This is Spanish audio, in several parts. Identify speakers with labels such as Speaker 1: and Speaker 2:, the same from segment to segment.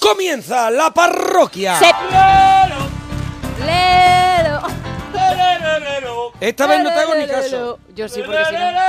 Speaker 1: comienza la parroquia.
Speaker 2: Se-
Speaker 1: Esta vez no te hago ni caso.
Speaker 2: Lero. Yo sí, porque si no... Lero.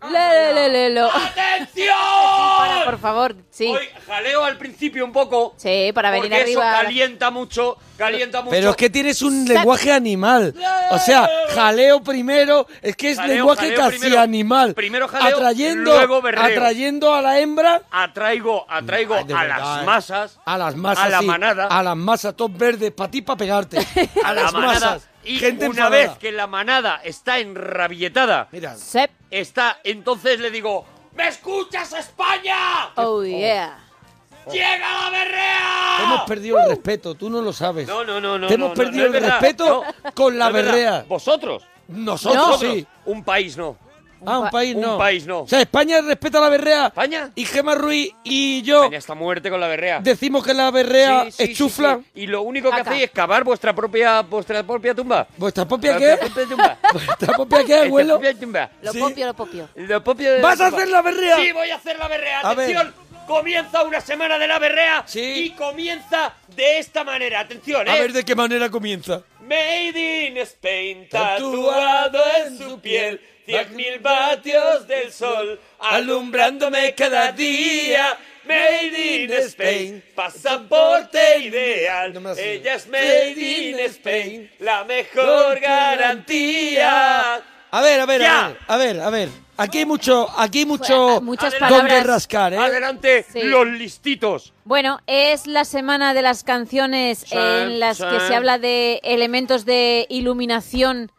Speaker 1: Ah,
Speaker 2: Lelelelelo. Para, por favor, sí.
Speaker 3: Hoy jaleo al principio un poco.
Speaker 2: Sí, para venir
Speaker 3: porque eso
Speaker 2: arriba.
Speaker 3: calienta mucho, calienta mucho.
Speaker 1: Pero es que tienes un lenguaje animal. O sea, jaleo primero, es que es
Speaker 3: Jaleo,
Speaker 1: lenguaje
Speaker 3: jaleo
Speaker 1: casi
Speaker 3: primero.
Speaker 1: animal.
Speaker 3: Primero jaleo,
Speaker 1: atrayendo,
Speaker 3: luego berreo.
Speaker 1: atrayendo a la hembra
Speaker 3: atraigo, atraigo
Speaker 1: Ay, de
Speaker 3: a
Speaker 1: verdad,
Speaker 3: las
Speaker 1: eh.
Speaker 3: masas,
Speaker 1: a las masas.
Speaker 3: a la
Speaker 1: sí,
Speaker 3: manada,
Speaker 1: A las masas, todos verdes, para ti, para pegarte.
Speaker 3: a
Speaker 1: A
Speaker 3: la
Speaker 1: las
Speaker 3: manada.
Speaker 1: masas.
Speaker 3: Y
Speaker 1: gente
Speaker 3: una
Speaker 1: enfadada.
Speaker 3: vez que la manada está enrabietada,
Speaker 1: Mira,
Speaker 2: Sep.
Speaker 3: está, entonces le digo, ¡Me escuchas España!
Speaker 2: Oh, yeah.
Speaker 3: Oh. ¡Llega la berrea!
Speaker 1: te hemos perdido el respeto, tú no lo sabes.
Speaker 3: ¡Uh! No, no, no, no.
Speaker 1: Te hemos
Speaker 3: no, no,
Speaker 1: perdido
Speaker 3: no
Speaker 1: el
Speaker 3: es verdad.
Speaker 1: respeto
Speaker 3: No,
Speaker 1: con la
Speaker 3: no es verdad.
Speaker 1: berrea.
Speaker 3: Vosotros.
Speaker 1: Nosotros
Speaker 3: Vosotros.
Speaker 1: sí.
Speaker 3: Un país no.
Speaker 1: Ah, un
Speaker 2: pa-
Speaker 1: país
Speaker 3: un
Speaker 1: no.
Speaker 3: país no.
Speaker 1: O sea, España respeta la berrea.
Speaker 3: España.
Speaker 1: Y Gemma Ruiz y yo
Speaker 3: España está muerte con la berrea.
Speaker 1: decimos que la berrea
Speaker 3: Sí, sí, sí,
Speaker 1: es chufla.
Speaker 3: sí. Y lo único que
Speaker 2: Caca.
Speaker 3: hacéis es cavar vuestra propia, vuestra propia tumba.
Speaker 1: ¿Vuestra propia qué?
Speaker 3: Vuestra propia tumba.
Speaker 1: ¿Vuestra propia qué,
Speaker 3: Vuestra
Speaker 1: abuelo?
Speaker 3: propia tumba.
Speaker 2: Lo
Speaker 1: Sí.
Speaker 2: popio, lo popio.
Speaker 3: Lo propio de
Speaker 1: ¿Vas a
Speaker 3: tumba.
Speaker 1: hacer la berrea?
Speaker 3: Sí, voy a hacer la berrea.
Speaker 1: A ver.
Speaker 3: Atención. Comienza una semana de la berrea
Speaker 1: Sí.
Speaker 3: y comienza de esta manera. Atención, ¿eh?
Speaker 1: A ver de qué manera comienza.
Speaker 3: Made in Spain,
Speaker 1: Tatuado
Speaker 3: tatuado en su piel, cien mil vatios del sol, alumbrándome cada día. Made in Spain, pasaporte ideal.
Speaker 1: No me la sé.
Speaker 3: Ella es Made in Spain, la mejor garantía.
Speaker 1: A ver, a ver,
Speaker 3: Ya.
Speaker 1: a ver, a ver, a ver. Aquí hay mucho, aquí hay mucho
Speaker 2: Muchas
Speaker 1: donde
Speaker 2: palabras.
Speaker 1: rascar, ¿eh?
Speaker 3: Adelante,
Speaker 2: Sí.
Speaker 3: los listitos.
Speaker 2: Bueno, es la semana de las canciones
Speaker 3: Sí,
Speaker 2: en las
Speaker 3: sí.
Speaker 2: que se habla de elementos de iluminación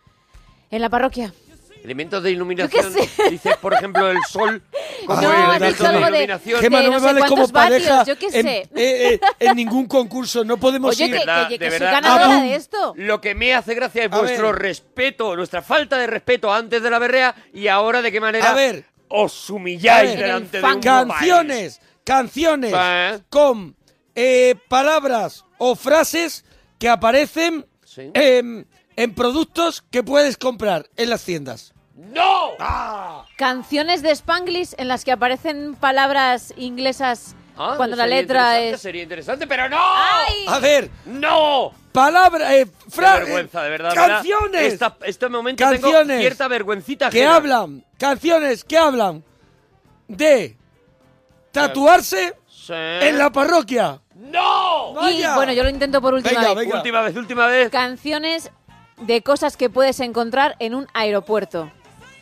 Speaker 2: en la parroquia.
Speaker 3: Elementos de
Speaker 2: iluminación. Yo qué sé.
Speaker 3: Dices, por ejemplo, el sol.
Speaker 1: como
Speaker 2: no, has
Speaker 1: elemento
Speaker 2: dicho algo
Speaker 1: de
Speaker 2: de,
Speaker 3: iluminación.
Speaker 1: Gemma,
Speaker 2: de
Speaker 1: no me
Speaker 2: sé
Speaker 1: vales como
Speaker 2: cuántos vatios,
Speaker 1: pareja
Speaker 2: yo qué
Speaker 1: en,
Speaker 2: sé.
Speaker 1: eh, eh, en ningún concurso. No podemos
Speaker 2: Oye,
Speaker 1: ir.
Speaker 2: que,
Speaker 3: verdad,
Speaker 2: que- que
Speaker 3: de
Speaker 2: soy
Speaker 3: verdad.
Speaker 2: ganadora
Speaker 1: Abum.
Speaker 2: de esto.
Speaker 3: Lo que me hace gracia es
Speaker 1: Ah, A
Speaker 3: vuestro
Speaker 1: ver.
Speaker 3: respeto, nuestra falta de respeto antes de la berrea y ahora de qué manera
Speaker 1: A ver.
Speaker 3: os humilláis
Speaker 1: A ver.
Speaker 3: delante de
Speaker 2: En el
Speaker 3: un Ah.
Speaker 2: funk.
Speaker 1: Canciones, canciones
Speaker 3: Va.
Speaker 1: con eh, palabras o frases que aparecen
Speaker 3: Sí.
Speaker 1: em, en productos que puedes comprar en las tiendas.
Speaker 3: país. ¡No!
Speaker 2: Ah. Canciones de Spanglish en las que aparecen palabras inglesas
Speaker 3: Ah,
Speaker 2: cuando la
Speaker 3: sería
Speaker 2: letra
Speaker 3: interesante,
Speaker 2: es...
Speaker 3: Sería interesante, pero no.
Speaker 2: ¡Ay!
Speaker 1: A ver,
Speaker 3: ¡No!
Speaker 1: palabras, eh,
Speaker 3: Qué
Speaker 1: frases,
Speaker 3: vergüenza, de verdad.
Speaker 1: canciones
Speaker 3: ¿verdad? Esta- este momento
Speaker 1: Canciones.
Speaker 3: tengo cierta vergüencita
Speaker 1: que
Speaker 3: ajena.
Speaker 1: hablan, canciones que hablan de tatuarse
Speaker 3: Sí.
Speaker 1: en la parroquia.
Speaker 3: ¡No!
Speaker 2: Y
Speaker 1: Vaya.
Speaker 2: bueno, yo lo intento por última
Speaker 1: Venga,
Speaker 2: vez.
Speaker 1: venga.
Speaker 3: Última vez, última vez.
Speaker 2: Canciones de cosas que puedes encontrar en un aeropuerto.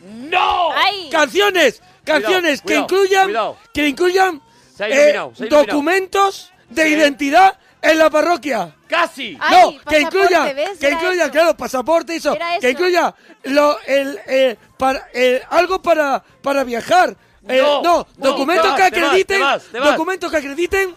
Speaker 3: ¡No!
Speaker 2: ¡Ay!
Speaker 1: Canciones, canciones que
Speaker 3: Cuidado, cuidado,
Speaker 1: incluyan,
Speaker 3: cuidado.
Speaker 1: que incluyan eh,
Speaker 3: Se ha iluminado, se ha iluminado.
Speaker 1: documentos de
Speaker 3: Sí.
Speaker 1: identidad en la parroquia.
Speaker 3: ¡Casi!
Speaker 2: Ay,
Speaker 1: no, que
Speaker 2: pasaporte,
Speaker 1: incluya,
Speaker 2: ¿ves?
Speaker 1: que
Speaker 2: Era
Speaker 1: incluya,
Speaker 2: eso.
Speaker 1: claro, pasaporte y eso,
Speaker 2: Era
Speaker 1: que
Speaker 2: eso.
Speaker 1: incluya lo, el, eh, para, eh, algo para, para viajar. Eh,
Speaker 3: No, no,
Speaker 1: documentos
Speaker 3: te vas,
Speaker 1: que
Speaker 3: te vas,
Speaker 1: acrediten,
Speaker 3: te vas, te vas.
Speaker 1: documentos que acrediten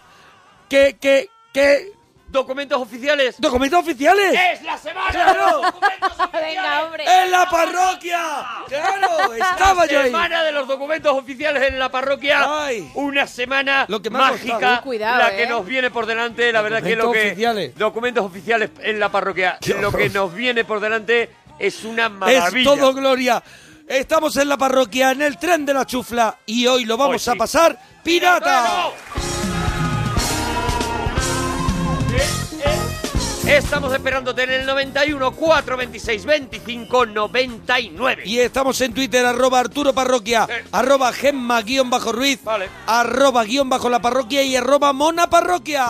Speaker 1: que, que, que,
Speaker 3: ¿Documentos oficiales?
Speaker 1: documentos oficiales.
Speaker 3: ¡Es la semana!
Speaker 1: Claro.
Speaker 3: de los documentos oficiales!
Speaker 2: Venga, hombre.
Speaker 1: ¡En la parroquia! ¡Claro! ¡Estaba yo ahí!
Speaker 3: Semana de los documentos oficiales en la parroquia.
Speaker 1: Ay.
Speaker 3: Una semana
Speaker 1: Lo que me ha costado.
Speaker 3: mágica,
Speaker 2: Uy, cuidado,
Speaker 3: la que
Speaker 2: eh.
Speaker 3: nos viene por delante. La verdad que lo
Speaker 1: Documentos
Speaker 3: que
Speaker 1: oficiales.
Speaker 3: documentos oficiales en la parroquia,
Speaker 1: Qué
Speaker 3: lo
Speaker 1: horror.
Speaker 3: que nos viene por delante es una
Speaker 1: Es
Speaker 3: maravilla.
Speaker 1: todo gloria. Estamos en la parroquia, en el tren de la chufla, y hoy lo vamos
Speaker 3: Hoy sí.
Speaker 1: a pasar pirata.
Speaker 3: Bueno. Eh, eh. Estamos esperándote en el 91 426 25 99.
Speaker 1: Y estamos en Twitter, arroba Arturo Parroquia,
Speaker 4: Eh.
Speaker 3: Sí.
Speaker 1: arroba Gemma guión bajo Ruiz,
Speaker 3: Vale.
Speaker 1: arroba guión bajo la parroquia y arroba Mona Parroquia.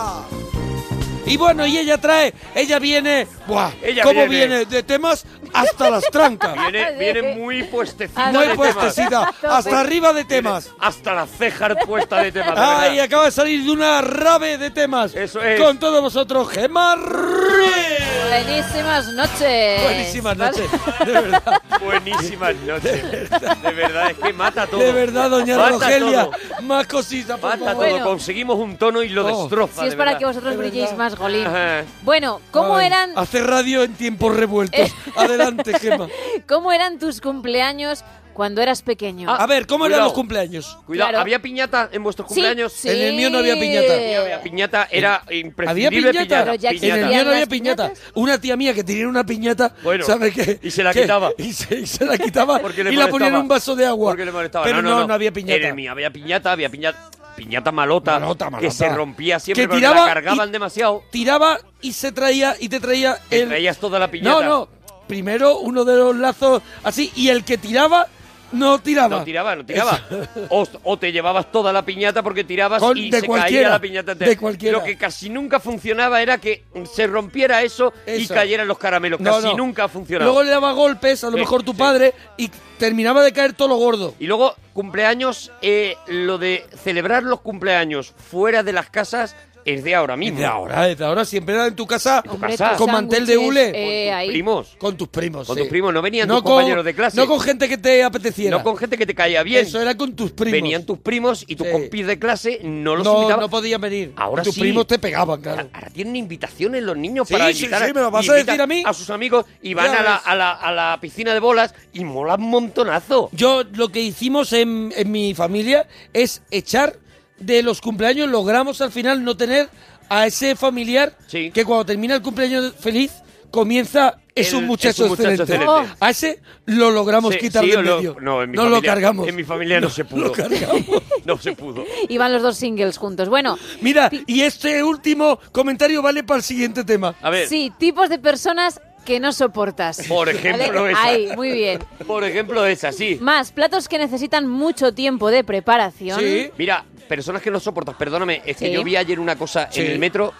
Speaker 1: Y bueno, y ella trae, ella viene, ¡buah!
Speaker 3: Ella
Speaker 1: ¿Cómo viene?
Speaker 3: viene.
Speaker 1: De temas hasta las trancas.
Speaker 3: Viene, viene muy puestecita.
Speaker 1: No
Speaker 2: Muy
Speaker 1: hay
Speaker 3: de temas.
Speaker 1: puestecita, hasta arriba de temas.
Speaker 3: Hasta la ceja puesta de temas. de
Speaker 1: Ay,
Speaker 3: verdad.
Speaker 1: acaba de salir de una rave de temas.
Speaker 3: Eso es.
Speaker 1: Con todos vosotros, Gemma Ruiz.
Speaker 2: Buenísimas noches.
Speaker 1: Buenísimas
Speaker 2: ¿Vale?
Speaker 1: noches, de verdad.
Speaker 3: Buenísimas noches. De verdad, es que mata todo.
Speaker 1: De verdad, doña
Speaker 3: Mata
Speaker 1: Rogelia.
Speaker 3: todo.
Speaker 1: Más cositas, por
Speaker 3: Mata
Speaker 1: favor.
Speaker 2: Bueno.
Speaker 3: todo. Conseguimos un tono y lo
Speaker 1: Oh.
Speaker 3: destroza.
Speaker 2: Si es
Speaker 3: de
Speaker 2: para
Speaker 3: verdad.
Speaker 2: que vosotros
Speaker 1: De
Speaker 2: brilléis
Speaker 1: verdad.
Speaker 2: más, Golín.
Speaker 3: Ajá.
Speaker 2: Bueno, ¿cómo
Speaker 1: Ay,
Speaker 2: eran, eh?
Speaker 1: Hace radio en tiempos revueltos. Adelante, Gema.
Speaker 2: ¿cómo eran tus cumpleaños Cuando eras pequeño.
Speaker 3: A ver, ¿cómo eran los cumpleaños?
Speaker 2: Ah.
Speaker 4: Cuidado,
Speaker 2: Claro.
Speaker 4: ¿había piñata en vuestros
Speaker 2: Sí,
Speaker 4: cumpleaños?
Speaker 2: sí.
Speaker 3: En el mío no había piñata. En el mío
Speaker 4: La piñata era
Speaker 3: ¿Había
Speaker 4: imprescindible.
Speaker 3: piñata?
Speaker 2: Pero ya
Speaker 3: En el
Speaker 2: existían
Speaker 3: mío no
Speaker 2: las
Speaker 3: había piñata.
Speaker 2: piñatas.
Speaker 3: Una tía mía que tenía una piñata,
Speaker 4: Bueno,
Speaker 3: ¿sabe qué?
Speaker 4: y se la
Speaker 3: Que-
Speaker 4: quitaba.
Speaker 3: Y se, y se la quitaba
Speaker 4: Porque le
Speaker 3: y la ponía en
Speaker 4: molestaba.
Speaker 3: un vaso de agua.
Speaker 4: Porque le molestaba.
Speaker 3: Pero
Speaker 4: no, no, no,
Speaker 3: había
Speaker 4: En
Speaker 3: piñata.
Speaker 4: el mío había piñata, había piñata, piñata malota,
Speaker 3: Malota, malota.
Speaker 4: que se rompía siempre
Speaker 3: Que
Speaker 4: porque la
Speaker 3: tiraba
Speaker 4: cargaban
Speaker 3: y-
Speaker 4: demasiado.
Speaker 3: Tiraba y se traía, y te traía
Speaker 4: Te
Speaker 3: el...
Speaker 4: traías toda la
Speaker 3: No,
Speaker 4: piñata.
Speaker 3: no. Primero uno de los lazos así, y el que tiraba, no tiraba.
Speaker 4: No tiraba, no tiraba. O, o te llevabas toda la piñata porque tirabas
Speaker 3: Con-
Speaker 4: y
Speaker 3: de
Speaker 4: se
Speaker 3: cualquiera,
Speaker 4: caía la piñata entera.
Speaker 3: de cualquiera.
Speaker 4: Lo que casi nunca funcionaba era que se rompiera eso, y
Speaker 3: Eso.
Speaker 4: cayeran los caramelos.
Speaker 3: No,
Speaker 4: Casi
Speaker 3: no.
Speaker 4: nunca funcionaba.
Speaker 3: Luego le daba golpes, a lo
Speaker 4: Sí,
Speaker 3: mejor tu
Speaker 4: sí.
Speaker 3: padre, y terminaba de caer todo lo gordo.
Speaker 4: Y luego, cumpleaños, eh, lo de celebrar los cumpleaños fuera de las casas es de ahora
Speaker 3: Y
Speaker 4: mismo.
Speaker 3: de ahora, desde ahora siempre era en tu casa,
Speaker 2: Hombre,
Speaker 4: casa.
Speaker 2: tus
Speaker 3: Con mantel de
Speaker 2: sándwiches,
Speaker 3: hule.
Speaker 2: eh, ahí.
Speaker 4: Primos.
Speaker 3: con tus primos.
Speaker 4: Con
Speaker 3: sí.
Speaker 4: tus primos, no venían tus
Speaker 3: con-
Speaker 4: compañeros de clase.
Speaker 3: No con gente que te apeteciera.
Speaker 4: No con gente que te caía bien.
Speaker 3: Eso era con tus primos.
Speaker 4: Venían tus primos y tus
Speaker 3: Sí.
Speaker 4: compis de clase no los
Speaker 3: no,
Speaker 4: invitaban.
Speaker 3: no podían venir.
Speaker 4: Ahora
Speaker 3: tus
Speaker 4: sí.
Speaker 3: primos te pegaban, claro.
Speaker 4: Ahora tienen invitaciones los niños
Speaker 3: Sí,
Speaker 4: para
Speaker 3: sí,
Speaker 4: invitar
Speaker 3: sí, ¿me lo vas a
Speaker 4: invitan
Speaker 3: decir a mí?
Speaker 4: sus amigos y van
Speaker 3: Ya
Speaker 4: a la,
Speaker 3: ves.
Speaker 4: a, la, a la piscina de bolas y mola un montonazo.
Speaker 3: Yo lo que hicimos en, en mi familia es echar de los cumpleaños, logramos al final no tener a ese familiar
Speaker 4: Sí.
Speaker 3: que cuando termina el cumpleaños feliz comienza es
Speaker 4: El-
Speaker 3: un muchacho
Speaker 4: es un muchacho
Speaker 3: excelente.
Speaker 4: excelente.
Speaker 3: A ese lo logramos
Speaker 4: Sí,
Speaker 3: quitar
Speaker 4: sí,
Speaker 3: de
Speaker 4: o
Speaker 3: en
Speaker 4: lo-
Speaker 3: medio.
Speaker 4: no, en mi
Speaker 3: Nos lo
Speaker 4: familia-
Speaker 3: cargamos.
Speaker 4: En mi familia no, se pudo.
Speaker 3: Lo cargamos.
Speaker 4: no se pudo.
Speaker 2: Iban los dos singles juntos. Bueno,
Speaker 3: Mira, y este último comentario vale para el siguiente tema.
Speaker 4: A ver,
Speaker 2: sí, tipos de personas que no soportas.
Speaker 4: Por ejemplo,
Speaker 2: ¿Vale?
Speaker 4: esa.
Speaker 2: Ahí, muy bien.
Speaker 4: por ejemplo, es así.
Speaker 2: Más, platos que necesitan mucho tiempo de preparación.
Speaker 3: Sí.
Speaker 4: Mira, personas que no soportas, perdóname, es que
Speaker 2: Sí.
Speaker 4: yo vi ayer una cosa
Speaker 3: Sí.
Speaker 4: en el metro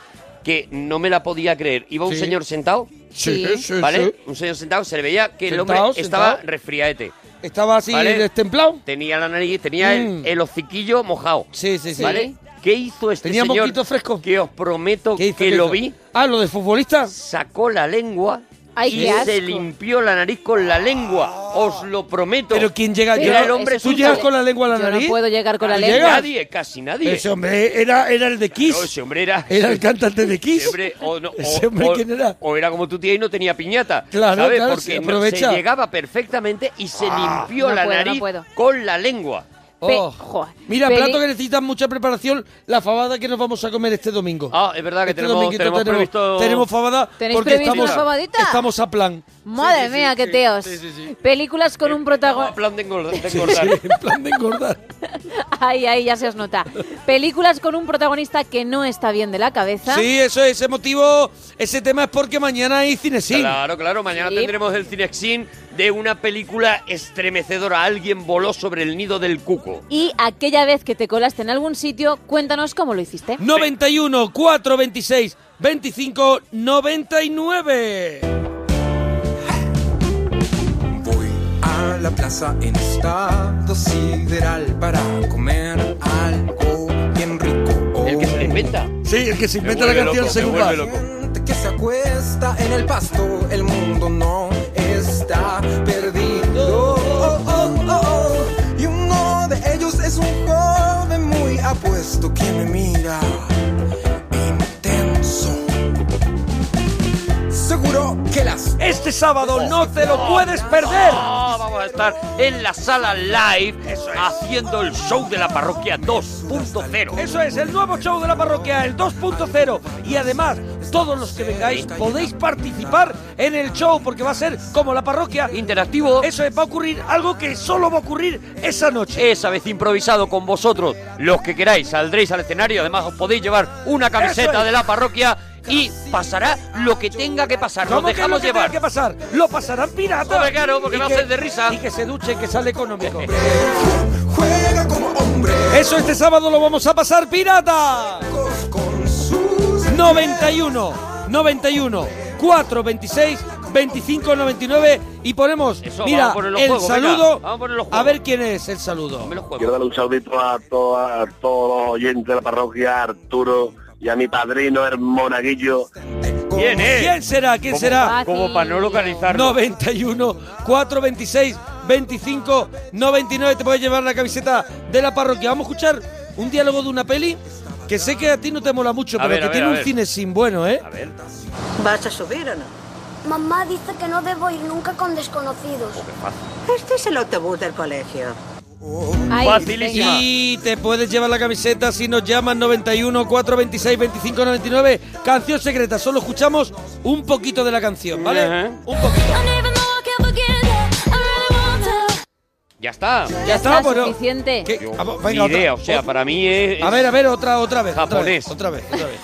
Speaker 4: que no me la podía creer. Iba un
Speaker 3: Sí.
Speaker 4: señor sentado,
Speaker 2: Sí.
Speaker 4: ¿vale? Un señor sentado, se le veía que el
Speaker 3: Sentado,
Speaker 4: hombre estaba
Speaker 3: sentado.
Speaker 4: resfriadete.
Speaker 3: Estaba así
Speaker 4: Vale.
Speaker 3: destemplado.
Speaker 4: Tenía la nariz, tenía
Speaker 3: Mm.
Speaker 4: el, el hociquillo mojado.
Speaker 3: Sí, sí, sí.
Speaker 4: ¿Vale? ¿Qué hizo este
Speaker 3: Tenía
Speaker 4: señor?
Speaker 3: moquito fresco.
Speaker 4: Que os prometo
Speaker 3: ¿Qué hizo,
Speaker 4: que
Speaker 3: qué
Speaker 4: lo
Speaker 3: hizo?
Speaker 4: vi.
Speaker 3: Ah, lo de futbolista.
Speaker 4: Sacó la lengua
Speaker 2: Ay,
Speaker 4: y
Speaker 2: qué asco.
Speaker 4: se limpió la nariz con la lengua. Os lo prometo.
Speaker 3: Pero quién llega
Speaker 2: Pero
Speaker 3: Yo-
Speaker 4: era el hombre
Speaker 2: eso
Speaker 3: ¿Tú
Speaker 2: es un
Speaker 3: llegas
Speaker 2: tole-
Speaker 3: con la lengua a la
Speaker 2: Yo
Speaker 3: nariz?
Speaker 2: no puedo llegar con la
Speaker 3: ¿Tú
Speaker 2: lengua.
Speaker 3: llegas?
Speaker 4: Nadie, casi nadie.
Speaker 3: Ese hombre era, era el de Kiss.
Speaker 4: No, ese hombre era.
Speaker 3: Era el cantante de Kiss.
Speaker 4: ese hombre, o no- o-
Speaker 3: Ese hombre,
Speaker 4: o-
Speaker 3: ¿quién era?
Speaker 4: o era como tu tía y no tenía piñata.
Speaker 3: Claro,
Speaker 4: ¿sabes?
Speaker 3: claro,
Speaker 4: Porque
Speaker 3: se
Speaker 4: no-
Speaker 3: aprovecha.
Speaker 4: se llegaba perfectamente y se
Speaker 3: Ah,
Speaker 4: limpió
Speaker 2: No
Speaker 4: la
Speaker 2: puedo, no
Speaker 4: nariz
Speaker 2: puedo.
Speaker 4: con la lengua.
Speaker 2: Pe-
Speaker 3: Oh.
Speaker 2: jo,
Speaker 3: Mira,
Speaker 2: peli-
Speaker 3: plato que necesitan mucha preparación, la fabada que nos vamos a comer este domingo.
Speaker 4: Ah, es verdad que
Speaker 3: Este
Speaker 4: tenemos,
Speaker 3: dominguito
Speaker 4: tenemos previsto.
Speaker 3: tenemos fabada
Speaker 2: ¿Tenéis
Speaker 3: porque
Speaker 2: previsto
Speaker 3: estamos,
Speaker 2: una fabadita?
Speaker 3: estamos a plan.
Speaker 2: Madre mía, qué teos. Películas con un protagonista.
Speaker 4: plan de engordar. de
Speaker 3: Sí,
Speaker 4: engordar.
Speaker 3: sí, en plan de engordar.
Speaker 2: Ay, ay, ya se os nota. Películas con un protagonista que no está bien de la cabeza.
Speaker 3: Sí, eso es, ese motivo, ese tema es porque mañana hay cine sí.
Speaker 4: Claro, claro, mañana
Speaker 2: Sí.
Speaker 4: tendremos el Cinexin de una película estremecedora. Alguien voló sobre el nido del cuco.
Speaker 2: Y aquella vez que te colaste en algún sitio, cuéntanos cómo lo hiciste.
Speaker 3: 91 426 25 99.
Speaker 1: Voy a la plaza en estado sideral para comer algo bien rico.
Speaker 4: El que se le inventa.
Speaker 3: Sí, el que se
Speaker 4: Me
Speaker 3: inventa la
Speaker 4: vuelve
Speaker 3: canción
Speaker 4: loco,
Speaker 3: según
Speaker 4: me
Speaker 3: va.
Speaker 4: vuelve loco.
Speaker 1: Gente que se acuesta en el pasto, el mundo no está perdido. Oh, oh, oh, oh. Y uno de ellos es un joven muy apuesto que me mira intenso. Seguro que las
Speaker 3: Este sábado no te lo puedes perder.
Speaker 4: Ah, vamos a estar en la sala live haciendo el show de la parroquia 2.0.
Speaker 3: Eso es, el nuevo show de la parroquia, el 2.0. Y además, todos los que vengáis podéis participar en el show porque va a ser como la parroquia.
Speaker 4: Interactivo.
Speaker 3: Eso es, va a ocurrir algo que solo va a ocurrir esa noche.
Speaker 4: Esa vez improvisado con vosotros, los que queráis, saldréis al escenario. Además, os podéis llevar una
Speaker 3: Eso
Speaker 4: camiseta
Speaker 3: es.
Speaker 4: de la parroquia y pasará lo que tenga que pasar. Nos
Speaker 3: ¿Cómo que es lo
Speaker 4: dejamos
Speaker 3: que tenga
Speaker 4: llevar.
Speaker 3: que pasar? Lo pasarán piratas.
Speaker 4: Hombre, claro, porque
Speaker 3: Y
Speaker 4: va a
Speaker 3: que-
Speaker 4: ser de risa.
Speaker 3: Y que se duche, que sale económico.
Speaker 1: juega como hombre
Speaker 3: Eso este sábado lo vamos a pasar pirata.
Speaker 1: con sus
Speaker 3: 91 91 426 25 99 y ponemos
Speaker 4: Eso,
Speaker 3: mira
Speaker 4: vamos a ponerlo
Speaker 3: el
Speaker 4: juego, venga,
Speaker 3: saludo
Speaker 4: vamos a ponerlo juego.
Speaker 3: ver quién es el saludo
Speaker 4: Me lo juego.
Speaker 5: Quiero darle un saludito a, toda- a todos los oyentes de la parroquia, a Arturo y a mi padrino, el monaguillo.
Speaker 4: ¿Quién es?
Speaker 3: quién será quién
Speaker 4: ¿Cómo?
Speaker 3: será
Speaker 4: Como para no localizarlo.
Speaker 3: 91 426 25 99 te puedes llevar la camiseta de la parroquia vamos a escuchar un diálogo de una peli que sé que a ti no te mola mucho
Speaker 4: A
Speaker 3: pero
Speaker 4: ver,
Speaker 3: que
Speaker 4: a ver,
Speaker 3: tiene
Speaker 4: a
Speaker 3: un
Speaker 4: ver.
Speaker 3: cine sin bueno eh
Speaker 4: A ver.
Speaker 6: ¿Vas a subir o no?
Speaker 7: Mamá dice que no debo ir nunca con desconocidos.
Speaker 6: Este es el autobús del colegio.
Speaker 2: Ahí, venga.
Speaker 1: Y te puedes llevar la camiseta si nos llamas 91 426 25 99. Canción secreta, solo escuchamos un poquito de la canción, ¿vale?
Speaker 3: Ajá.
Speaker 1: Un poquito.
Speaker 3: Ya está.
Speaker 1: Ya está,
Speaker 2: Está
Speaker 1: bueno.
Speaker 2: suficiente.
Speaker 1: ¿Qué?
Speaker 3: Yo,
Speaker 1: Ah, pues,
Speaker 3: ni
Speaker 1: venga, otra.
Speaker 3: idea, o sea, para mí es...
Speaker 1: A ver, a ver, otra, otra vez. otra vez,
Speaker 3: Japonés.
Speaker 1: Otra vez, otra vez.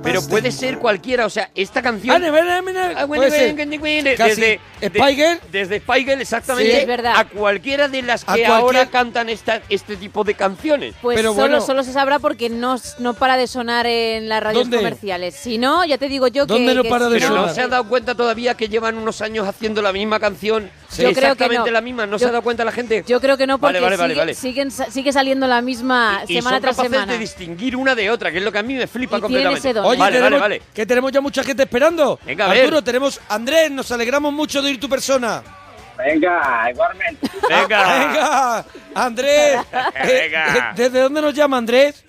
Speaker 3: Pero puede ser cualquiera, o sea, esta canción... Ah, bueno,
Speaker 1: Puede ser.
Speaker 3: bueno, bueno,
Speaker 1: Casi.
Speaker 3: Desde
Speaker 1: Spiker.
Speaker 3: de- Desde Spiegel, exactamente.
Speaker 2: Sí, es verdad.
Speaker 3: A cualquiera de las
Speaker 1: A
Speaker 3: que
Speaker 1: cualquier-
Speaker 3: ahora cantan esta, este tipo de canciones.
Speaker 2: Pues
Speaker 1: Pero
Speaker 2: solo,
Speaker 1: bueno.
Speaker 2: solo se sabrá porque no, no para de sonar en las radios
Speaker 1: ¿Dónde?
Speaker 2: comerciales. Si no, ya te digo yo que...
Speaker 1: ¿Dónde no
Speaker 2: que
Speaker 1: para de
Speaker 2: si
Speaker 3: Pero no
Speaker 1: sonar?
Speaker 3: se ha dado cuenta todavía que llevan unos años haciendo la misma canción.
Speaker 1: Sí.
Speaker 2: Yo creo que
Speaker 3: Exactamente
Speaker 2: no.
Speaker 3: la misma. ¿No
Speaker 2: Yo-
Speaker 3: se ha dado cuenta la gente?
Speaker 2: Yo creo que no porque
Speaker 3: Vale, vale, vale,
Speaker 2: sigue,
Speaker 3: vale.
Speaker 2: siguen sa- sigue saliendo la misma
Speaker 3: y
Speaker 2: semana
Speaker 3: son
Speaker 2: tras
Speaker 3: capaces
Speaker 2: semana.
Speaker 3: de distinguir una de otra, que es lo que a mí me flipa
Speaker 2: Y tienen
Speaker 3: completamente.
Speaker 2: ese don.
Speaker 1: Oye,
Speaker 3: vale, vale,
Speaker 1: tenemos-
Speaker 3: vale.
Speaker 1: que tenemos ya mucha gente esperando.
Speaker 3: Venga, a ver.
Speaker 1: Arturo, tenemos Andrés, nos alegramos mucho de ir tu persona.
Speaker 8: Venga, igualmente.
Speaker 3: Venga.
Speaker 1: Venga, Andrés.
Speaker 3: Venga.
Speaker 1: Eh, ¿Desde dónde nos llama Andrés?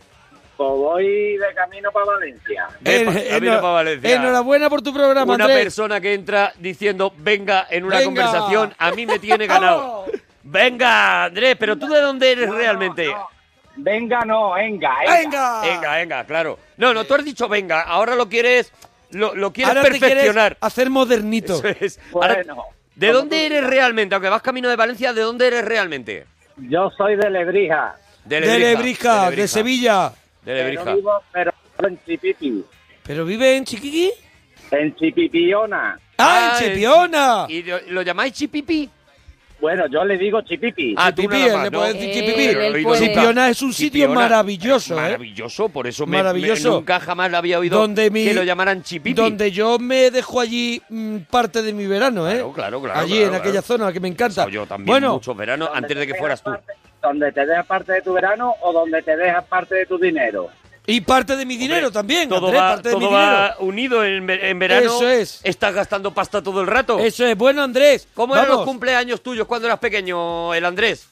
Speaker 8: Pues voy de camino para Valencia.
Speaker 3: Ven,
Speaker 1: En-
Speaker 3: pa-
Speaker 1: en-
Speaker 3: camino pa'
Speaker 1: eh,
Speaker 3: Valencia.
Speaker 1: Enhorabuena por tu programa,
Speaker 3: Una
Speaker 1: Andrés.
Speaker 3: persona que entra diciendo, venga, en una
Speaker 1: Venga.
Speaker 3: conversación, a mí me tiene ganado. venga, Andrés, pero tú de dónde eres realmente.
Speaker 8: Venga, no, venga,
Speaker 1: Venga.
Speaker 3: Venga, venga, claro. No, no, tú has dicho venga, ahora lo quieres, lo, lo quieres
Speaker 1: Ahora te
Speaker 3: perfeccionar.
Speaker 1: quieres hacer modernito.
Speaker 3: Eso es.
Speaker 8: Bueno,
Speaker 3: Ahora,
Speaker 8: como
Speaker 3: ¿De
Speaker 8: tú
Speaker 3: dónde eres realmente? Aunque vas camino de Valencia, ¿de dónde eres realmente?
Speaker 8: Yo soy de Lebrija.
Speaker 1: De Lebrija,
Speaker 3: de
Speaker 1: de
Speaker 3: Lebrija,
Speaker 1: Sevilla.
Speaker 3: de
Speaker 8: Pero
Speaker 3: Lebrija.
Speaker 8: vivo, pero en Chipipi.
Speaker 1: ¿Pero vive en Chiquiqui?
Speaker 8: En Chipipiona.
Speaker 1: ¡Ah,
Speaker 3: Ah,
Speaker 1: en
Speaker 3: en
Speaker 1: Chepiona!
Speaker 3: ¿Y lo, lo llamáis chipipi?
Speaker 8: Bueno, yo le digo Chipipi.
Speaker 3: Ah, tú
Speaker 1: Chipipi,
Speaker 3: nada más,
Speaker 1: le
Speaker 3: ¿no?
Speaker 1: puedes decir
Speaker 2: Eh,
Speaker 1: Chipipi.
Speaker 2: Pero él
Speaker 3: lo he oído
Speaker 2: puede.
Speaker 3: nunca.
Speaker 1: Chipiona es un sitio maravilloso, ¿eh?
Speaker 3: Maravilloso, por eso me- me-
Speaker 1: Maravilloso.
Speaker 3: nunca jamás lo había oído
Speaker 1: Donde mi-
Speaker 3: que lo llamaran chipipi.
Speaker 1: Donde yo me dejo allí mm, parte de mi verano, ¿eh?
Speaker 3: Claro, claro, claro,
Speaker 1: Allí,
Speaker 3: claro,
Speaker 1: en
Speaker 3: claro.
Speaker 1: aquella zona que me encanta.
Speaker 3: Yo también
Speaker 1: bueno,
Speaker 3: muchos veranos antes de que fueras tú.
Speaker 8: Donde te dejas parte de tu verano o donde te dejas parte de tu dinero.
Speaker 1: y parte de mi dinero también,
Speaker 3: Todo
Speaker 1: Andrés,
Speaker 3: va,
Speaker 1: parte de
Speaker 3: todo
Speaker 1: mi
Speaker 3: va
Speaker 1: dinero.
Speaker 3: unido en, ver- en verano.
Speaker 1: Eso es.
Speaker 3: Estás gastando pasta todo el rato.
Speaker 1: Eso es, bueno, Andrés.
Speaker 3: ¿Cómo
Speaker 1: vamos.
Speaker 3: eran los cumpleaños tuyos cuando eras pequeño, el Andrés?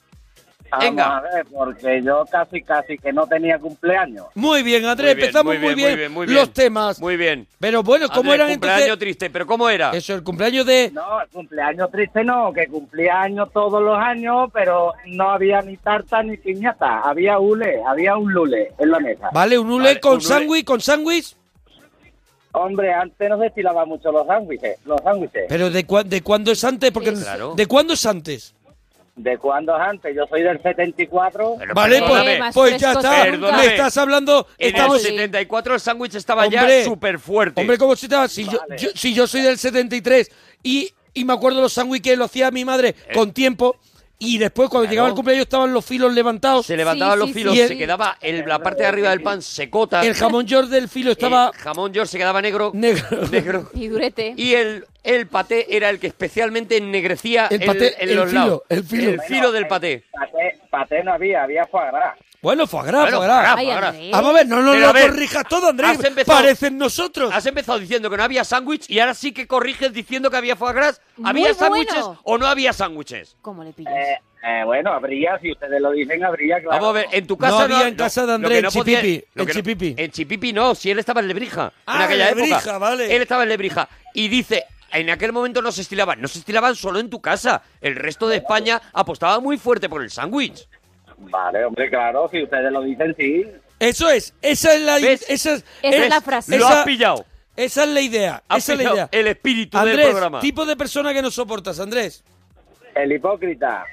Speaker 8: Vamos
Speaker 3: Venga.
Speaker 8: Ah, a ver, porque yo casi, casi que no tenía cumpleaños.
Speaker 1: Muy bien, Andrés,
Speaker 3: Muy bien,
Speaker 1: empezamos
Speaker 3: muy bien,
Speaker 1: muy bien,
Speaker 3: muy bien, muy bien.
Speaker 1: los temas.
Speaker 3: Muy bien.
Speaker 1: Pero bueno, ¿cómo
Speaker 3: Andrés,
Speaker 1: eran
Speaker 3: cumpleaños
Speaker 1: entonces?
Speaker 3: triste, pero ¿cómo era?
Speaker 1: Eso, el cumpleaños de...
Speaker 8: No, cumpleaños triste no, que cumpleaños todos los años, pero no había ni tarta ni piñata, había hule, había un lule en la mesa.
Speaker 1: Vale, un hule
Speaker 3: Vale,
Speaker 1: con
Speaker 3: un hule.
Speaker 1: sándwich, con sándwich.
Speaker 8: Hombre, antes no se estilaba mucho los sándwiches, los sándwiches.
Speaker 1: Pero ¿de, cua- de cuándo es antes? Porque
Speaker 3: Sí. Claro.
Speaker 1: ¿De cuándo es antes?
Speaker 8: ¿De cuándo es antes? Yo soy del 74.
Speaker 3: Pero
Speaker 1: Vale,
Speaker 3: perdóname,
Speaker 1: pues,
Speaker 2: más
Speaker 1: pues ya
Speaker 2: frescos
Speaker 1: está.
Speaker 3: que nunca.
Speaker 1: Me estás hablando...
Speaker 3: En el
Speaker 1: estamos-
Speaker 3: 74 el sándwich estaba
Speaker 1: Hombre.
Speaker 3: ya súper fuerte.
Speaker 1: Hombre, ¿cómo se estaba? Si, yo-
Speaker 8: Vale.
Speaker 1: yo, si yo soy del 73 y, y me acuerdo los sándwiches que lo hacía mi madre con tiempo y después cuando
Speaker 3: Eh. Claro.
Speaker 1: llegaba el cumpleaños estaban los filos levantados,
Speaker 3: se levantaban
Speaker 2: Sí,
Speaker 3: los
Speaker 2: sí,
Speaker 3: filos,
Speaker 1: sí.
Speaker 3: se quedaba el- la parte de arriba del pan secota.
Speaker 1: el jamón york del filo estaba...
Speaker 3: el jamón york se quedaba negro.
Speaker 1: Negro.
Speaker 3: negro.
Speaker 2: Y durete.
Speaker 3: Y el, el paté era el que especialmente ennegrecía
Speaker 1: El paté,
Speaker 3: en
Speaker 1: el
Speaker 3: los
Speaker 1: filo,
Speaker 3: lados.
Speaker 1: el filo.
Speaker 3: El filo del paté.
Speaker 8: Paté, paté no había, había foie gras.
Speaker 1: Bueno, foie gras,
Speaker 3: Bueno,
Speaker 1: foie gras.
Speaker 3: foie gras.
Speaker 2: Ay,
Speaker 3: ahora.
Speaker 2: Andrés.
Speaker 1: Vamos a ver, no nos
Speaker 3: Pero
Speaker 1: lo
Speaker 3: a ver,
Speaker 1: corrijas todo, Andrés.
Speaker 3: has empezado-
Speaker 1: Parecen nosotros.
Speaker 3: Has empezado diciendo que no había sándwich y ahora sí que corriges diciendo que había foie gras.
Speaker 2: Muy
Speaker 3: ¿Había sándwiches
Speaker 2: bueno.
Speaker 3: o no había sándwiches?
Speaker 2: ¿Cómo le pillas?
Speaker 8: Eh, eh, bueno, habría, si ustedes lo dicen, habría, claro.
Speaker 3: Vamos a ver, en tu casa
Speaker 1: No había en casa de
Speaker 3: lo
Speaker 1: Andrés,
Speaker 3: que no
Speaker 1: en
Speaker 3: podía-
Speaker 1: Chipipi,
Speaker 3: lo
Speaker 1: en
Speaker 3: que no-
Speaker 1: Chipipi.
Speaker 3: en Chipipi no, si él estaba en Lebrija. en
Speaker 1: Ah,
Speaker 3: aquella
Speaker 1: en Lebrija,
Speaker 3: época.
Speaker 1: vale.
Speaker 3: Él estaba en Lebrija. Y dice, en aquel momento no se estilaban. No se estilaban solo en tu casa. El resto de España apostaba muy fuerte por el sándwich.
Speaker 8: Vale, hombre, claro, si ustedes lo dicen, sí.
Speaker 1: Eso es, esa es la,
Speaker 3: ¿Ves?
Speaker 1: esa es,
Speaker 2: Esa es la
Speaker 1: esa-
Speaker 2: frase.
Speaker 3: Lo
Speaker 1: esa-
Speaker 3: has pillado.
Speaker 1: Esa es la idea.
Speaker 3: Has
Speaker 1: esa es la
Speaker 3: pillado
Speaker 1: idea.
Speaker 3: el espíritu del
Speaker 1: Andrés,
Speaker 3: programa.
Speaker 1: tipo de persona que no soportas, Andrés.
Speaker 8: El hipócrita.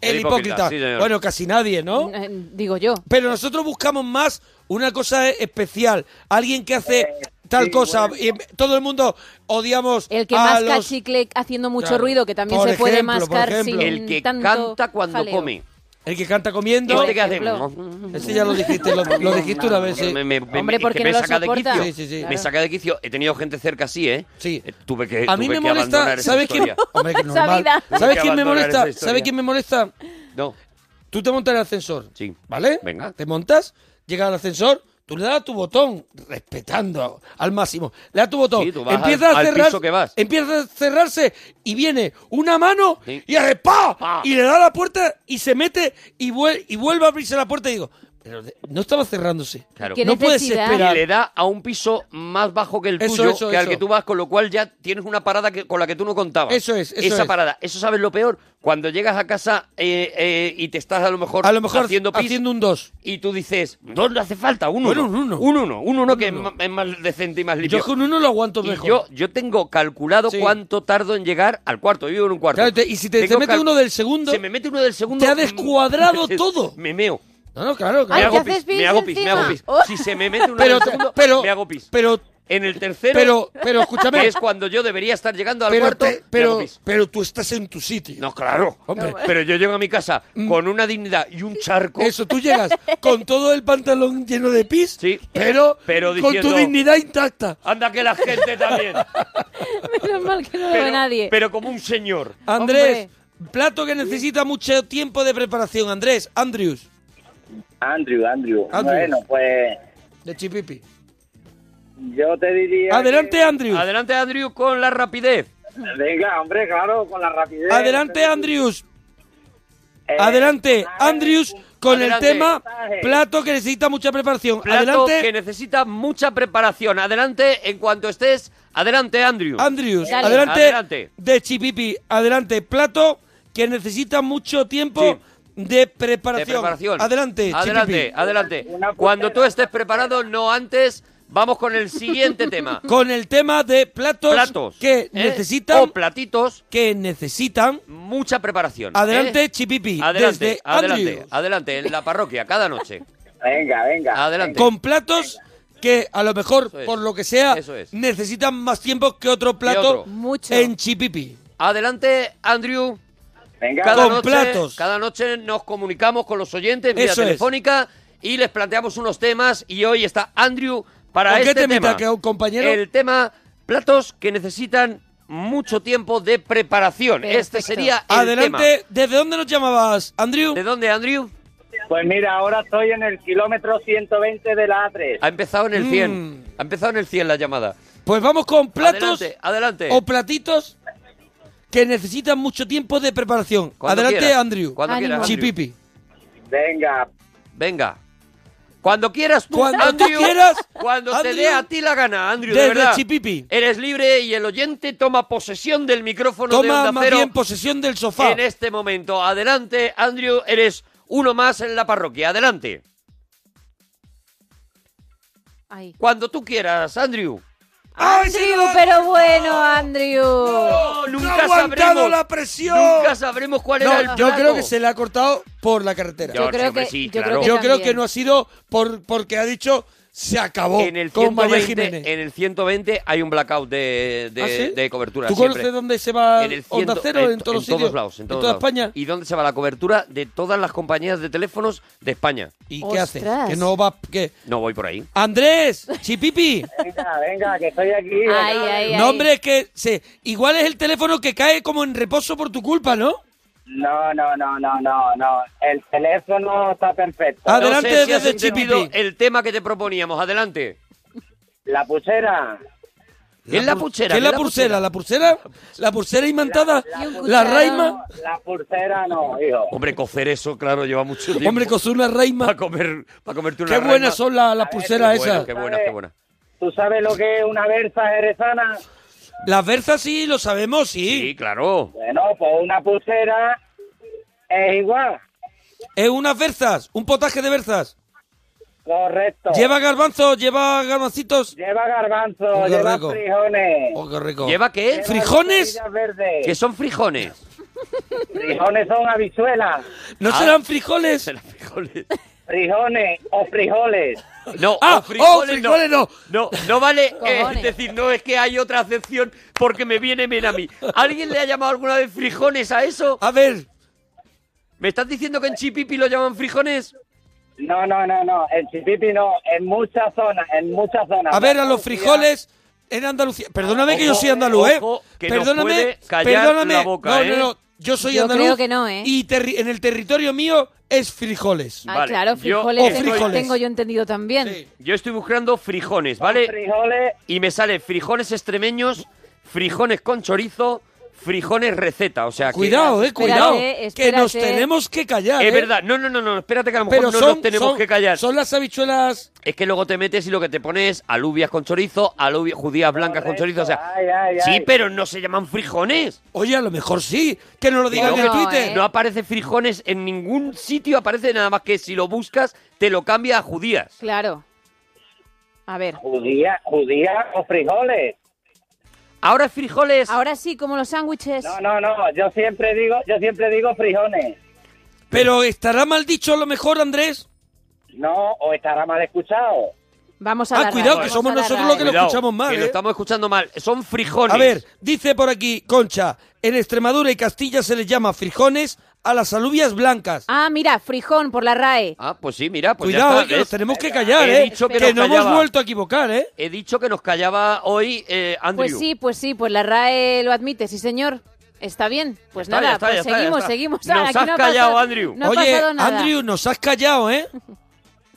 Speaker 1: El,
Speaker 3: El
Speaker 1: hipócrita.
Speaker 3: hipócrita, sí, señor.
Speaker 1: bueno, casi nadie, ¿no?
Speaker 2: Eh, Digo yo.
Speaker 1: Pero nosotros buscamos más una cosa especial. Alguien que hace
Speaker 8: Eh,
Speaker 1: tal
Speaker 8: sí,
Speaker 1: cosa.
Speaker 8: bueno.
Speaker 1: Y todo el mundo odiamos
Speaker 2: El que
Speaker 1: a
Speaker 2: masca
Speaker 1: los-
Speaker 2: chicle haciendo mucho
Speaker 1: Claro.
Speaker 2: ruido, que también
Speaker 1: Por
Speaker 2: se puede
Speaker 1: ejemplo, por
Speaker 2: mascar
Speaker 1: ejemplo.
Speaker 2: sin
Speaker 3: El que
Speaker 2: tanto
Speaker 3: canta cuando
Speaker 2: jaleo.
Speaker 3: come.
Speaker 1: El que canta comiendo.
Speaker 3: este que hace...
Speaker 2: ejemplo.
Speaker 1: Ese ya lo dijiste, lo, lo dijiste una vez. sí.
Speaker 3: Me, me- me-
Speaker 2: Hombre,
Speaker 3: es que
Speaker 2: porque
Speaker 3: me
Speaker 2: no lo
Speaker 3: saca de
Speaker 2: soporta.
Speaker 3: quicio.
Speaker 1: Sí, sí, sí.
Speaker 3: Me
Speaker 2: Claro.
Speaker 3: saca de quicio. He tenido gente cerca así, ¿eh?
Speaker 1: Sí.
Speaker 3: Eh, Tuve que
Speaker 1: A mí
Speaker 3: tuve
Speaker 1: me
Speaker 3: que abandonar
Speaker 1: molesta,
Speaker 3: esa
Speaker 1: ¿sabes quién?
Speaker 3: historia.
Speaker 1: Hombre, que
Speaker 2: Esa
Speaker 1: normal.
Speaker 2: vida.
Speaker 1: ¿Sabes
Speaker 3: que
Speaker 1: quién me
Speaker 3: abandonar
Speaker 1: molesta?
Speaker 3: esa historia.
Speaker 1: ¿Sabes quién me molesta?
Speaker 3: No.
Speaker 1: Tú te montas en el ascensor.
Speaker 3: Sí.
Speaker 1: ¿Vale?
Speaker 3: Venga.
Speaker 1: Te montas, llegas al ascensor, tú le das a tu botón, respetando al máximo. Le das tu botón.
Speaker 3: Sí, tú vas
Speaker 1: empieza
Speaker 3: al-
Speaker 1: a
Speaker 3: al
Speaker 1: cerrar.
Speaker 3: piso que vas.
Speaker 1: Empieza a cerrarse y viene una mano
Speaker 3: Sí.
Speaker 1: y hace ¡pa!
Speaker 3: Pa.
Speaker 1: Y le da la puerta y se mete y, vuel- y vuelve a abrirse la puerta y digo, Pero de- no estaba cerrándose.
Speaker 3: Claro.
Speaker 2: ¿Qué
Speaker 1: No puedes
Speaker 2: necesidad?
Speaker 1: esperar.
Speaker 3: Y le da a un piso más bajo que el
Speaker 1: Eso,
Speaker 3: tuyo,
Speaker 1: eso,
Speaker 3: que al
Speaker 1: eso.
Speaker 3: que tú vas, con lo cual ya tienes una parada que- con la que tú no contabas.
Speaker 1: Eso es, eso
Speaker 3: Esa
Speaker 1: es.
Speaker 3: parada. Eso sabes lo peor. Cuando llegas a casa eh, eh, y te estás a lo mejor,
Speaker 1: A lo mejor
Speaker 3: haciendo
Speaker 1: haciendo,
Speaker 3: pis
Speaker 1: un 2.
Speaker 3: y tú dices, no le hace falta, un uno.
Speaker 1: Bueno, un uno.
Speaker 3: Un uno, un uno que es
Speaker 1: uno.
Speaker 3: ma- es más decente y más limpio.
Speaker 1: Yo con uno lo aguanto
Speaker 3: y
Speaker 1: mejor.
Speaker 3: yo, yo tengo calculado
Speaker 1: Sí.
Speaker 3: cuánto tardo en llegar al cuarto. Yo vivo en un cuarto.
Speaker 1: Claro, y te- y si te- te
Speaker 3: Tengo
Speaker 1: mete
Speaker 3: cal-
Speaker 1: uno del segundo,
Speaker 3: Se me mete uno del segundo.
Speaker 1: te ha descuadrado todo.
Speaker 3: Me meo.
Speaker 1: No, no, claro,
Speaker 3: Me
Speaker 2: Ay,
Speaker 1: claro.
Speaker 3: hago
Speaker 2: ¿te haces
Speaker 3: pis, me
Speaker 2: pis
Speaker 3: hago pis, me hago pis.
Speaker 2: encima? Oh.
Speaker 3: Si se me mete uno
Speaker 1: Pero,
Speaker 3: del segundo,
Speaker 1: pero,
Speaker 3: me hago pis.
Speaker 1: pero,
Speaker 3: En el tercero,
Speaker 1: pero, pero,
Speaker 3: que
Speaker 1: escúchame.
Speaker 3: es cuando yo debería estar llegando al
Speaker 1: Pero,
Speaker 3: cuarto,
Speaker 1: te-
Speaker 3: me hago
Speaker 1: pero,
Speaker 3: pis.
Speaker 1: pero tú estás en tu sitio.
Speaker 3: No, claro.
Speaker 1: Hombre.
Speaker 3: Pero yo llego a mi casa con una dignidad y un charco.
Speaker 1: Mm. Eso, tú llegas con todo el pantalón lleno de pis,
Speaker 3: Sí.
Speaker 1: pero,
Speaker 3: Pero
Speaker 1: con
Speaker 3: diciendo-
Speaker 1: tu dignidad intacta.
Speaker 3: Anda que la gente también.
Speaker 2: Menos mal que no lo
Speaker 3: pero,
Speaker 2: ve nadie.
Speaker 3: pero como un señor.
Speaker 1: Andrés, plato que necesita mucho tiempo de preparación. Andrés, Andrews,
Speaker 8: Andrew, Andrew.
Speaker 1: Andrew.
Speaker 8: Bueno, pues
Speaker 1: Ah, de Chipipi.
Speaker 8: yo te diría...
Speaker 1: Adelante, Andrews.
Speaker 3: Adelante, Andrew, con la rapidez.
Speaker 8: que- Venga, hombre, claro, con la rapidez.
Speaker 1: Adelante, Andrews.
Speaker 8: Eh,
Speaker 1: Adelante,
Speaker 8: ah,
Speaker 1: Andrews, con
Speaker 3: Adelante.
Speaker 1: el tema plato que necesita mucha preparación.
Speaker 3: Plato
Speaker 1: adelante,
Speaker 3: que necesita mucha preparación. Adelante, en cuanto estés. Adelante, Andrew.
Speaker 1: Andrews.
Speaker 2: Dale.
Speaker 1: Adelante,
Speaker 3: Adelante.
Speaker 1: de Chipipi. Adelante, plato que necesita mucho tiempo de, preparación.
Speaker 3: De preparación.
Speaker 1: Adelante,
Speaker 3: adelante,
Speaker 1: Chipipi.
Speaker 3: adelante.
Speaker 8: Una
Speaker 3: Cuando tú
Speaker 8: puntera.
Speaker 3: estés preparado, no antes, vamos con el siguiente tema.
Speaker 1: Con el tema de platos,
Speaker 3: Platos.
Speaker 1: que
Speaker 3: ¿eh?
Speaker 1: necesitan,
Speaker 3: O platitos,
Speaker 1: que necesitan.
Speaker 3: mucha preparación.
Speaker 1: Adelante,
Speaker 3: ¿eh?
Speaker 1: Chipipi.
Speaker 3: Adelante,
Speaker 1: desde
Speaker 3: adelante,
Speaker 1: Andrews.
Speaker 3: adelante, en la parroquia, cada noche.
Speaker 8: Venga, venga.
Speaker 3: Adelante.
Speaker 1: Con platos que a lo mejor,
Speaker 3: Eso es.
Speaker 1: por lo que sea,
Speaker 3: Eso es.
Speaker 1: necesitan más tiempo que otro plato
Speaker 3: otro.
Speaker 2: Mucho.
Speaker 1: en Chipipi.
Speaker 3: Adelante, Andrew.
Speaker 8: Venga,
Speaker 3: Cada
Speaker 1: Con
Speaker 3: noche,
Speaker 1: platos.
Speaker 3: cada noche nos comunicamos con los oyentes vía
Speaker 1: Eso es.
Speaker 3: telefónica y les planteamos unos temas. Y hoy está Andrew para
Speaker 1: ¿Con qué
Speaker 3: este
Speaker 1: temita,
Speaker 3: tema.
Speaker 1: que- compañero?
Speaker 3: El tema platos que necesitan mucho tiempo de preparación. Este
Speaker 2: Perfecto.
Speaker 3: sería el
Speaker 1: Adelante, ¿desde dónde nos llamabas, Andrew?
Speaker 3: tema. ¿De dónde, Andrew?
Speaker 8: Pues mira, ahora estoy en el kilómetro 120 de la A3.
Speaker 3: Ha empezado en el 100.
Speaker 1: Mm.
Speaker 3: Ha empezado en el 100 la llamada.
Speaker 1: Pues vamos con platos
Speaker 3: Adelante, adelante.
Speaker 1: o platitos que necesitan mucho tiempo de preparación.
Speaker 3: Cuando
Speaker 1: Adelante,
Speaker 3: quieras.
Speaker 1: Andrew.
Speaker 3: Cuando
Speaker 2: Ánimo.
Speaker 3: quieras, Andrew.
Speaker 1: Chipipi.
Speaker 8: Venga,
Speaker 3: Venga. Cuando quieras tú,
Speaker 1: Cuando tú
Speaker 3: Andrew,
Speaker 1: quieras,
Speaker 3: Cuando te
Speaker 1: Andrew,
Speaker 3: dé a ti la gana, Andrew, de
Speaker 1: desde
Speaker 3: verdad.
Speaker 1: Chipipi.
Speaker 3: Eres libre y el oyente toma posesión del micrófono de
Speaker 1: Toma
Speaker 3: Onda
Speaker 1: más
Speaker 3: Cero
Speaker 1: bien posesión del sofá.
Speaker 3: en este momento. Adelante, Andrew, eres uno más en la parroquia. Adelante.
Speaker 2: Ay.
Speaker 3: Cuando tú quieras, Andrew.
Speaker 2: Andrew, pero bueno, Andrew.
Speaker 1: ¡No
Speaker 3: No,
Speaker 1: ha
Speaker 3: nunca
Speaker 1: aguantado
Speaker 3: sabremos.
Speaker 1: la presión!
Speaker 3: Nunca sabremos cuál era el
Speaker 1: No, yo
Speaker 3: plato.
Speaker 1: creo que se le ha cortado por la carretera.
Speaker 3: Yo
Speaker 1: Yo,
Speaker 2: Yo creo
Speaker 3: hombre,
Speaker 2: que,
Speaker 3: sí,
Speaker 2: yo creo
Speaker 3: claro.
Speaker 2: que
Speaker 1: creo que
Speaker 2: también.
Speaker 1: no ha sido por porque ha dicho se acabó
Speaker 3: en el,
Speaker 1: con María
Speaker 3: 120,
Speaker 1: Jiménez.
Speaker 3: en el 1120 hay un blackout de, de,
Speaker 1: ¿Ah, sí?
Speaker 3: de cobertura.
Speaker 1: ¿Tú
Speaker 3: siempre.
Speaker 1: conoces dónde se va
Speaker 3: en el
Speaker 1: Onda
Speaker 3: 100,
Speaker 1: Cero? En, todos los sitios.
Speaker 3: lados, en,
Speaker 1: en
Speaker 3: todos
Speaker 1: toda
Speaker 3: lados.
Speaker 1: España.
Speaker 3: ¿Y dónde se va la cobertura de todas las compañías de teléfonos de España?
Speaker 1: ¿Y qué haces?
Speaker 2: Ostras.
Speaker 1: Que no va. Que...
Speaker 3: No voy por ahí.
Speaker 1: Andrés, Chipipi.
Speaker 8: venga, venga, que estoy aquí.
Speaker 2: Ay,
Speaker 8: venga.
Speaker 2: ay, ay.
Speaker 1: No, hombre, es que se... igual es el teléfono que cae como en reposo por tu culpa, ¿no?
Speaker 8: No, no, no, no, no, no. El teléfono está perfecto.
Speaker 1: Ah, Adelante
Speaker 3: no sé si has
Speaker 1: desde
Speaker 3: entendido
Speaker 1: Chipipi.
Speaker 3: el tema que te proponíamos. Adelante.
Speaker 8: La pusera.
Speaker 3: es la puchera.
Speaker 1: ¿Qué es la
Speaker 3: puchera?
Speaker 1: pulsera? ¿La pulsera? ¿La pulsera imantada?
Speaker 2: Y un
Speaker 1: ¿La
Speaker 2: cucharón.
Speaker 1: raima?
Speaker 8: La pulsera no, hijo.
Speaker 3: Hombre, cocer eso, claro, lleva mucho tiempo.
Speaker 1: Hombre, con una raima.
Speaker 3: para comer, para comerte una
Speaker 1: Qué buenas
Speaker 3: raima.
Speaker 1: son la- las
Speaker 8: ver,
Speaker 1: pulseras
Speaker 3: Qué buenas,
Speaker 1: esas.
Speaker 3: Qué buenas, qué buenas.
Speaker 8: ¿Tú sabes lo que es una versa jerezana?
Speaker 1: Las berzas sí, lo sabemos, sí.
Speaker 3: Sí, claro.
Speaker 8: Bueno, pues una pulsera es igual.
Speaker 1: Es unas berzas, un potaje de berzas.
Speaker 8: Correcto.
Speaker 1: ¿Lleva garbanzos? ¿Lleva garbancitos? Oh,
Speaker 8: Lleva garbanzo,
Speaker 1: Qué
Speaker 8: lleva
Speaker 1: rico.
Speaker 8: frijones.
Speaker 1: Oh, qué rico.
Speaker 3: ¿Lleva qué?
Speaker 1: Fri- ¿Frijones?
Speaker 8: Lleva cebollas verdes.
Speaker 3: Que son frijones.
Speaker 8: Frijones son habichuelas.
Speaker 1: ¿No
Speaker 3: Ah.
Speaker 1: serán frijoles?
Speaker 3: Serán frijoles.
Speaker 8: Frijones o frijoles.
Speaker 3: No,
Speaker 1: Ah,
Speaker 3: o frijoles,
Speaker 1: oh, frijoles no.
Speaker 3: No, no vale eh,
Speaker 2: Cojones.
Speaker 3: decir, no, es que hay otra acepción porque me viene bien a mí. ¿Alguien le ha llamado alguna vez frijones a eso?
Speaker 1: A ver,
Speaker 3: ¿Me estás diciendo que en Chipipi lo llaman frijones?
Speaker 8: No, no, no, no. En Chipipi no. En muchas zonas, en muchas zonas.
Speaker 1: a ver a los frijoles en Andalucía. Perdóname que yo
Speaker 3: Ojo,
Speaker 1: soy andaluz, ¿eh?
Speaker 3: ojo, que nos
Speaker 1: perdóname,
Speaker 3: puede callar
Speaker 1: perdóname.
Speaker 3: la boca,
Speaker 1: no,
Speaker 3: ¿eh?
Speaker 1: no, no. Yo soy
Speaker 2: Yo
Speaker 1: andaluz.
Speaker 2: creo que no, ¿eh?
Speaker 1: Y terri- en el territorio mío es frijoles.
Speaker 2: Ah,
Speaker 3: Vale,
Speaker 2: claro,
Speaker 3: yo-
Speaker 2: frijoles,
Speaker 1: O
Speaker 2: tengo-
Speaker 1: frijoles.
Speaker 2: tengo yo entendido también.
Speaker 1: Sí.
Speaker 3: Yo estoy buscando frijones,
Speaker 8: Son
Speaker 3: ¿vale?
Speaker 8: Frijoles
Speaker 3: Y me sale frijones extremeños, frijones con chorizo, frijones receta. O sea, que-
Speaker 1: Cuidado, eh, cuidado.
Speaker 2: Espérate,
Speaker 1: Que nos
Speaker 2: espérate.
Speaker 1: tenemos que callar.
Speaker 3: Es
Speaker 1: eh.
Speaker 3: verdad, no, no, no, no, espérate que a lo mejor
Speaker 1: Pero
Speaker 3: no
Speaker 1: son,
Speaker 3: nos tenemos
Speaker 1: son-
Speaker 3: que callar.
Speaker 1: Son las habichuelas.
Speaker 3: Es que luego te metes y lo que te pones es alubias con chorizo, alubias, judías blancas con chorizo, o sea...
Speaker 8: Ay, ay,
Speaker 3: sí,
Speaker 8: ay.
Speaker 3: pero no se llaman frijones.
Speaker 1: Oye, a lo mejor sí. Que nos lo digan
Speaker 3: No,
Speaker 1: en
Speaker 2: no,
Speaker 1: Twitter.
Speaker 2: ¿Eh?
Speaker 3: No aparece frijones en ningún sitio, aparece nada más que si lo buscas te lo cambia a judías.
Speaker 2: Claro. A ver.
Speaker 8: Judía, judía o frijoles.
Speaker 3: Ahora frijoles...
Speaker 2: Ahora sí, como los sándwiches.
Speaker 8: No, no, no. Yo siempre digo, yo siempre digo frijoles.
Speaker 1: Pero estará mal dicho a lo mejor, Andrés.
Speaker 8: No, o estará mal escuchado.
Speaker 2: Vamos a
Speaker 1: Ah,
Speaker 2: la
Speaker 1: cuidado,
Speaker 2: RAE,
Speaker 1: que somos
Speaker 2: vamos a la
Speaker 1: nosotros los
Speaker 2: RAE.
Speaker 1: que lo escuchamos mal,
Speaker 3: que lo
Speaker 1: ¿eh?
Speaker 3: estamos escuchando mal. Son frijones.
Speaker 1: A ver, dice por aquí, Concha, en Extremadura y Castilla se les llama frijones a las alubias blancas.
Speaker 2: Ah, mira, frijón por la RAE.
Speaker 3: Ah, pues sí, mira, pues ya
Speaker 1: Cuidado,
Speaker 3: está,
Speaker 1: eh, que nos
Speaker 3: ¿ves?
Speaker 1: tenemos que callar,
Speaker 3: He
Speaker 1: ¿eh?
Speaker 3: dicho que
Speaker 1: que
Speaker 3: nos
Speaker 1: no hemos
Speaker 3: callaba.
Speaker 1: vuelto a equivocar, ¿eh?
Speaker 3: He dicho que nos callaba hoy eh, Andrew.
Speaker 2: Pues sí, pues sí, pues la RAE lo admite, sí señor. Está bien, pues
Speaker 3: Ya está,
Speaker 2: nada,
Speaker 3: ya está,
Speaker 2: pues
Speaker 3: ya está, ya
Speaker 2: seguimos,
Speaker 3: está.
Speaker 2: seguimos.
Speaker 3: Nos
Speaker 2: Ah, aquí
Speaker 3: has
Speaker 2: no ha
Speaker 3: callado,
Speaker 2: pasado-
Speaker 3: Andrew.
Speaker 2: No ha
Speaker 1: Oye,
Speaker 2: pasado nada.
Speaker 1: Andrew, nos has callado, ¿eh?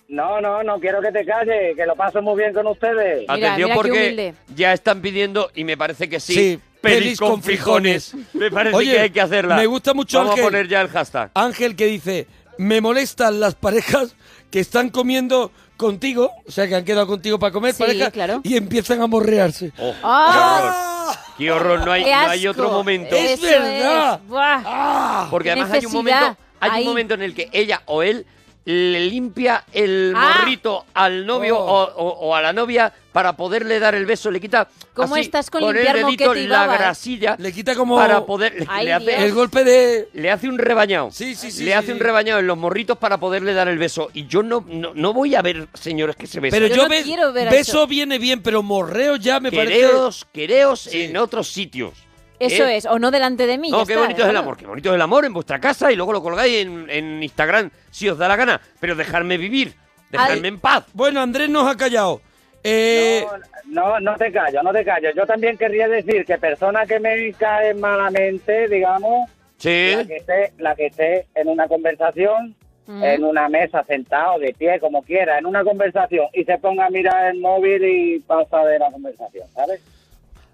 Speaker 8: No, no, no quiero que te calles, que lo paso muy bien con ustedes.
Speaker 2: Mira,
Speaker 3: Atención
Speaker 2: mira qué
Speaker 3: porque
Speaker 2: humilde.
Speaker 3: ya están pidiendo, y me parece que sí,
Speaker 1: Sí,
Speaker 3: pelis,
Speaker 1: pelis
Speaker 3: con
Speaker 1: con frijones.
Speaker 3: frijones. Me parece
Speaker 1: Oye,
Speaker 3: que hay que hacerla.
Speaker 1: me gusta mucho,
Speaker 3: Vamos
Speaker 1: Ángel.
Speaker 3: a poner ya el hashtag.
Speaker 1: Ángel que dice, me molestan las parejas que están comiendo contigo, o sea, que han quedado contigo para
Speaker 3: ah,
Speaker 1: comer,
Speaker 2: Sí,
Speaker 1: pareja,
Speaker 2: claro.
Speaker 1: y empiezan a morrearse.
Speaker 3: Oh,
Speaker 2: ¡Ah!
Speaker 3: ¡Qué horror! No hay,
Speaker 2: ¡Qué
Speaker 3: no hay
Speaker 2: asco!
Speaker 3: otro momento.
Speaker 1: Es
Speaker 2: Eso
Speaker 1: verdad.
Speaker 2: es, buah.
Speaker 1: ¡Ah!
Speaker 3: Porque
Speaker 2: qué
Speaker 3: además hay un momento,
Speaker 2: necesidad,
Speaker 3: hay
Speaker 2: ahí.
Speaker 3: un momento en el que ella o él le limpia el
Speaker 2: Ah.
Speaker 3: morrito al novio
Speaker 1: Oh.
Speaker 3: o, o- o a la novia para poderle dar el beso, le quita
Speaker 2: ¿Cómo
Speaker 3: así,
Speaker 2: estás con
Speaker 3: el
Speaker 2: limpiar
Speaker 3: dedito
Speaker 2: moquete y
Speaker 3: la
Speaker 2: baba, eh?
Speaker 3: grasilla
Speaker 1: Le quita como
Speaker 3: para poder le-
Speaker 2: Ay,
Speaker 3: le hace-
Speaker 2: Dios.
Speaker 1: el golpe de...
Speaker 3: le hace un rebañado.
Speaker 1: Sí, sí, sí,
Speaker 3: Le
Speaker 1: sí,
Speaker 3: hace
Speaker 1: sí.
Speaker 3: un rebañado en los morritos para poderle dar el beso. Y yo no, no, no voy a ver señores que se besan.
Speaker 1: Pero yo,
Speaker 2: Yo no
Speaker 1: be-
Speaker 2: quiero ver a
Speaker 1: beso
Speaker 2: eso.
Speaker 1: viene bien, pero morreo ya me parece...
Speaker 3: quereos, quereos
Speaker 1: Sí.
Speaker 3: en otros sitios.
Speaker 2: Eso
Speaker 3: ¿eh?
Speaker 2: es, o no delante de mí.
Speaker 3: No,
Speaker 2: ya
Speaker 3: qué
Speaker 2: está,
Speaker 3: bonito es el
Speaker 2: déjalo.
Speaker 3: amor, qué bonito es el amor en vuestra casa y luego lo colgáis en, en Instagram si os da la gana. Pero dejarme vivir, dejarme en paz.
Speaker 1: Bueno, Andrés nos ha callado. Eh,
Speaker 8: No, no te callo, no te callo. Yo también querría decir que persona que me cae malamente, digamos,
Speaker 3: Sí.
Speaker 8: la, que esté, la que esté en una conversación,
Speaker 2: Mm.
Speaker 8: en una mesa, sentado, de pie, como quiera, en una conversación, y se ponga a mirar el móvil y pasa de la conversación, ¿sabes?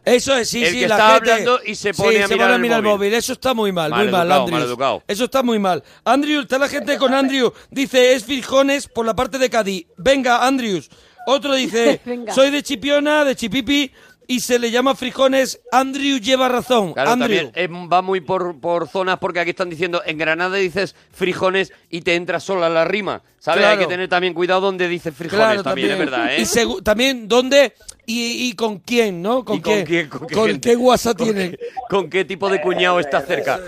Speaker 1: Eso es, sí,
Speaker 3: El
Speaker 1: sí,
Speaker 3: que
Speaker 1: la
Speaker 3: está
Speaker 1: gente-
Speaker 3: hablando y se pone a mirar el móvil.
Speaker 1: Eso está muy mal, muy
Speaker 3: Maleducado,
Speaker 1: mal, Andrew.
Speaker 3: maleducado.
Speaker 1: Eso está muy mal. Andrew, está la gente con Andrew. Dice, es Fijones por la parte de Cádiz. Venga, Andrews. Otro dice,
Speaker 2: Venga.
Speaker 1: soy de Chipiona, de Chipipi, y se le llama Frijones. Andrew lleva razón.
Speaker 3: Claro,
Speaker 1: Andrew.
Speaker 3: también eh, va muy por, por zonas porque aquí están diciendo en Granada dices frijones y te entra sola la rima. ¿Sabes?
Speaker 1: Claro.
Speaker 3: Hay que tener también cuidado donde dices frijones
Speaker 1: Claro,
Speaker 3: también, es verdad, ¿eh?
Speaker 1: Y segu- también, ¿dónde y, y con quién, no? ¿Con,
Speaker 3: ¿Y con
Speaker 1: qué,
Speaker 3: quién? ¿Con qué gente?
Speaker 1: qué guasa
Speaker 3: ¿Con
Speaker 1: tienen?
Speaker 3: qué- ¿Con qué tipo de cuñado está cerca?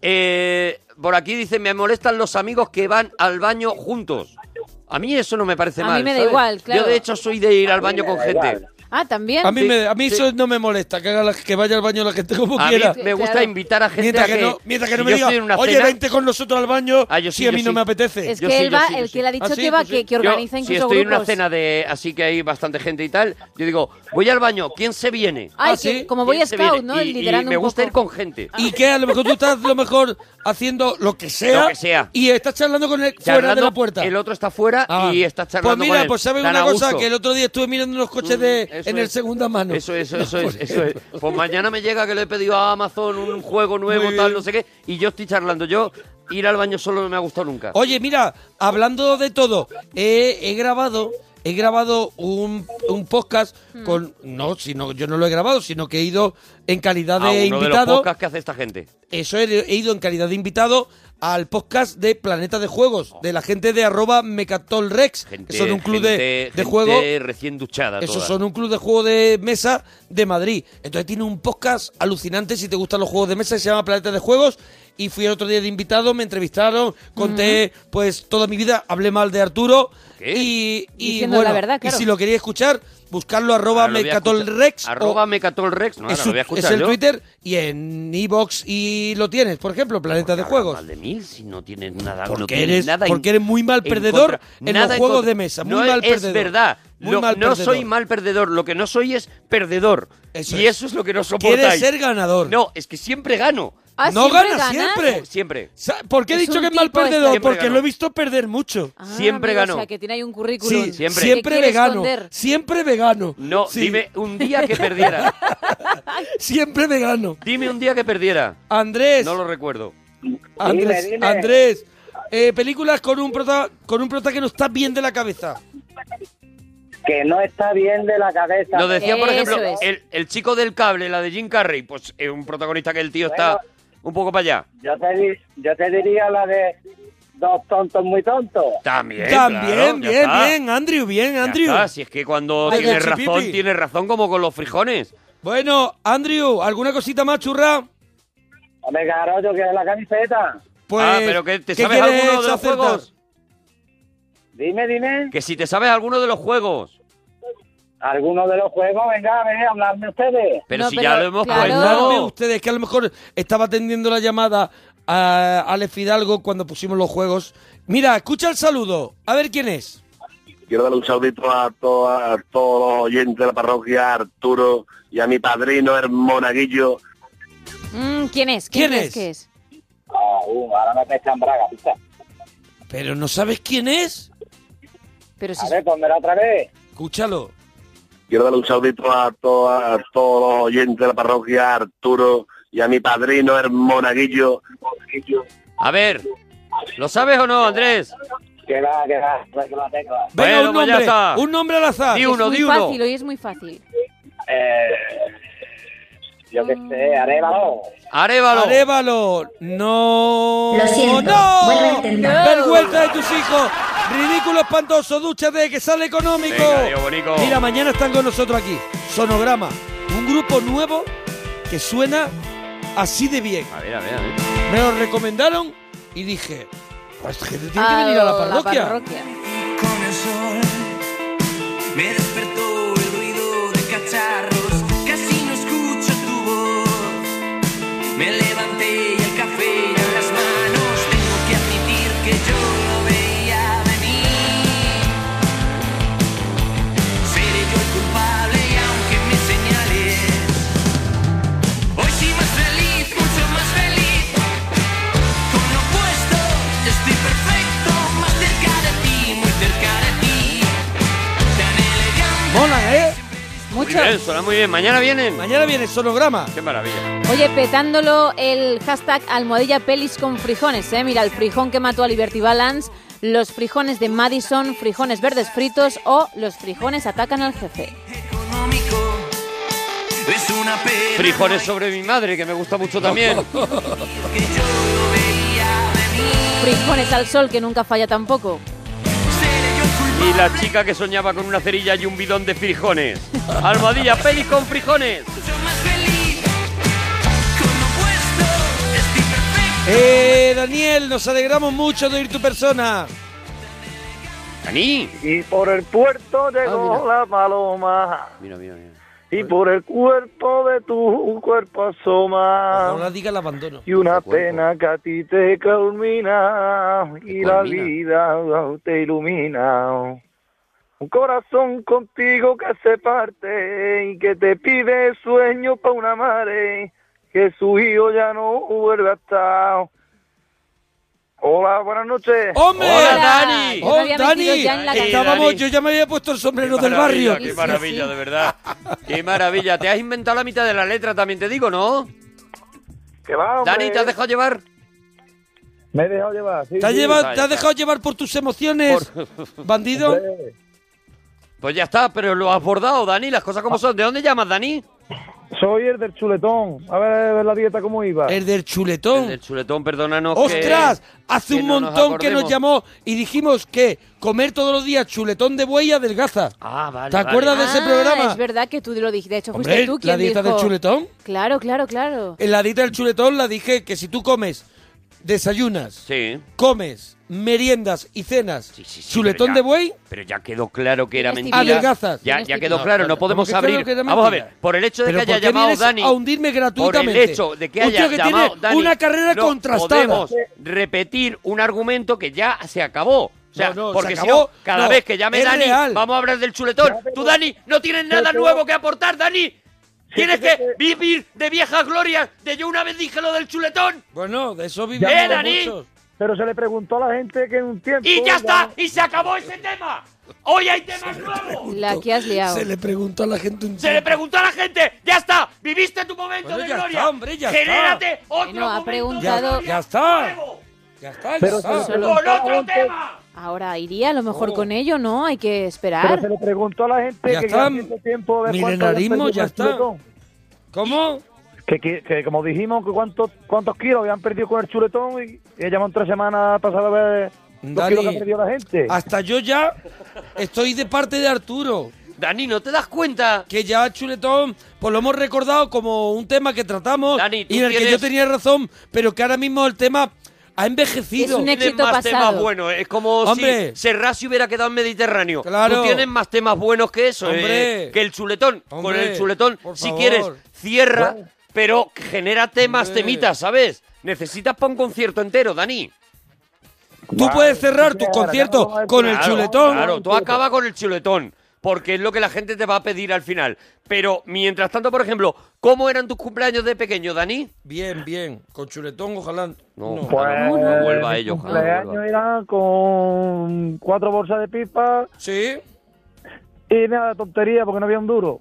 Speaker 3: Eh, por aquí dicen, me molestan los amigos que van al baño juntos. A mí eso no me parece
Speaker 2: A mí
Speaker 3: mal.
Speaker 2: me da
Speaker 3: ¿sabes?
Speaker 2: igual, claro.
Speaker 3: Yo de hecho soy de ir al baño
Speaker 8: me
Speaker 3: con
Speaker 8: da
Speaker 3: gente.
Speaker 8: igual.
Speaker 2: Ah, también.
Speaker 1: A mí,
Speaker 3: Sí,
Speaker 1: me- a mí
Speaker 3: sí.
Speaker 1: eso no me molesta, que, haga la- que vaya al baño la gente como
Speaker 3: A mí
Speaker 1: quiera.
Speaker 3: me gusta
Speaker 2: Claro.
Speaker 3: invitar a gente
Speaker 1: Mientras
Speaker 3: a
Speaker 1: que, no, mientras que no
Speaker 3: si
Speaker 1: me
Speaker 3: yo estoy en
Speaker 1: diga,
Speaker 3: una
Speaker 1: oye,
Speaker 3: cena-
Speaker 1: vente con nosotros al baño,
Speaker 3: Ah, yo
Speaker 1: si
Speaker 3: sí,
Speaker 1: a
Speaker 3: yo
Speaker 1: mí no
Speaker 3: sí.
Speaker 1: me apetece.
Speaker 2: Es
Speaker 3: Yo
Speaker 2: que
Speaker 3: sí,
Speaker 2: él
Speaker 3: yo
Speaker 2: va,
Speaker 3: sí, yo
Speaker 2: el
Speaker 3: sí.
Speaker 2: que le ha dicho
Speaker 1: Ah, sí,
Speaker 2: que va,
Speaker 1: tú sí.
Speaker 2: que, que
Speaker 3: Yo,
Speaker 2: organiza
Speaker 3: si
Speaker 2: incluso
Speaker 3: estoy en una
Speaker 2: grupos.
Speaker 3: cena de así que hay bastante gente y tal, yo digo, voy al baño, ¿quién se viene?
Speaker 2: Ay,
Speaker 1: Ah,
Speaker 2: que-
Speaker 1: sí.
Speaker 2: como voy
Speaker 3: ¿Quién
Speaker 2: a
Speaker 3: se
Speaker 2: scout,
Speaker 3: viene?
Speaker 2: ¿no?
Speaker 3: Y, y
Speaker 2: Liderando
Speaker 3: me
Speaker 2: un
Speaker 3: gusta
Speaker 2: poco.
Speaker 3: ir con gente.
Speaker 1: Y que a lo mejor tú estás a lo mejor haciendo lo que sea,
Speaker 3: Lo que sea.
Speaker 1: y estás charlando con él fuera de
Speaker 3: Charlando,
Speaker 1: la puerta.
Speaker 3: El otro está fuera
Speaker 1: Ah.
Speaker 3: y está
Speaker 1: Pues
Speaker 3: charlando con
Speaker 1: mira,
Speaker 3: él.
Speaker 1: pues sabes
Speaker 3: Tan
Speaker 1: una
Speaker 3: a
Speaker 1: cosa,
Speaker 3: gusto.
Speaker 1: que el otro día estuve mirando unos coches
Speaker 3: Mm,
Speaker 1: de
Speaker 3: eso
Speaker 1: en el
Speaker 3: es.
Speaker 1: segunda mano.
Speaker 3: Eso, eso, eso, es, eso es. Pues mañana me llega que le he pedido a Amazon un juego nuevo, tal, no sé qué, y yo estoy charlando. Yo ir al baño solo no me ha gustado nunca.
Speaker 1: Oye, mira, hablando de todo, he, he grabado, he grabado un, un podcast con no, sino yo no lo he grabado, sino que he ido en calidad
Speaker 3: a uno
Speaker 1: de
Speaker 3: de los
Speaker 1: invitado.
Speaker 3: podcasts que hace esta gente.
Speaker 1: Eso he, he ido en calidad de invitado al podcast de Planeta de Juegos, de la gente de arroba Mecatolrex,
Speaker 3: Oh. Gente,
Speaker 1: que son un club de-
Speaker 3: gente-
Speaker 1: de,
Speaker 3: gente
Speaker 1: juego.
Speaker 3: recién duchada.
Speaker 1: Esos
Speaker 3: toda.
Speaker 1: son un club de juego de mesa de Madrid. Entonces tiene un podcast alucinante si te gustan los juegos de mesa, se llama Planeta de Juegos. Y fui el otro día de invitado, me entrevistaron, conté pues toda mi vida, hablé mal de Arturo.
Speaker 3: ¿Qué?
Speaker 1: Y, y,
Speaker 2: Diciendo
Speaker 1: bueno,
Speaker 2: la verdad,
Speaker 1: y
Speaker 2: claro.
Speaker 1: si lo quería escuchar, buscarlo arroba
Speaker 3: Ahora Ah, lo voy a escuchar.
Speaker 1: Mecatolrex. o-
Speaker 3: Arroba Mecatolrex. No, ahora
Speaker 1: es,
Speaker 3: lo voy a
Speaker 1: su- es
Speaker 3: escuchar
Speaker 1: el
Speaker 3: yo.
Speaker 1: Twitter y en Evox y lo tienes, por ejemplo, Planeta de
Speaker 3: Pues Hablan
Speaker 1: Juegos.
Speaker 3: mal de mí si no tienes nada. no
Speaker 1: Porque
Speaker 3: tienes
Speaker 1: eres-
Speaker 3: nada en-
Speaker 1: porque eres muy mal
Speaker 3: en
Speaker 1: perdedor
Speaker 3: contra.
Speaker 1: en los
Speaker 3: Nada
Speaker 1: juegos
Speaker 3: contra.
Speaker 1: de mesa, muy
Speaker 3: No
Speaker 1: mal
Speaker 3: es-
Speaker 1: perdedor.
Speaker 3: Es verdad.
Speaker 1: Muy
Speaker 3: Lo-
Speaker 1: mal
Speaker 3: no soy
Speaker 1: perdedor.
Speaker 3: mal perdedor. Lo que no soy es perdedor.
Speaker 1: Eso
Speaker 3: y
Speaker 1: es.
Speaker 3: eso es lo que no soportáis.
Speaker 1: Quieres ser ganador.
Speaker 3: No, es que siempre gano.
Speaker 2: Ah,
Speaker 1: no
Speaker 2: ¿siempre
Speaker 1: gana siempre.
Speaker 3: Siempre.
Speaker 1: Sa- ¿Por qué he
Speaker 2: Es
Speaker 1: dicho
Speaker 2: un
Speaker 1: que es mal
Speaker 2: tipo
Speaker 1: perdedor?
Speaker 3: extra.
Speaker 1: Porque
Speaker 3: Siempre
Speaker 1: lo he
Speaker 3: ganó.
Speaker 1: visto perder mucho.
Speaker 2: Ah,
Speaker 3: Siempre
Speaker 2: amigo,
Speaker 3: ganó.
Speaker 2: O sea, que tiene ahí un currículum.
Speaker 1: Sí,
Speaker 3: siempre.
Speaker 1: siempre,
Speaker 2: Que quiere
Speaker 1: vegano.
Speaker 2: esconder.
Speaker 1: Siempre vegano.
Speaker 3: No,
Speaker 1: Sí.
Speaker 3: dime un día que perdiera. Siempre vegano.
Speaker 8: Dime un día que perdiera.
Speaker 3: Andrés,
Speaker 8: No lo recuerdo.
Speaker 3: Andrés,
Speaker 9: dime.
Speaker 3: Andrés. eh, películas con un prota con un prota que no está bien de la cabeza.
Speaker 9: Que no está bien de la cabeza.
Speaker 8: Lo decía, por
Speaker 2: Eso
Speaker 8: ejemplo,
Speaker 2: es.
Speaker 8: el, el chico del cable, la de Jim Carrey, pues es un protagonista que el tío está
Speaker 9: Bueno.
Speaker 8: un poco para allá.
Speaker 9: Yo te, di- yo te diría la de dos tontos muy tontos.
Speaker 8: También, claro,
Speaker 3: También,
Speaker 8: ya
Speaker 3: bien,
Speaker 8: está.
Speaker 3: bien, Andrew, bien,
Speaker 8: Ya
Speaker 3: Andrew.
Speaker 8: está, si es que cuando
Speaker 3: Ay,
Speaker 8: tienes
Speaker 3: Gachipipi.
Speaker 8: razón, tienes razón como con los frijones.
Speaker 3: Bueno, Andrew, ¿alguna cosita más, churra?
Speaker 9: Hombre, Garollo, que es la camiseta.
Speaker 3: Pues,
Speaker 8: ah, pero que te
Speaker 3: ¿qué
Speaker 8: sabes
Speaker 3: quieres
Speaker 8: alguno de los
Speaker 3: acertar?
Speaker 8: juegos.
Speaker 9: Dime, dime.
Speaker 8: Que si te sabes alguno de los juegos.
Speaker 9: ¿Alguno de los juegos? Venga, ven, hablarme ustedes.
Speaker 8: Pero
Speaker 2: No,
Speaker 8: si
Speaker 2: pero
Speaker 8: ya lo hemos
Speaker 2: claro.
Speaker 8: comentado.
Speaker 3: Dadme ustedes que a lo mejor estaba atendiendo la llamada a Alex Fidalgo cuando pusimos los juegos. Mira, escucha el saludo. A ver quién es.
Speaker 4: Quiero darle un saludito a, to- a todos los oyentes de la parroquia, a Arturo y a mi padrino, el monaguillo.
Speaker 2: Mm, ¿Quién es?
Speaker 3: ¿Quién
Speaker 2: crees
Speaker 3: es?
Speaker 2: que es?
Speaker 9: Ah, uh, ahora me pescan bragas, pista.
Speaker 3: Pero no sabes quién es.
Speaker 2: Pero si
Speaker 9: A ver, ponmela otra vez.
Speaker 3: Escúchalo.
Speaker 4: Quiero darle un saludito a, to- a todos los oyentes de la parroquia, a Arturo y a mi padrino, el monaguillo.
Speaker 8: A ver, ¿lo sabes o no, Andrés?
Speaker 9: Que va, que va, que la tengo.
Speaker 3: Venga,
Speaker 8: Bueno,
Speaker 3: un
Speaker 8: pues ya
Speaker 3: nombre.
Speaker 8: está.
Speaker 3: Un nombre al azar.
Speaker 8: Di
Speaker 2: es
Speaker 8: uno,
Speaker 2: muy
Speaker 8: di uno.
Speaker 2: fácil, hoy es muy fácil.
Speaker 9: Eh, yo
Speaker 10: Mm.
Speaker 9: qué sé, Arevalo.
Speaker 8: Arevalo.
Speaker 3: Arévalo. No.
Speaker 10: Lo siento,
Speaker 3: ¡No!
Speaker 10: vuelve a intentar.
Speaker 2: No.
Speaker 3: Vergüenza de tus hijos. Ridículo espantoso. Dúchate que sale económico.
Speaker 8: Venga, adiós, bonico.
Speaker 3: Mira, mañana están con nosotros aquí. Sonograma. Un grupo nuevo que suena así de bien.
Speaker 8: A ver, a ver, a ver.
Speaker 3: Me lo recomendaron y dije, pues que te tiene que venir a la parroquia.
Speaker 2: parroquia.
Speaker 1: Con el sol me despertó el ruido de cacharros, casi no escucho tu voz. Me levanté y el café en las manos, tengo que admitir que yo lo veía venir. Seré yo el culpable y aunque me señales, hoy sí más feliz, mucho más feliz. Con lo opuesto, estoy perfecto, más cerca de ti, muy cerca de ti. Tan elegante.
Speaker 3: Mola, ¿eh?
Speaker 8: Muy
Speaker 2: Mucho.
Speaker 8: bien, suena muy bien. Mañana vienen.
Speaker 3: Mañana viene sonograma.
Speaker 8: Qué maravilla.
Speaker 2: Oye, petándolo el hashtag almohadilla pelis con frijones, ¿eh? Mira, el frijón que mató a Liberty Balance, los frijones de Madison, frijones verdes fritos o los frijones atacan al jefe.
Speaker 1: Económico. Es una pena.
Speaker 8: Frijones sobre mi madre, que me gusta mucho también.
Speaker 1: Que yo lo veía venir.
Speaker 2: Frijones al sol que nunca falla tampoco.
Speaker 1: Seré yo el culpable.
Speaker 8: Y la chica que soñaba con una cerilla y un bidón de frijones. Almohadilla, pelis con frijones.
Speaker 1: Mucho más feliz. Con lo opuesto, estoy perfecto.
Speaker 3: Eh, Daniel, nos alegramos mucho de oír tu persona.
Speaker 8: Dani.
Speaker 9: Y por el puerto
Speaker 8: llegó Ah, mira.
Speaker 9: la paloma.
Speaker 8: Mira, mira, mira.
Speaker 9: Y por el cuerpo de tu cuerpo asoma.
Speaker 3: No la diga el abandono.
Speaker 9: Ah. Y una
Speaker 8: Tu cuerpo.
Speaker 9: pena que a ti te culmina y
Speaker 8: Te
Speaker 9: la
Speaker 8: culmina.
Speaker 9: vida te ilumina. Un corazón contigo que se parte y que te pide sueño para una madre que su hijo ya no vuelve a estar. Hola, buenas noches.
Speaker 3: ¡Hombre!
Speaker 8: Hola, Dani.
Speaker 2: Yo me había metido ya en la canción.
Speaker 8: Dani,
Speaker 3: Oh, eh, Estábamos,
Speaker 8: Dani.
Speaker 3: yo ya me había puesto el sombrero
Speaker 8: Qué
Speaker 3: del
Speaker 8: maravilla,
Speaker 3: barrio.
Speaker 2: Sí,
Speaker 8: Qué
Speaker 2: sí,
Speaker 8: maravilla,
Speaker 2: sí.
Speaker 8: de verdad. Qué maravilla. Te has inventado la mitad de la letra, también te digo, ¿no?
Speaker 9: Que va, hombre.
Speaker 8: Dani, ¿te has dejado llevar?
Speaker 9: Me he dejado llevar. sí,
Speaker 3: ¿Te has,
Speaker 9: sí.
Speaker 3: llevado-
Speaker 8: Ahí
Speaker 3: te has
Speaker 8: está.
Speaker 3: dejado llevar por tus emociones, bandido?
Speaker 9: Hombre.
Speaker 8: Pues ya está, pero lo has bordado, Dani, las cosas
Speaker 3: Ah.
Speaker 8: como son. ¿De dónde llamas, Dani?
Speaker 9: Soy el del chuletón. A ver la dieta cómo iba.
Speaker 3: El del
Speaker 8: El
Speaker 3: chuletón.
Speaker 8: del chuletón, perdónanos. que-
Speaker 3: ¡Ostras! Hace
Speaker 8: que
Speaker 3: un
Speaker 8: no nos
Speaker 3: montón que nos
Speaker 8: acordemos.
Speaker 3: llamó y dijimos que comer todos los días chuletón de buey adelgaza.
Speaker 8: Ah, vale.
Speaker 3: ¿Te
Speaker 8: vale.
Speaker 3: acuerdas de ese
Speaker 2: Ah,
Speaker 3: programa?
Speaker 2: Es verdad que tú lo dijiste. De hecho,
Speaker 3: Hombre,
Speaker 2: fuiste tú quien
Speaker 3: la dieta
Speaker 2: dijo-
Speaker 3: del chuletón.
Speaker 2: Claro, claro, claro.
Speaker 3: En la dieta del chuletón la dije que si tú comes, desayunas,
Speaker 8: Sí.
Speaker 3: comes, meriendas y cenas,
Speaker 8: Sí, sí, sí, pero
Speaker 3: chuletón
Speaker 8: ya-
Speaker 3: de buey,
Speaker 8: Pero ya quedó claro que era
Speaker 2: Tienes
Speaker 8: mentira.
Speaker 3: tibia. Adelgazas.
Speaker 8: Ya,
Speaker 2: Tienes
Speaker 8: ya
Speaker 2: tibia.
Speaker 8: quedó claro, no
Speaker 3: No,
Speaker 8: podemos
Speaker 3: ¿cómo que
Speaker 8: abrir.
Speaker 3: claro que era
Speaker 8: Vamos a
Speaker 3: mentira?
Speaker 8: ver, por el hecho de
Speaker 3: ¿Pero
Speaker 8: que haya
Speaker 3: por qué
Speaker 8: llamado
Speaker 3: vienes
Speaker 8: Dani.
Speaker 3: a hundirme gratuitamente?
Speaker 8: Por el hecho de que
Speaker 3: Un
Speaker 8: haya
Speaker 3: tío que tiene
Speaker 8: llamado Dani.
Speaker 3: una carrera
Speaker 8: no
Speaker 3: contrastada.
Speaker 8: Podemos repetir un argumento que ya se acabó. O sea,
Speaker 3: No, no,
Speaker 8: porque
Speaker 3: se
Speaker 8: si
Speaker 3: acabó.
Speaker 8: no, cada
Speaker 3: No,
Speaker 8: vez que llame
Speaker 3: es
Speaker 8: Dani,
Speaker 3: real.
Speaker 8: vamos a hablar del chuletón. Tú, Dani, no tienes nada nuevo que aportar, Dani. Tienes que vivir de viejas glorias, de yo una vez dije lo del chuletón.
Speaker 3: Bueno, de eso
Speaker 8: Eh,
Speaker 3: vivimos
Speaker 8: Dani.
Speaker 3: muchos.
Speaker 9: Pero se le preguntó a la gente que en un tiempo.
Speaker 8: Y ya está, y se acabó ese tema. Hoy hay temas nuevos.
Speaker 2: La que has liado.
Speaker 3: Se le preguntó a la gente un
Speaker 8: Se le preguntó a la gente, ya está,
Speaker 1: Viviste tu momento
Speaker 4: Bueno,
Speaker 1: de
Speaker 4: ya
Speaker 1: gloria.
Speaker 4: está, hombre, ya está.
Speaker 1: Genérate otro
Speaker 2: Bueno, ha
Speaker 1: momento
Speaker 2: preguntado-
Speaker 4: Ya, ya está. Ya está, ya
Speaker 9: Pero
Speaker 4: está.
Speaker 9: se lo-
Speaker 1: con otro tema.
Speaker 2: Ahora iría a lo mejor
Speaker 4: Oh.
Speaker 2: con ello, ¿no? Hay que
Speaker 9: Pero
Speaker 2: esperar.
Speaker 9: se le preguntó a la gente
Speaker 4: Ya
Speaker 9: que
Speaker 4: está.
Speaker 9: cuánto tiempo de cuánto
Speaker 4: Milenarismo,
Speaker 9: habían perdido
Speaker 4: ya está.
Speaker 9: con el chuletón.
Speaker 4: ¿Cómo?
Speaker 9: Que, que, que como dijimos, que cuántos, cuántos kilos habían perdido con el chuletón y, y llevan tres semanas pasadas a ver los
Speaker 4: Dani,
Speaker 9: kilos que ha perdido la gente.
Speaker 4: Hasta yo ya estoy de parte de Arturo.
Speaker 1: Dani, ¿no te das cuenta?
Speaker 4: Que ya Chuletón, pues lo hemos recordado como un tema que tratamos
Speaker 1: Dani, tú
Speaker 4: y en el que
Speaker 1: tienes-
Speaker 4: yo tenía razón, pero que ahora mismo el tema ha envejecido.
Speaker 2: Es un
Speaker 1: Tienes
Speaker 2: éxito
Speaker 1: más
Speaker 2: pasado.
Speaker 1: temas buenos. Es como
Speaker 4: Hombre.
Speaker 1: si Serrasi hubiera quedado en Mediterráneo.
Speaker 4: Claro.
Speaker 1: Tú tienes más temas buenos que eso.
Speaker 4: Hombre.
Speaker 1: eh, que el chuletón. Con
Speaker 4: Hombre,
Speaker 1: el chuletón,
Speaker 4: por
Speaker 1: si
Speaker 4: favor.
Speaker 1: quieres, cierra, pero genera temas,
Speaker 4: Hombre.
Speaker 1: temitas, ¿sabes? Necesitas para un concierto entero, Dani.
Speaker 4: Tú puedes cerrar tus
Speaker 9: Claro,
Speaker 4: conciertos
Speaker 9: claro,
Speaker 4: con el
Speaker 1: Claro,
Speaker 4: chuletón.
Speaker 1: Claro, tú acaba con el chuletón, porque es lo que la gente te va a pedir al final. Pero mientras tanto, por ejemplo, ¿cómo eran tus cumpleaños de pequeño, Dani?
Speaker 4: Bien, bien. Con chuletón, ojalá. No.
Speaker 1: ojalá no, no vuelva a
Speaker 9: mi
Speaker 1: ello, ojalá no
Speaker 9: Pues, cumpleaños
Speaker 1: vuelva.
Speaker 9: eran con cuatro bolsas de pipa
Speaker 4: Sí.
Speaker 9: y nada de tontería porque no había un duro.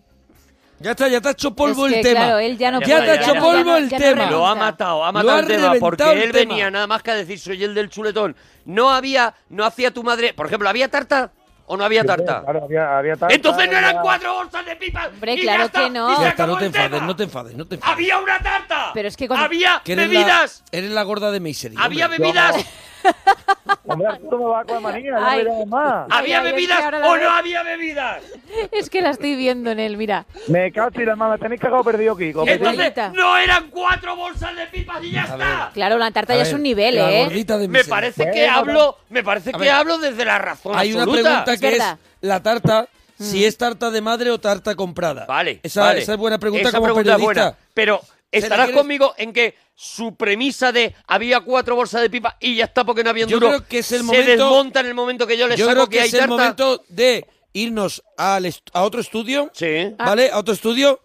Speaker 4: Ya está, ya te ha hecho polvo
Speaker 2: Es
Speaker 4: el
Speaker 2: que,
Speaker 4: tema.
Speaker 2: claro, él ya no
Speaker 4: Ya
Speaker 1: puede,
Speaker 4: te ha
Speaker 1: ya
Speaker 4: hecho
Speaker 1: no,
Speaker 4: polvo
Speaker 2: ya no,
Speaker 4: el
Speaker 2: ya no
Speaker 4: tema.
Speaker 2: remonta.
Speaker 1: Lo ha matado, ha
Speaker 4: Lo
Speaker 1: matado
Speaker 4: ha
Speaker 1: el tema,
Speaker 4: reventado
Speaker 1: porque
Speaker 4: el
Speaker 1: él
Speaker 4: tema.
Speaker 1: venía nada más que a decir soy el del chuletón. No había, no hacía tu madre, por ejemplo, ¿había tarta o no había tarta?
Speaker 9: Claro, había, había tarta,
Speaker 1: Entonces no eran
Speaker 9: había-
Speaker 1: cuatro bolsas de pipas.
Speaker 2: Hombre,
Speaker 1: y ya
Speaker 2: claro
Speaker 1: está,
Speaker 2: que no.
Speaker 1: y se
Speaker 4: Ya está,
Speaker 1: acabó
Speaker 4: no te
Speaker 1: el tema.
Speaker 4: enfades, no te enfades, no te enfades.
Speaker 1: Ah, Había una tarta.
Speaker 2: Pero es que cuando-
Speaker 1: había
Speaker 4: Que eres la-
Speaker 1: bebidas.
Speaker 4: eres la gorda de Misery.
Speaker 1: Había
Speaker 4: hombre.
Speaker 1: bebidas.
Speaker 9: Hombre, Arturo me va con la manía, ya
Speaker 2: Ay.
Speaker 9: veremos más.
Speaker 2: Ay,
Speaker 1: ¿Había
Speaker 2: ay, es que
Speaker 1: bebidas
Speaker 2: ahora la
Speaker 1: o
Speaker 2: veo.
Speaker 1: no había bebidas?
Speaker 2: Es que la estoy viendo en él, mira.
Speaker 9: Me cago y la mano, tenéis cagado perdido, Kiko.
Speaker 2: ¿Qué?
Speaker 9: perdido.
Speaker 1: Entonces,
Speaker 2: Abuelita.
Speaker 1: no eran cuatro bolsas de pipas y ya está.
Speaker 2: Claro, la tarta
Speaker 4: A
Speaker 2: ya
Speaker 4: ver,
Speaker 2: es un nivel,
Speaker 4: la
Speaker 2: ¿eh?
Speaker 4: gordita de
Speaker 1: Me
Speaker 4: Misery.
Speaker 1: parece que
Speaker 9: Bueno,
Speaker 1: hablo, me parece
Speaker 4: A
Speaker 1: que
Speaker 4: ver.
Speaker 1: hablo desde la razón
Speaker 4: Hay una
Speaker 1: absoluta.
Speaker 4: pregunta que
Speaker 2: Es
Speaker 4: es,
Speaker 2: verdad. Mm.
Speaker 4: la tarta, si es tarta de madre o tarta comprada.
Speaker 1: Vale,
Speaker 4: Esa,
Speaker 1: vale.
Speaker 4: esa es buena pregunta
Speaker 1: Esa
Speaker 4: como
Speaker 1: pregunta es
Speaker 4: periodista.
Speaker 1: buena, pero estarás
Speaker 4: quieres-
Speaker 1: conmigo en que su premisa de había cuatro bolsas de pipa y ya está porque no había un
Speaker 4: Yo
Speaker 1: duro
Speaker 4: creo que es el
Speaker 1: se
Speaker 4: momento-
Speaker 1: desmonta en el momento que yo le
Speaker 4: Yo
Speaker 1: saco
Speaker 4: creo
Speaker 1: que,
Speaker 4: que
Speaker 1: hay
Speaker 4: es el
Speaker 1: tarta.
Speaker 4: momento de irnos al est- a otro estudio.
Speaker 1: Sí.
Speaker 4: ¿Vale? A otro estudio,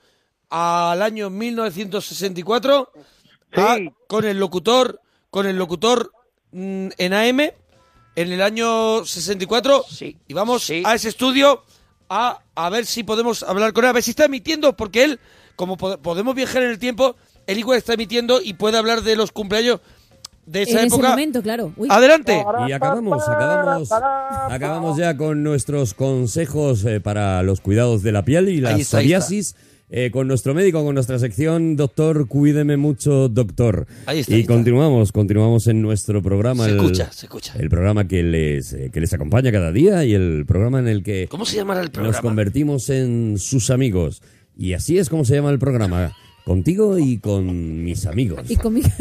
Speaker 4: al año 1964, a- con el locutor, con el locutor mm, en AM, en el año 64.
Speaker 1: Sí,
Speaker 4: Y vamos
Speaker 1: sí.
Speaker 4: a ese estudio a, a ver si podemos hablar con él, a ver si está emitiendo, porque él, como po- podemos viajar en el tiempo, él igual está emitiendo y puede hablar de los cumpleaños de esa
Speaker 11: en
Speaker 4: época.
Speaker 11: ese momento, claro. Uy.
Speaker 4: Adelante.
Speaker 9: Ahora,
Speaker 3: Y acabamos, acabamos, acabamos ya con nuestros consejos eh, para los cuidados de la piel y la
Speaker 4: Ahí está, ahí
Speaker 3: psoriasis. eh, con nuestro médico, con nuestra sección, doctor, cuídeme mucho, doctor.
Speaker 4: Ahí está,
Speaker 3: y
Speaker 4: ahí está.
Speaker 3: continuamos, continuamos en nuestro programa.
Speaker 4: Se
Speaker 3: el-
Speaker 4: escucha, se escucha.
Speaker 3: El programa que les, eh, que les acompaña cada día y el programa en el que
Speaker 4: ¿Cómo se llamará el
Speaker 3: nos
Speaker 4: programa?
Speaker 3: convertimos en sus amigos. Y así es como se llama el programa. Contigo y con mis amigos.
Speaker 11: Y conmigo.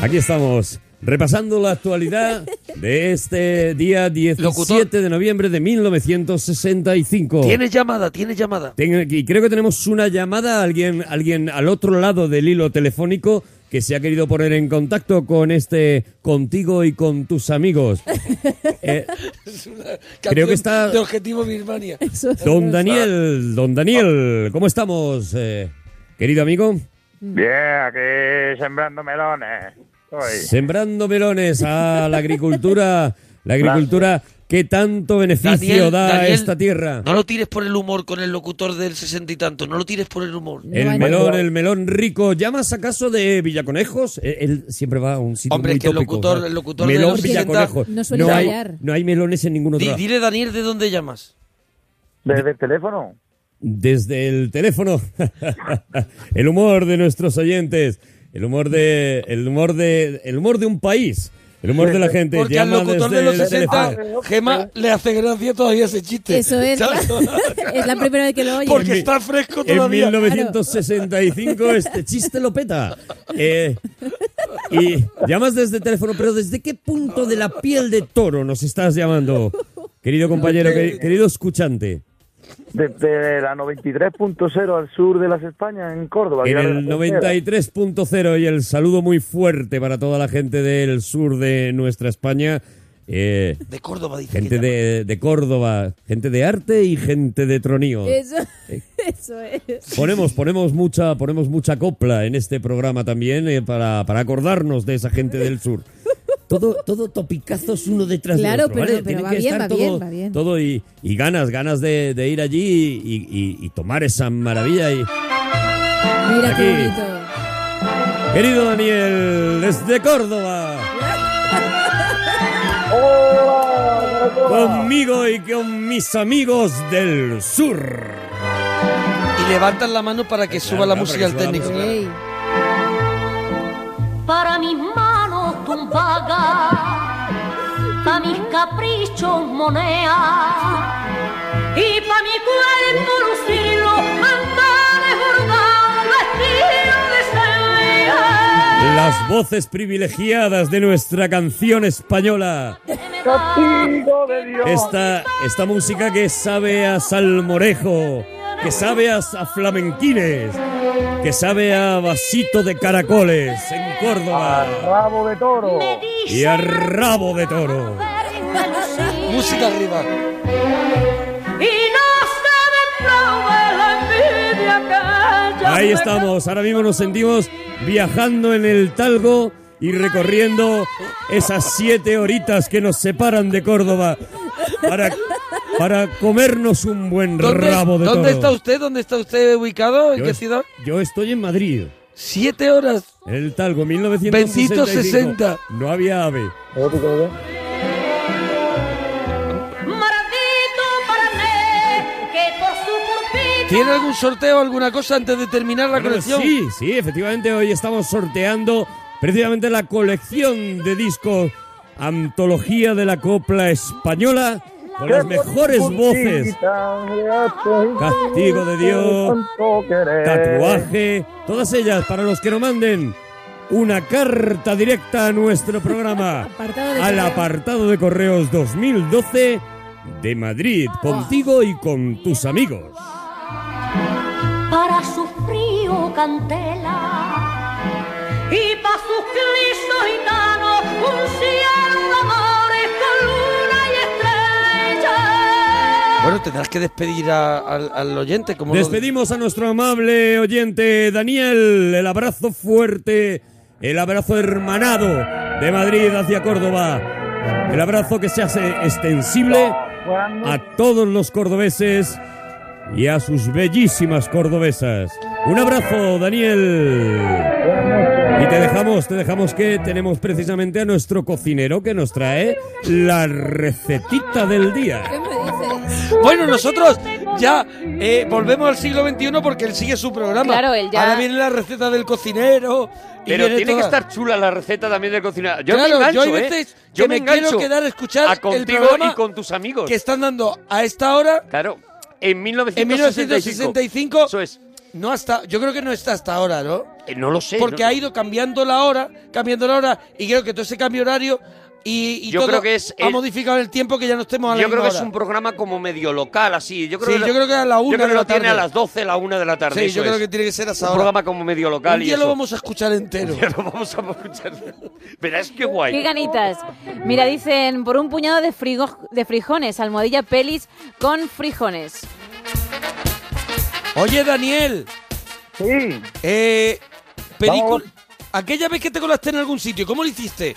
Speaker 3: Aquí estamos, repasando la actualidad de este día 17
Speaker 4: Locutor.
Speaker 3: de noviembre de 1965.
Speaker 4: Tiene llamada, tiene llamada.
Speaker 3: Ten- y creo que tenemos una llamada a alguien, alguien al otro lado del hilo telefónico que se ha querido poner en contacto con este contigo y con tus amigos. Eh,
Speaker 4: Canción
Speaker 3: que está-
Speaker 4: De Objetivo Birmania.
Speaker 11: Eso es.
Speaker 3: don Daniel, don Daniel, ¿cómo estamos, eh, querido amigo?
Speaker 9: Bien, aquí sembrando melones. Estoy.
Speaker 3: Sembrando melones a la agricultura, la agricultura que tanto
Speaker 4: Daniel,
Speaker 3: beneficio da a
Speaker 4: Daniel,
Speaker 3: esta tierra.
Speaker 4: No lo tires por el humor con el locutor del sesenta y tanto. No lo tires por el humor.
Speaker 11: No
Speaker 3: El
Speaker 11: hay-
Speaker 3: melón, el melón rico. ¿Llamas acaso de Villaconejos? Él, él siempre va a un sitio
Speaker 4: Hombre,
Speaker 3: muy
Speaker 4: que el
Speaker 3: tópico,
Speaker 4: locutor-
Speaker 3: ¿sabes?
Speaker 4: el locutor de
Speaker 3: melón
Speaker 4: los
Speaker 3: Villaconejos.
Speaker 11: 70 no suele
Speaker 3: hay,
Speaker 11: fallar.
Speaker 3: no hay melones en ningún
Speaker 4: Di-
Speaker 3: otro.
Speaker 4: dile, Daniel, ¿de dónde llamas?
Speaker 9: Desde el teléfono.
Speaker 3: Desde el teléfono. el humor de nuestros oyentes. El humor de, el humor de, el humor de un país. El humor de la gente.
Speaker 4: Porque al
Speaker 3: Llama
Speaker 4: locutor de
Speaker 3: desde
Speaker 4: los
Speaker 3: el
Speaker 4: 60,
Speaker 3: teléfono.
Speaker 4: Gema le hace gracia todavía ese chiste.
Speaker 11: Eso es.
Speaker 4: ¿Sabes?
Speaker 11: es la primera vez que lo oyes.
Speaker 4: Porque está fresco
Speaker 3: En
Speaker 4: todavía.
Speaker 3: 1965 este chiste lo peta. Eh, y llamas desde teléfono, pero ¿desde qué punto de la piel de toro nos estás llamando? Querido compañero, queri- querido escuchante.
Speaker 9: Desde la 93.0 al sur de las Españas, en Córdoba.
Speaker 3: En
Speaker 9: que era la
Speaker 3: el
Speaker 9: frontera.
Speaker 3: 93.0 y el saludo muy fuerte para toda la gente del sur de nuestra España. eh,
Speaker 4: De Córdoba, dice.
Speaker 3: gente
Speaker 4: que llama.
Speaker 3: de, de Córdoba, gente de arte y gente de tronío. Eh,
Speaker 11: Eso, eso es.
Speaker 3: Ponemos, ponemos mucha, ponemos mucha copla en este programa también eh, para, para acordarnos de esa gente del sur. todo, todo topicazos uno detrás
Speaker 12: Claro,
Speaker 3: de otro.
Speaker 12: pero-
Speaker 3: ¿vale?
Speaker 12: pero
Speaker 3: Tiene
Speaker 12: va
Speaker 3: que
Speaker 12: bien,
Speaker 3: estar
Speaker 12: va
Speaker 3: todo,
Speaker 12: bien, va bien.
Speaker 3: todo y, y ganas, ganas de, de ir allí y, y- y tomar esa maravilla. Y...
Speaker 12: Mira qué
Speaker 3: Aquí.
Speaker 12: bonito.
Speaker 3: Querido Daniel, desde Córdoba. Conmigo y con mis amigos del sur.
Speaker 1: Y levantan la mano para que suba la
Speaker 3: claro,
Speaker 1: música al
Speaker 3: para que
Speaker 1: técnico.
Speaker 3: suba la
Speaker 11: Para mis manos tu paga, para mis caprichos moneda y para mi cuerpo lucir los pantones bordados vestidos de salvia.
Speaker 3: Las voces privilegiadas de nuestra canción española.
Speaker 9: Castigo de Dios.
Speaker 3: Esta, esta música que sabe a salmorejo, que sabe a, a flamenquines, que sabe a vasito de caracoles en Córdoba
Speaker 9: Rabo de toro.
Speaker 3: y a rabo de toro.
Speaker 1: Música arriba.
Speaker 11: Y no saben probar la envidia que yo
Speaker 3: Ahí
Speaker 11: me
Speaker 3: estamos, ahora mismo nos sentimos viajando en el Talgo y recorriendo esas siete horitas que nos separan de Córdoba para, para comernos un buen
Speaker 1: ¿Dónde,
Speaker 3: rabo de
Speaker 1: dónde
Speaker 3: toro.
Speaker 1: está usted? ¿Dónde está usted ubicado? ¿En
Speaker 3: Yo
Speaker 1: qué
Speaker 3: es-
Speaker 1: ciudad?
Speaker 3: Yo estoy en Madrid.
Speaker 1: Siete horas.
Speaker 3: El Talgo, 1965.
Speaker 1: Bendito 60.
Speaker 3: No había ave.
Speaker 11: Maldito para mí, que por su culpita
Speaker 1: ¿Tiene algún sorteo, alguna cosa antes de terminar la
Speaker 3: Bueno, pues
Speaker 1: colección?
Speaker 3: sí, sí, efectivamente hoy estamos sorteando precisamente la colección de discos Antología de la Copla Española con las mejores voces. Castigo de Dios, tatuaje, todas ellas para los que nos manden una carta directa a nuestro programa
Speaker 12: Apartado de
Speaker 3: al
Speaker 12: correo.
Speaker 3: apartado de correos 2012 de Madrid, contigo y con tus amigos.
Speaker 11: para su frío cantela y para sus clisos gitanos un cielo de amores con luna y estrellas.
Speaker 1: Bueno, tendrás que despedir a- al, al oyente. Como lo-
Speaker 3: Despedimos a nuestro amable oyente Daniel. El abrazo fuerte, el abrazo hermanado de Madrid hacia Córdoba. El abrazo que se hace extensible a todos los cordobeses y a sus bellísimas cordobesas. Un abrazo, Daniel. Y te dejamos, te dejamos que tenemos precisamente a nuestro cocinero que nos trae la recetita del día.
Speaker 1: Bueno, nosotros ya eh, volvemos al siglo XXI porque él sigue su programa.
Speaker 2: Claro, él ya-
Speaker 1: Ahora viene la receta del cocinero. y
Speaker 4: Pero
Speaker 1: viene
Speaker 4: tiene que
Speaker 1: toda-
Speaker 4: estar chula la receta también del cocinero. Yo
Speaker 1: Claro,
Speaker 4: me engancho,
Speaker 1: yo hay
Speaker 4: ¿eh?
Speaker 1: veces que
Speaker 4: Yo
Speaker 1: me
Speaker 4: engancho
Speaker 1: quiero quedar a escuchar el
Speaker 4: a contigo
Speaker 1: programa
Speaker 4: y con tus amigos.
Speaker 1: que están dando a esta hora.
Speaker 4: Claro, en
Speaker 1: En 1965.
Speaker 4: 1965.
Speaker 1: Eso es. No hasta, yo creo que no está hasta ahora, ¿no?
Speaker 4: Eh, no lo sé.
Speaker 1: Porque
Speaker 4: no-
Speaker 1: ha ido cambiando la hora, cambiando la hora, y creo que todo ese cambio horario y, y
Speaker 4: Yo
Speaker 1: todo
Speaker 4: creo que es
Speaker 1: ha
Speaker 4: el-
Speaker 1: modificado el tiempo que ya no estemos a la
Speaker 4: Yo creo
Speaker 1: misma
Speaker 4: que es
Speaker 1: hora.
Speaker 4: un programa como medio local, así. Yo creo
Speaker 1: Sí,
Speaker 4: que lo-
Speaker 1: yo creo que a la
Speaker 4: yo
Speaker 1: una
Speaker 4: creo que
Speaker 1: de la
Speaker 4: lo tiene a
Speaker 1: tarde.
Speaker 4: las 12, la 1 de la tarde.
Speaker 1: Sí,
Speaker 4: eso
Speaker 1: yo creo
Speaker 4: es.
Speaker 1: que tiene que ser hasta
Speaker 4: Un
Speaker 1: ahora.
Speaker 4: programa como medio local
Speaker 1: Un
Speaker 4: y
Speaker 1: día lo
Speaker 4: eso.
Speaker 1: vamos a escuchar entero.
Speaker 4: Ya lo vamos a escuchar. Verás qué
Speaker 2: Qué
Speaker 4: guay.
Speaker 2: ganitas. Mira, dicen, por un puñado de, frigo, de frijones, almohadilla pelis con frijones.
Speaker 1: Oye, Daniel.
Speaker 9: Sí.
Speaker 1: Eh,
Speaker 9: Vamos.
Speaker 1: película. Aquella vez que te colaste en algún sitio, ¿cómo lo hiciste?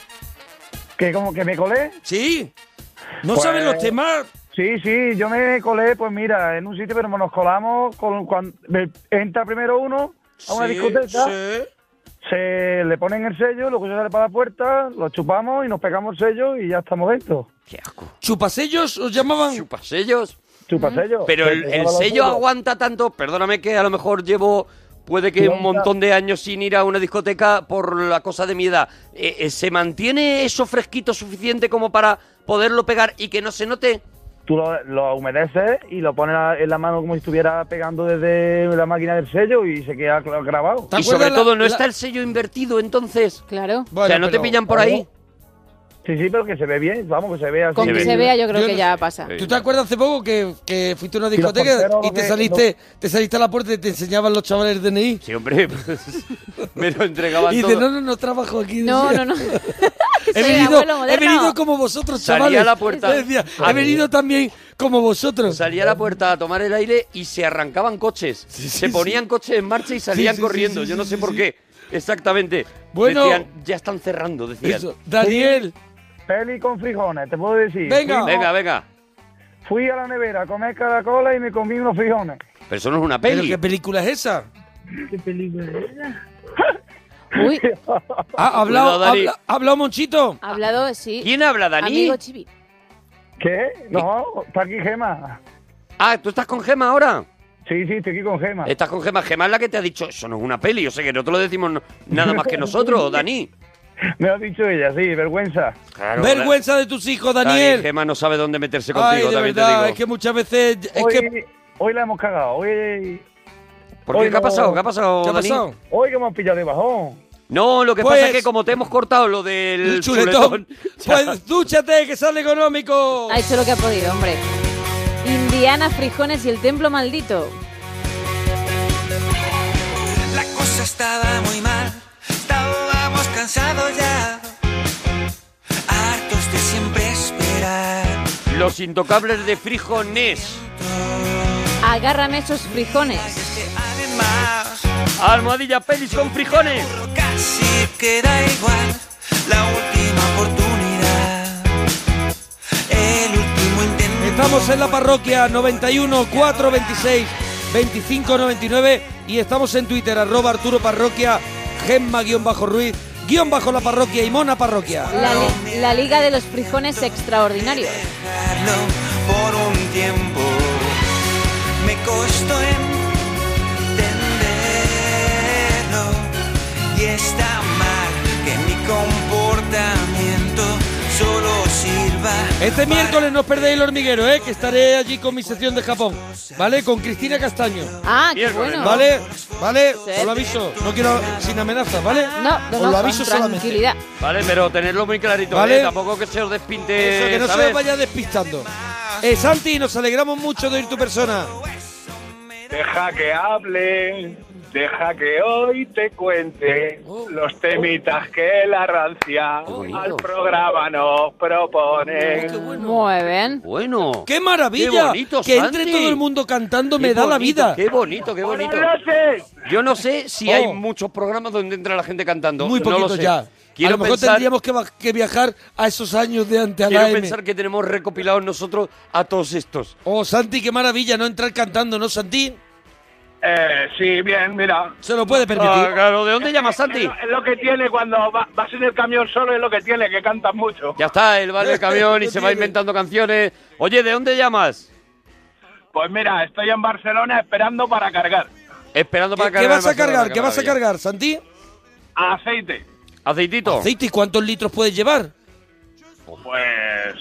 Speaker 9: ¿Que como que me colé?
Speaker 1: Sí. No
Speaker 9: Pues-
Speaker 1: sabes los temas.
Speaker 9: Sí, sí, yo me colé, pues mira, en un sitio, pero nos colamos con cuando entra primero uno a una
Speaker 1: Sí,
Speaker 9: discoteca,
Speaker 1: sí.
Speaker 9: se le ponen el sello, lo que se sale para la puerta, lo chupamos y nos pegamos el sello y ya estamos dentro.
Speaker 1: ¿Chupasellos os llamaban?
Speaker 4: ¿Chupasellos?
Speaker 9: Chupa sello.
Speaker 4: Pero el, el sello aguanta tanto. Perdóname que a lo mejor llevo. Puede que un montón de años sin ir a una discoteca por la cosa de mi edad. Eh, eh, ¿Se mantiene eso fresquito suficiente como para poderlo pegar y que no se note?
Speaker 9: Tú lo, lo humedeces y lo pones a- en la mano como si estuviera pegando desde la máquina del sello y se queda cla- grabado.
Speaker 4: Y sobre todo, ¿no está el sello invertido entonces?
Speaker 2: Claro.
Speaker 4: o sea, ¿no te pillan por ahí?
Speaker 9: Sí, sí, pero que se ve bien, vamos, que se vea así.
Speaker 2: Con que se vea, yo creo que ya pasa.
Speaker 1: ¿Tú te acuerdas hace poco que, que fuiste a una
Speaker 9: Y los
Speaker 1: discoteca
Speaker 9: porteros,
Speaker 1: y
Speaker 9: lo
Speaker 1: te
Speaker 9: que-
Speaker 1: saliste, te saliste a la puerta y te enseñaban los chavales el DNI?
Speaker 4: Sí, hombre. Me lo entregaban
Speaker 1: Y
Speaker 4: todo.
Speaker 1: dice, no, no, no trabajo aquí.
Speaker 2: No,
Speaker 1: decía.
Speaker 2: no, no.
Speaker 1: He
Speaker 2: Soy
Speaker 1: venido,
Speaker 2: abuelo
Speaker 1: he
Speaker 2: moderno.
Speaker 1: venido como vosotros,
Speaker 4: Salí a
Speaker 1: chavales.
Speaker 4: la puerta.
Speaker 1: Decía, he
Speaker 4: Ah,
Speaker 1: venido también como vosotros.
Speaker 4: Salía a la puerta a tomar el aire y se arrancaban coches. se ponían coches en marcha y salían
Speaker 1: sí, sí,
Speaker 4: corriendo.
Speaker 1: sí,
Speaker 4: Yo no
Speaker 1: sí,
Speaker 4: sé
Speaker 1: sí,
Speaker 4: por
Speaker 1: sí.
Speaker 4: qué. Exactamente.
Speaker 1: Bueno.
Speaker 4: Decían, ya están cerrando, decían.
Speaker 1: Eso. Daniel,
Speaker 9: Peli con frijones, te puedo decir. Fuimos-
Speaker 4: venga, venga.
Speaker 9: Fui a la nevera a comer caracoles y me comí unos frijones.
Speaker 4: Pero eso no es una
Speaker 3: ¿Pero
Speaker 4: peli.
Speaker 3: qué película es esa?
Speaker 9: ¿Qué película era?
Speaker 2: Uy,
Speaker 3: ¿Ha hablado,
Speaker 4: Cuidado, Dani.
Speaker 3: habla- ha hablado Monchito?
Speaker 2: ha hablado, sí.
Speaker 4: ¿Quién habla, Dani?
Speaker 2: Amigo Chibi.
Speaker 9: ¿Qué? No, está aquí Gema.
Speaker 4: Ah, ¿tú estás con Gema ahora?
Speaker 9: Sí, sí, estoy aquí con Gema.
Speaker 4: Estás con Gema. Gema es la que te ha dicho, eso no es una peli. Yo sé que no te lo decimos no- nada más que nosotros, Dani.
Speaker 9: Me ha dicho ella, sí, vergüenza.
Speaker 4: Claro,
Speaker 3: Vergüenza de tus hijos,
Speaker 4: Dani,
Speaker 3: Daniel.
Speaker 4: Gema no sabe dónde meterse
Speaker 3: Ay,
Speaker 4: contigo,
Speaker 3: de
Speaker 4: también
Speaker 3: verdad,
Speaker 4: te
Speaker 3: es
Speaker 4: digo.
Speaker 3: que muchas veces... Es
Speaker 9: hoy,
Speaker 3: que,
Speaker 9: hoy la hemos cagado. Hoy,
Speaker 4: ¿Por qué?
Speaker 9: hoy
Speaker 4: ¿Qué ha
Speaker 9: no-
Speaker 4: pasado? ¿Qué ha pasado,
Speaker 3: ¿Qué ha
Speaker 4: Dani?
Speaker 3: pasado?
Speaker 9: Hoy que hemos pillado de bajón.
Speaker 4: No, lo que
Speaker 3: Pues-
Speaker 4: pasa es que como te hemos cortado lo del
Speaker 3: El
Speaker 4: chuletón,
Speaker 3: chuletón. Pues dúchate, que sale económico.
Speaker 2: Ha hecho lo que ha podido, hombre. Indiana, frijones y el templo maldito.
Speaker 1: La cosa estaba muy mal, estábamos cansados ya, hartos de siempre esperar.
Speaker 4: los intocables de frijones.
Speaker 2: Agárrame esos frijones.
Speaker 1: Además,
Speaker 4: Almohadilla pelis con frijones.
Speaker 1: casi queda igual la última oportunidad. El último intento.
Speaker 3: Estamos en la parroquia 91 426 2599 y estamos en Twitter, arroba Arturo Parroquia, Gemma guión bajo Ruiz, guión bajo la parroquia y Mona Parroquia.
Speaker 2: La, li- la liga de los frijones extraordinarios.
Speaker 1: dejarlo por un tiempo. Me costó entenderlo y está mal que mi comportamiento solo sirva.
Speaker 3: Este miércoles no os perdéis el hormiguero, ¿eh? que estaré allí con mi sección de Japón, ¿vale? Con Cristina Castaño.
Speaker 2: Ah, qué
Speaker 3: Miércoles,
Speaker 2: bueno.
Speaker 3: ¿Vale? ¿Vale? Os lo aviso, no quiero sin amenazas, ¿vale?
Speaker 2: No, Ah, no,
Speaker 3: Os
Speaker 2: no,
Speaker 3: lo
Speaker 2: con
Speaker 3: aviso solamente.
Speaker 2: tranquilidad.
Speaker 4: Vale, pero tenerlo muy clarito,
Speaker 3: Vale.
Speaker 4: ¿eh? Tampoco que se os despinte,
Speaker 3: Eso, que no se
Speaker 4: ¿sabes?
Speaker 3: os vaya despistando. Eh, Santi, nos alegramos mucho de oír tu persona.
Speaker 13: Deja que hable, deja que hoy te cuente los temitas que la rancia al programa nos propone.
Speaker 2: Muy bien.
Speaker 4: Bueno.
Speaker 3: ¡Qué maravilla!
Speaker 4: Qué bonito,
Speaker 3: que entre
Speaker 4: Santi.
Speaker 3: todo el mundo cantando
Speaker 4: Qué
Speaker 3: me da la
Speaker 4: bonito,
Speaker 3: vida.
Speaker 4: Qué bonito, qué bonito. Yo no sé si
Speaker 3: Oh.
Speaker 4: hay muchos programas donde entra la gente cantando.
Speaker 3: Muy
Speaker 4: no lo
Speaker 3: poquito
Speaker 4: sé.
Speaker 3: ya.
Speaker 4: Quiero
Speaker 3: a lo mejor
Speaker 4: pensar-
Speaker 3: tendríamos que, va- que viajar a esos años de ante a la
Speaker 4: Quiero
Speaker 3: M.
Speaker 4: pensar que tenemos recopilados nosotros a todos estos.
Speaker 3: Oh, Santi, qué maravilla no entrar cantando, ¿no, Santi?
Speaker 13: Eh, sí, bien, mira.
Speaker 3: Se lo puede permitir.
Speaker 4: Ah, claro, ¿de dónde llamas, Santi?
Speaker 13: Es lo- es lo que tiene cuando va- vas en el camión solo, es lo que tiene, que cantas mucho.
Speaker 4: Ya está, el bar del camión y
Speaker 13: No
Speaker 4: se va
Speaker 13: tiene.
Speaker 4: inventando canciones. Oye, ¿de dónde llamas?
Speaker 13: Pues mira, estoy en Barcelona esperando para cargar.
Speaker 4: Esperando para
Speaker 3: ¿Qué,
Speaker 4: cargar.
Speaker 3: qué vas a
Speaker 4: Barcelona,
Speaker 3: cargar?
Speaker 4: qué
Speaker 3: ¿Qué vas a
Speaker 4: maravilla.
Speaker 3: cargar, Santi?
Speaker 13: Aceite.
Speaker 4: Aceitito.
Speaker 3: Aceite, ¿y cuántos litros puedes llevar?
Speaker 13: Pues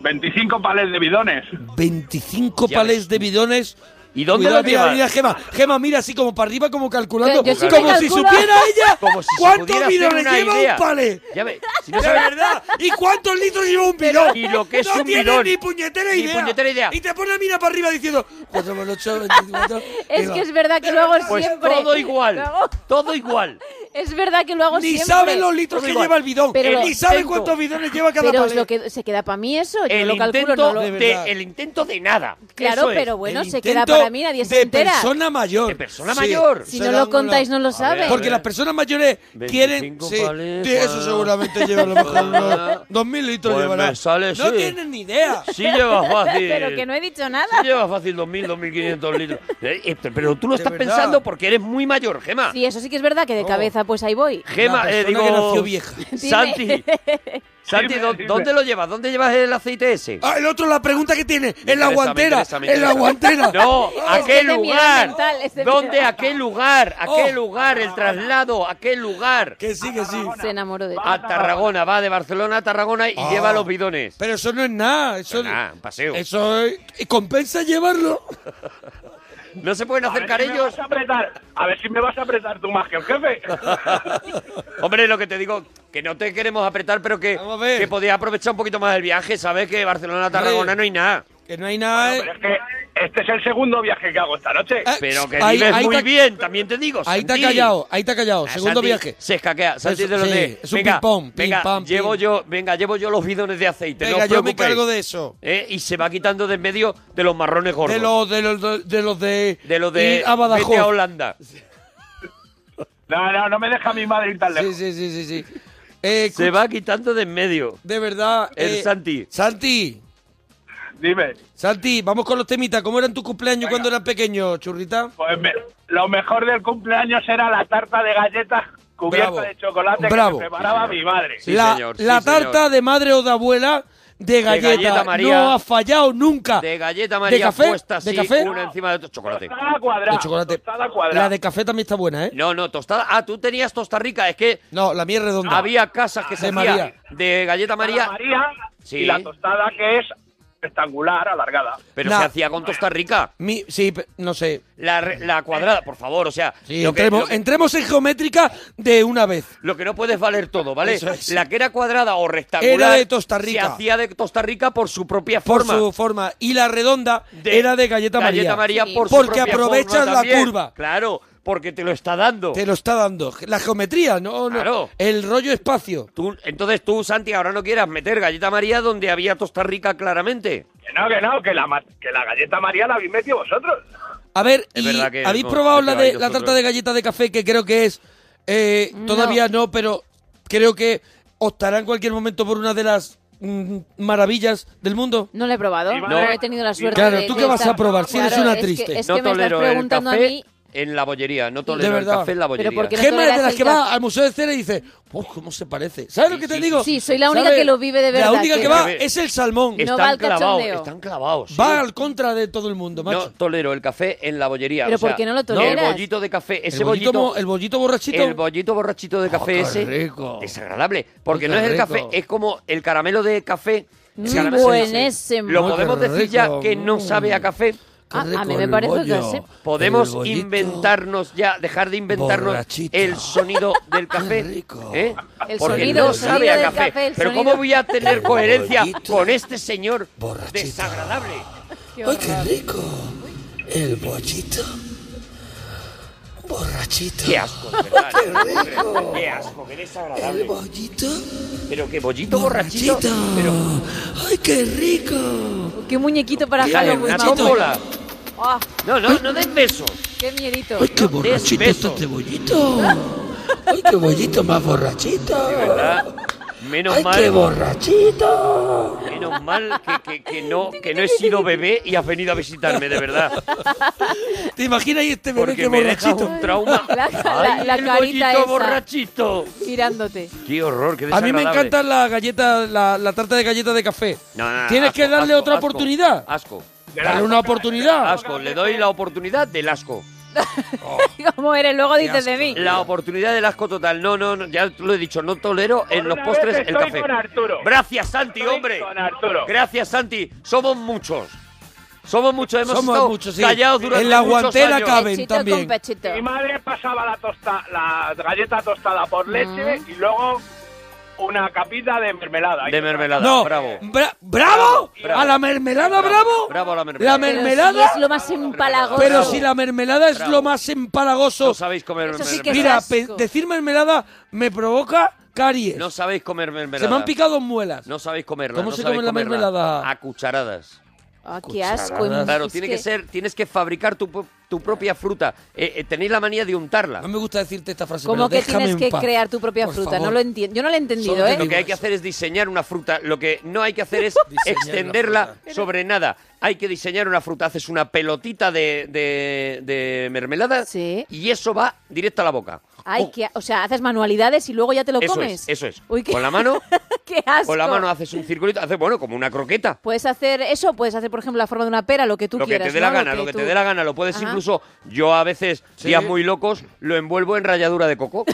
Speaker 13: 25 palés de bidones.
Speaker 3: 25 palés de bidones.
Speaker 4: ¿Y dónde
Speaker 3: Cuidado,
Speaker 4: los
Speaker 3: mira,
Speaker 4: llevas?
Speaker 3: mira, Gema. Gema, mira así como para arriba, como calculando.
Speaker 2: Yo- yo sí que
Speaker 3: como si
Speaker 2: calculo.
Speaker 3: supiera ella
Speaker 4: Como si se
Speaker 3: cuántos
Speaker 4: pudiera hacer
Speaker 3: bidones
Speaker 4: una
Speaker 3: lleva
Speaker 4: idea.
Speaker 3: un palé.
Speaker 4: Ya ves, si no
Speaker 3: De
Speaker 4: sabes
Speaker 3: verdad. ¿Y cuántos litros lleva un bidón?
Speaker 4: Y lo que es
Speaker 3: no
Speaker 4: un
Speaker 3: tienes
Speaker 4: bidón.
Speaker 3: ni puñetera
Speaker 4: Ni
Speaker 3: idea.
Speaker 4: puñetera idea.
Speaker 3: Y te pone a mirar para arriba diciendo "Pues 4 por 8, 24.
Speaker 2: Es
Speaker 3: Venga.
Speaker 2: que es verdad que lo hago
Speaker 4: Pues
Speaker 2: siempre.
Speaker 4: todo igual.
Speaker 2: Lo hago-
Speaker 4: Todo igual.
Speaker 2: Es verdad que lo hago
Speaker 3: Ni
Speaker 2: siempre.
Speaker 3: sabe los litros que
Speaker 4: Igual.
Speaker 3: lleva el bidón.
Speaker 2: Pero-
Speaker 3: ni sabe
Speaker 4: Intento.
Speaker 3: cuántos bidones lleva cada
Speaker 2: Pero
Speaker 3: palé.
Speaker 2: es lo que se queda para mí eso. Yo
Speaker 4: El
Speaker 2: lo calculo,
Speaker 4: intento,
Speaker 2: no lo-
Speaker 3: de-
Speaker 4: de,
Speaker 3: verdad.
Speaker 4: el intento de nada.
Speaker 2: Claro,
Speaker 4: Eso es.
Speaker 2: pero bueno,
Speaker 3: El
Speaker 2: se queda
Speaker 3: intento
Speaker 2: para mí, nadie se
Speaker 3: de
Speaker 2: entera.
Speaker 3: persona mayor.
Speaker 4: De persona
Speaker 3: Sí.
Speaker 4: mayor.
Speaker 2: Si no
Speaker 3: Se da
Speaker 2: lo
Speaker 3: una-
Speaker 2: contaños no lo saben.
Speaker 3: Porque
Speaker 4: ver.
Speaker 3: las personas mayores
Speaker 4: 25
Speaker 3: quieren. Sí,
Speaker 4: palés,
Speaker 3: sí, eso
Speaker 4: ah.
Speaker 3: seguramente lleva a lo mejor unos 2.000 litros.
Speaker 4: Pues
Speaker 3: llevará.
Speaker 4: me sale,
Speaker 3: no
Speaker 4: sí.
Speaker 3: tienen ni idea.
Speaker 4: Sí llevas fácil.
Speaker 2: Pero que no he dicho
Speaker 4: Sí
Speaker 2: nada.
Speaker 4: llevas fácil 2.000, 2.500 litros. Eh, eh, Pero tú lo
Speaker 3: De
Speaker 4: estás
Speaker 3: verdad.
Speaker 4: pensando porque eres muy mayor, Gema.
Speaker 2: Sí, eso sí que es verdad que de cabeza pues ahí voy.
Speaker 4: Gema,
Speaker 3: Una
Speaker 4: eh,
Speaker 3: persona
Speaker 4: digo...
Speaker 3: que nació vieja.
Speaker 4: Santi, Santi,
Speaker 13: Dime,
Speaker 4: ¿dó-
Speaker 13: dime.
Speaker 4: ¿dónde lo llevas? ¿Dónde llevas el aceite ese?
Speaker 3: Ah, el otro, la pregunta que tiene. En la
Speaker 4: interesa, me
Speaker 3: guantera.
Speaker 4: interesa, me
Speaker 3: En la
Speaker 4: interesa.
Speaker 3: guantera.
Speaker 4: No, ¿a
Speaker 2: Es
Speaker 4: qué
Speaker 2: de miedo
Speaker 4: lugar?
Speaker 2: mental, es de
Speaker 4: ¿Dónde?
Speaker 2: miedo.
Speaker 4: ¿A qué lugar? ¿A
Speaker 3: Oh.
Speaker 4: qué lugar? El traslado, ¿a qué lugar?
Speaker 3: Que sí, que sí.
Speaker 2: Se enamoró de ti.
Speaker 4: A Tarragona, va de Barcelona a Tarragona y
Speaker 3: Ah.
Speaker 4: lleva los bidones.
Speaker 3: Pero eso no es nada. Eso,
Speaker 4: Nada, un paseo.
Speaker 3: eso es- ¿Compensa llevarlo?
Speaker 4: No se pueden
Speaker 13: A ver si
Speaker 4: hacer
Speaker 13: me
Speaker 4: carellos.
Speaker 13: vas a apretar- A ver si me vas a apretar tú más que el jefe.
Speaker 4: Hombre, lo que te digo, que no te queremos apretar, pero que,
Speaker 3: Vamos a ver.
Speaker 4: que podías aprovechar un poquito más el viaje, ¿sabes? Que Barcelona a Tarragona
Speaker 3: Hombre.
Speaker 4: no hay nada.
Speaker 3: Que no hay nada.
Speaker 13: Pero es que este es el segundo viaje que hago esta noche.
Speaker 3: Ah,
Speaker 4: Pero que
Speaker 3: ahí-
Speaker 4: vives
Speaker 3: ahí
Speaker 4: muy
Speaker 3: te-
Speaker 4: bien, también te digo.
Speaker 3: Ahí te ha
Speaker 4: Santi.
Speaker 3: callado, ahí te ha callado.
Speaker 4: Ah,
Speaker 3: Segundo
Speaker 4: Santi
Speaker 3: viaje.
Speaker 4: Se escaquea, Santi
Speaker 3: Eso-
Speaker 4: de los
Speaker 3: sí,
Speaker 4: de.
Speaker 3: es un
Speaker 4: venga,
Speaker 3: ping-pong,
Speaker 4: venga,
Speaker 3: ping-pam,
Speaker 4: llevo
Speaker 3: ping.
Speaker 4: yo, venga, llevo yo los bidones de aceite. no
Speaker 3: Venga,
Speaker 4: os
Speaker 3: yo me
Speaker 4: preocupéis.
Speaker 3: cargo de eso.
Speaker 4: Eh, Y se va quitando de en medio de los marrones gordos.
Speaker 3: De los de los de los de,
Speaker 4: de los de-
Speaker 3: ir a Badajoz.
Speaker 4: vete a Holanda.
Speaker 13: No, no, no me deja mi madre ir tan lejos.
Speaker 3: Sí, sí, sí, sí, sí. Se va quitando de en medio.
Speaker 1: Eh, De verdad. eh,
Speaker 3: El Santi.
Speaker 1: Santi.
Speaker 14: Dime.
Speaker 1: Santi, vamos con los temitas. ¿Cómo eran tus cumpleaños cuando eras pequeño, churrita?
Speaker 14: Pues me- lo mejor del cumpleaños era la tarta de galletas cubierta
Speaker 1: Bravo.
Speaker 14: de chocolate
Speaker 1: Bravo.
Speaker 14: que me preparaba mi madre.
Speaker 1: la la tarta de madre o de abuela de galleta,
Speaker 3: galleta María.
Speaker 1: no ha fallado nunca.
Speaker 3: De galleta María
Speaker 1: ¿De café?
Speaker 3: puesta así,
Speaker 1: ¿De café?
Speaker 3: una encima de otro. Chocolate.
Speaker 14: Tostada cuadrada.
Speaker 1: De chocolate.
Speaker 14: Tostada cuadrada.
Speaker 1: La de café también está buena, ¿eh?
Speaker 3: No, no, tostada. Ah, tú tenías tosta rica, es que.
Speaker 1: No, la mía es redonda.
Speaker 3: Había casas que se
Speaker 1: De
Speaker 3: hacía
Speaker 1: María.
Speaker 3: de galleta María.
Speaker 14: María
Speaker 3: Sí.
Speaker 14: y la tostada que es rectangular, alargada.
Speaker 3: Pero
Speaker 1: Nah.
Speaker 3: se hacía con tosta rica.
Speaker 1: Mi- sí, pe- no sé.
Speaker 3: La, re- la cuadrada, por favor, o sea.
Speaker 1: Sí,
Speaker 3: lo que-
Speaker 1: entremos,
Speaker 3: lo que-
Speaker 1: entremos en geométrica de una vez.
Speaker 3: Lo que no puedes valer todo, ¿vale?
Speaker 1: Eso es.
Speaker 3: La que era cuadrada o rectangular.
Speaker 1: Era de Tosta Rica.
Speaker 3: Se hacía de Costa Rica por su propia
Speaker 1: Por
Speaker 3: forma.
Speaker 1: su forma. Y la redonda era de galleta,
Speaker 3: Galleta María,
Speaker 1: María.
Speaker 3: por su
Speaker 1: Porque
Speaker 3: propia
Speaker 1: aprovechas
Speaker 3: forma
Speaker 1: la
Speaker 3: también.
Speaker 1: curva.
Speaker 3: Claro, porque te lo está dando.
Speaker 1: Te lo está dando. La geometría, no, no.
Speaker 3: Claro.
Speaker 1: El rollo espacio.
Speaker 3: Tú- entonces tú, Santi, ahora no quieras meter galleta María donde había Tosta Rica claramente.
Speaker 14: Que no, que no, que la, ma- que la galleta María la habéis metido vosotros.
Speaker 1: A ver,
Speaker 3: Es
Speaker 1: y
Speaker 3: verdad que
Speaker 1: ¿habéis
Speaker 3: no,
Speaker 1: probado
Speaker 3: no
Speaker 1: la,
Speaker 3: te
Speaker 1: de,
Speaker 3: vayas
Speaker 1: la
Speaker 3: vosotros.
Speaker 1: tarta de galleta de café que creo que es... eh, Todavía no, pero creo que optará en cualquier momento por una de las mm, maravillas del mundo.
Speaker 2: No lo he probado,
Speaker 1: Mi
Speaker 2: no
Speaker 1: madre-
Speaker 2: he tenido la suerte.
Speaker 1: Claro,
Speaker 2: de-
Speaker 1: ¿tú
Speaker 2: de
Speaker 1: qué vas
Speaker 2: estar-
Speaker 1: a probar? Si eres
Speaker 2: Claro,
Speaker 1: una
Speaker 2: es que-
Speaker 1: triste.
Speaker 2: es que me estás preguntando a
Speaker 3: el café
Speaker 2: mí.
Speaker 3: en la bollería. No
Speaker 1: de
Speaker 3: tolero
Speaker 1: verdad.
Speaker 3: el café en la bollería.
Speaker 1: Gemma es de las que va al Museo de Cera y dice, "Uf, ¿cómo se parece? ¿Sabes lo que te digo?
Speaker 2: Sí, soy la única
Speaker 1: ¿Sabes?
Speaker 2: que lo vive de
Speaker 1: La
Speaker 2: verdad,
Speaker 1: única
Speaker 2: que-
Speaker 1: que va es el salmón.
Speaker 3: Están
Speaker 2: va al
Speaker 3: clavados,
Speaker 2: cachondeo.
Speaker 3: están clavados. sí.
Speaker 1: Va al contra de todo el mundo, macho.
Speaker 3: No tolero el café en la bollería.
Speaker 2: ¿Pero
Speaker 3: o sea,
Speaker 2: por qué no lo
Speaker 3: El
Speaker 2: toleras?
Speaker 3: bollito de café, ese
Speaker 1: el, bollito,
Speaker 3: bollito...
Speaker 1: mo- el bollito borrachito. Oh,
Speaker 3: El bollito borrachito de café
Speaker 1: qué
Speaker 3: ese.
Speaker 1: rico.
Speaker 3: Desagradable. Porque
Speaker 1: qué
Speaker 3: no es el
Speaker 1: rico.
Speaker 3: café, es como el caramelo de café.
Speaker 2: Mm,
Speaker 3: El caramelo-
Speaker 2: buenísimo.
Speaker 3: Lo
Speaker 2: Ay, qué
Speaker 3: podemos decir ya
Speaker 2: rico,
Speaker 3: que no sabe
Speaker 1: Mm.
Speaker 3: a café.
Speaker 2: Ah, a mí me parece que sí.
Speaker 3: Podemos
Speaker 1: el bollito
Speaker 3: inventarnos ya, dejar de inventarnos
Speaker 1: borrachito.
Speaker 3: el sonido del café. ¿eh?
Speaker 2: El
Speaker 3: Porque
Speaker 2: sonido,
Speaker 3: no
Speaker 2: el sonido
Speaker 3: sabe a
Speaker 2: del
Speaker 3: café.
Speaker 2: café, el
Speaker 3: Pero
Speaker 2: sonido.
Speaker 3: ¿cómo voy a tener
Speaker 2: El
Speaker 3: coherencia
Speaker 2: bollito.
Speaker 3: con este señor desagradable?
Speaker 2: Ay, qué
Speaker 1: rico. El bollito. Borrachito.
Speaker 3: Qué asco, de verdad. Qué asco, qué desagradable. ¿El
Speaker 1: bollito?
Speaker 3: Pero qué bollito borrachito. Pero
Speaker 1: ¡Ay, qué rico!
Speaker 2: Qué muñequito para
Speaker 3: Mira,
Speaker 2: Halloween.
Speaker 3: una
Speaker 2: macho.
Speaker 3: tómbola.
Speaker 2: Ah,
Speaker 3: No, no, no des besos.
Speaker 2: ¡Qué miedito!
Speaker 1: ¡Ay, qué borrachito está este bollito! ¡Ay, qué bollito más borrachito!
Speaker 3: De verdad. Menos
Speaker 1: ¡Ay,
Speaker 3: mal.
Speaker 1: qué borrachito!
Speaker 3: Menos mal que, que- que no, que no he sido bebé y has venido a visitarme, de verdad.
Speaker 1: ¿Te imaginas ahí este bebé
Speaker 3: Porque
Speaker 1: que
Speaker 3: me dejas
Speaker 1: borrachito?
Speaker 3: un trauma.
Speaker 2: La, la- la
Speaker 3: Ay, el
Speaker 2: carita
Speaker 3: bollito
Speaker 2: esa.
Speaker 3: borrachito.
Speaker 2: Girándote.
Speaker 3: Qué horror, qué
Speaker 1: A mí me
Speaker 3: desagradable.
Speaker 1: encanta la galleta, la, la tarta de galleta de café.
Speaker 3: No, no, no,
Speaker 1: Tienes
Speaker 3: asco,
Speaker 1: que darle
Speaker 3: asco,
Speaker 1: otra
Speaker 3: asco,
Speaker 1: oportunidad.
Speaker 3: Asco.
Speaker 1: Dale una oportunidad.
Speaker 3: Asco, le doy la oportunidad del asco.
Speaker 2: ¿Cómo eres? Luego dices de mí.
Speaker 3: La oportunidad del asco total. No, no, no, ya te lo he dicho, no tolero en los
Speaker 14: una vez
Speaker 3: postres el
Speaker 14: estoy
Speaker 3: café.
Speaker 14: con Arturo.
Speaker 3: Gracias, Santi,
Speaker 14: Estoy
Speaker 3: hombre.
Speaker 14: con Arturo.
Speaker 3: Gracias, Santi. Somos muchos. Somos muchos, hemos
Speaker 1: Somos
Speaker 3: estado
Speaker 1: muchos, sí.
Speaker 3: callados durante
Speaker 1: En la
Speaker 3: muchos
Speaker 1: guantera
Speaker 3: años.
Speaker 1: caben
Speaker 2: Pechito con
Speaker 1: también.
Speaker 2: pechito.
Speaker 14: Mi madre pasaba la, tosta, la galleta tostada
Speaker 2: Mm.
Speaker 14: por leche y luego una capita de mermelada.
Speaker 3: De mermelada,
Speaker 1: No,
Speaker 3: bravo.
Speaker 1: Bra- ¿Bravo?
Speaker 3: Bravo.
Speaker 1: ¿A la mermelada, bravo?
Speaker 3: Bravo a la mermelada.
Speaker 1: ¿La
Speaker 2: Pero si
Speaker 1: mermelada?
Speaker 2: es lo más empalagoso.
Speaker 1: Pero si la mermelada es lo más empalagoso.
Speaker 3: No sabéis comer
Speaker 2: Eso
Speaker 3: mermelada.
Speaker 2: sí que es
Speaker 1: Mira,
Speaker 2: asco.
Speaker 1: pe- decir mermelada me provoca caries.
Speaker 3: No sabéis comer mermelada.
Speaker 1: Se me han picado muelas.
Speaker 3: No sabéis comerla.
Speaker 1: ¿Cómo
Speaker 3: no
Speaker 1: se
Speaker 3: sabéis
Speaker 1: come la
Speaker 3: comerla.
Speaker 1: mermelada?
Speaker 3: A cucharadas.
Speaker 2: Ah, qué asco.
Speaker 3: Claro,
Speaker 2: es
Speaker 3: tiene que ser, tienes que fabricar tu, po- tu propia fruta. Eh, eh, tenéis la manía de untarla.
Speaker 1: No me gusta decirte esta frase. pero
Speaker 2: Como que
Speaker 1: déjame
Speaker 2: tienes
Speaker 1: en
Speaker 2: que
Speaker 1: paz.
Speaker 2: crear tu propia
Speaker 1: Por
Speaker 2: fruta.
Speaker 1: favor.
Speaker 2: No lo entiendo. Yo no lo he entendido,
Speaker 1: Solo
Speaker 2: ¿eh?
Speaker 1: te
Speaker 3: Lo que hay que hacer es diseñar una fruta. Lo que no hay que hacer es extenderla sobre nada. Hay que diseñar una fruta. Haces una pelotita de, de- de mermelada
Speaker 2: Sí.
Speaker 3: y eso va directo a la boca.
Speaker 2: Ay, que, o sea, haces manualidades y luego ya te lo
Speaker 3: Oh. eso
Speaker 2: comes.
Speaker 3: es, eso es.
Speaker 2: Uy, qué-
Speaker 3: Con la mano,
Speaker 2: qué asco.
Speaker 3: con la mano haces un circulito, haces bueno como una croqueta.
Speaker 2: Puedes hacer eso, puedes hacer, por ejemplo, la forma de una pera, lo que tú
Speaker 3: lo
Speaker 2: quieras.
Speaker 3: que te dé la
Speaker 2: ¿no?
Speaker 3: gana, lo que,
Speaker 2: tú-
Speaker 3: te dé la gana, lo puedes
Speaker 2: Ajá.
Speaker 3: incluso, yo a veces,
Speaker 1: Sí.
Speaker 3: días muy locos, lo envuelvo en ralladura de coco.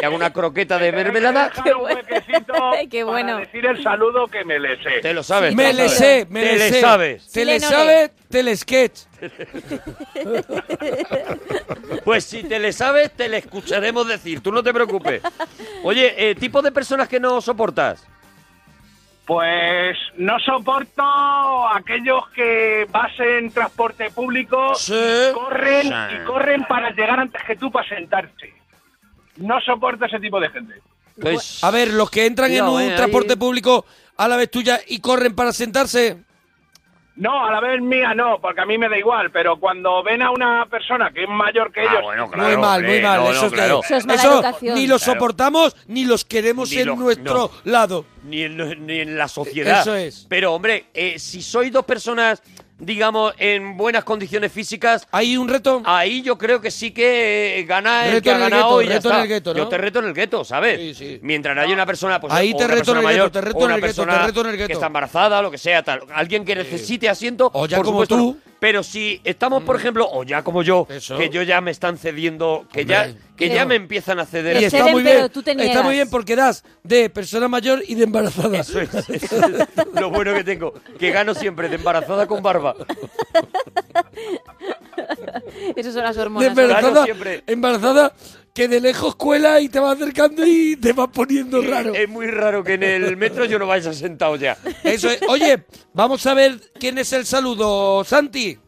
Speaker 3: y hago una croqueta de mermelada.
Speaker 14: Dejar un huequecito
Speaker 2: Qué
Speaker 14: para
Speaker 2: bueno.
Speaker 14: decir el saludo que me le sé.
Speaker 3: Te lo sabes.
Speaker 1: Me
Speaker 3: te lo
Speaker 1: le
Speaker 3: sabes.
Speaker 1: sé, me
Speaker 3: Te
Speaker 1: le sé.
Speaker 3: sabes.
Speaker 1: Te le
Speaker 2: Chileno,
Speaker 1: sabe, te le sketch.
Speaker 3: Pues si te le sabes, te le escucharemos decir. Tú no te preocupes. Oye, eh, tipo de personas que no soportas.
Speaker 14: Pues no soporto aquellos que vas en transporte público,
Speaker 1: Sí.
Speaker 14: corren
Speaker 3: Sí.
Speaker 14: y corren para llegar antes que tú para sentarse. No soporto ese tipo de gente.
Speaker 3: Pues,
Speaker 1: A ver, los que entran en
Speaker 3: Cuidado,
Speaker 1: un
Speaker 3: eh, ahí-
Speaker 1: transporte público a la vez tuya y corren para sentarse.
Speaker 13: No, a la vez mía no, porque a mí me da igual, pero cuando ven a una persona que es mayor que ellos...
Speaker 3: muy mal, muy mal. eso, es que-
Speaker 2: Eso es mala educación.
Speaker 3: ni los
Speaker 2: Claro.
Speaker 3: soportamos ni los queremos
Speaker 1: Ni
Speaker 3: en
Speaker 1: lo-
Speaker 3: nuestro lado.
Speaker 1: ni en, ni en la sociedad.
Speaker 3: Eso es.
Speaker 1: Pero, hombre, eh, si sois dos personas, digamos, en buenas condiciones físicas.
Speaker 3: ¿Hay un reto?
Speaker 1: Ahí yo creo que sí que eh, gana el
Speaker 3: Reto
Speaker 1: que ha
Speaker 3: en el
Speaker 1: ganado
Speaker 3: gueto,
Speaker 1: y ya
Speaker 3: reto
Speaker 1: está.
Speaker 3: en el gueto, ¿no?
Speaker 1: Yo te reto en el gueto, ¿sabes? Mientras no haya una persona, pues,
Speaker 3: Ahí
Speaker 1: o
Speaker 3: te
Speaker 1: una
Speaker 3: reto en
Speaker 1: persona
Speaker 3: el
Speaker 1: mayor,
Speaker 3: gueto, te reto
Speaker 1: o una
Speaker 3: en el gueto, te
Speaker 1: persona
Speaker 3: reto en el
Speaker 1: que
Speaker 3: gueto.
Speaker 1: está embarazada, lo que sea, tal. Alguien que necesite asiento,
Speaker 3: O ya
Speaker 1: por
Speaker 3: como
Speaker 1: supuesto,
Speaker 3: tú.
Speaker 1: no. Pero si estamos, por ejemplo, o ya como yo,
Speaker 3: Mm. Eso.
Speaker 1: que yo ya me están cediendo, que ya
Speaker 3: Hombre.
Speaker 1: que ya
Speaker 3: Pero-
Speaker 1: me empiezan a ceder.
Speaker 3: Y está muy bien. Está muy bien porque das de persona mayor y de embarazada.
Speaker 1: Eso es, eso es lo bueno que tengo, que gano siempre de embarazada con barba.
Speaker 2: Esas son las
Speaker 3: de
Speaker 2: hormonas.
Speaker 3: embarazada,
Speaker 1: Claro, siempre.
Speaker 3: embarazada que de lejos cuela y te va acercando y te va poniendo raro.
Speaker 1: Es muy raro que en el metro yo no vaya sentado ya.
Speaker 3: Eso es. Oye, vamos a ver quién es el saludo, Santi.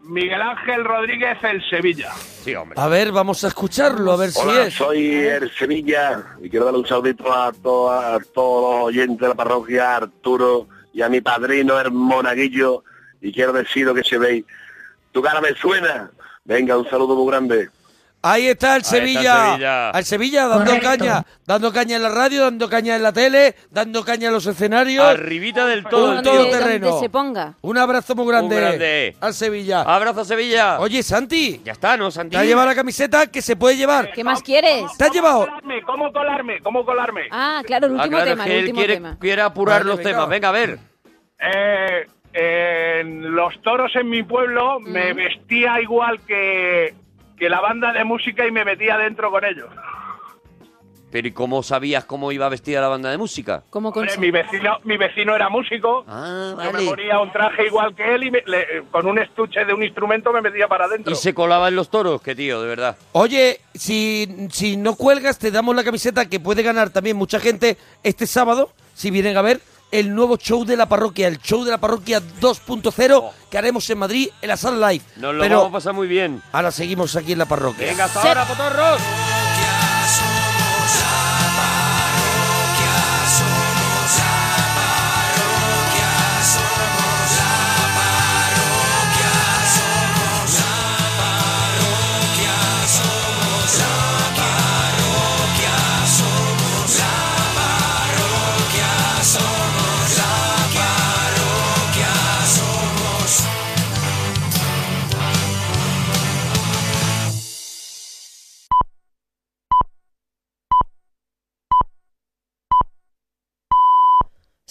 Speaker 13: Miguel Ángel Rodríguez, el Sevilla.
Speaker 1: Sí, hombre.
Speaker 3: A ver, vamos a escucharlo, a ver si
Speaker 4: Hola,
Speaker 3: es.
Speaker 4: soy el Sevilla y quiero darle un saludito a, to- a todos los oyentes de la parroquia, a Arturo y a mi padrino, el monaguillo, y quiero deciros que se veis. Tu cara me suena. Venga, un saludo muy grande.
Speaker 3: Ahí está el
Speaker 4: está el
Speaker 3: Sevilla.
Speaker 4: Sevilla.
Speaker 3: Al Sevilla dando
Speaker 4: Correcto.
Speaker 3: caña. Dando caña en la radio, dando caña en la tele, dando caña en los escenarios.
Speaker 1: Arribita del todo.
Speaker 3: Un
Speaker 1: el tío.
Speaker 3: todoterreno.
Speaker 2: Eh, se ponga.
Speaker 3: Un abrazo muy grande,
Speaker 1: Un grande.
Speaker 3: al Sevilla.
Speaker 1: Abrazo a Sevilla.
Speaker 3: Oye, Santi.
Speaker 1: Ya está, ¿no, Santi?
Speaker 3: Te ha llevado la camiseta que se puede llevar.
Speaker 2: ¿Qué más quieres?
Speaker 3: ¿Te has llevado?
Speaker 13: Colarme, ¿Cómo colarme? ¿Cómo colarme?
Speaker 2: Ah, claro, el
Speaker 1: Ah,
Speaker 2: último
Speaker 1: claro,
Speaker 2: tema,
Speaker 1: es que
Speaker 2: el
Speaker 1: él
Speaker 2: último
Speaker 1: quiere,
Speaker 2: tema.
Speaker 1: quiere apurar
Speaker 13: Vale,
Speaker 1: los
Speaker 13: venga.
Speaker 1: temas. Venga, a ver.
Speaker 13: Eh, en los toros en mi pueblo me vestía igual que, que la banda de música y me metía dentro con ellos.
Speaker 1: Pero ¿y cómo sabías cómo iba vestida la banda de música?
Speaker 13: Hombre, Eh, mi vecino mi vecino era músico. Yo me ponía un traje igual que él y me- le- con un estuche de un instrumento me metía para adentro.
Speaker 1: Y se colaba en los toros, que tío, de verdad.
Speaker 3: Oye, si, si no cuelgas, te damos la camiseta que puede ganar también mucha gente este sábado, si vienen a ver el nuevo show de la parroquia, el show de la parroquia 2.0 que haremos en Madrid en la sala live.
Speaker 1: Oh. Nos lo
Speaker 3: Pero
Speaker 1: vamos a pasar muy bien.
Speaker 3: ahora seguimos aquí en la parroquia.
Speaker 1: Venga, hasta ahora, potorros.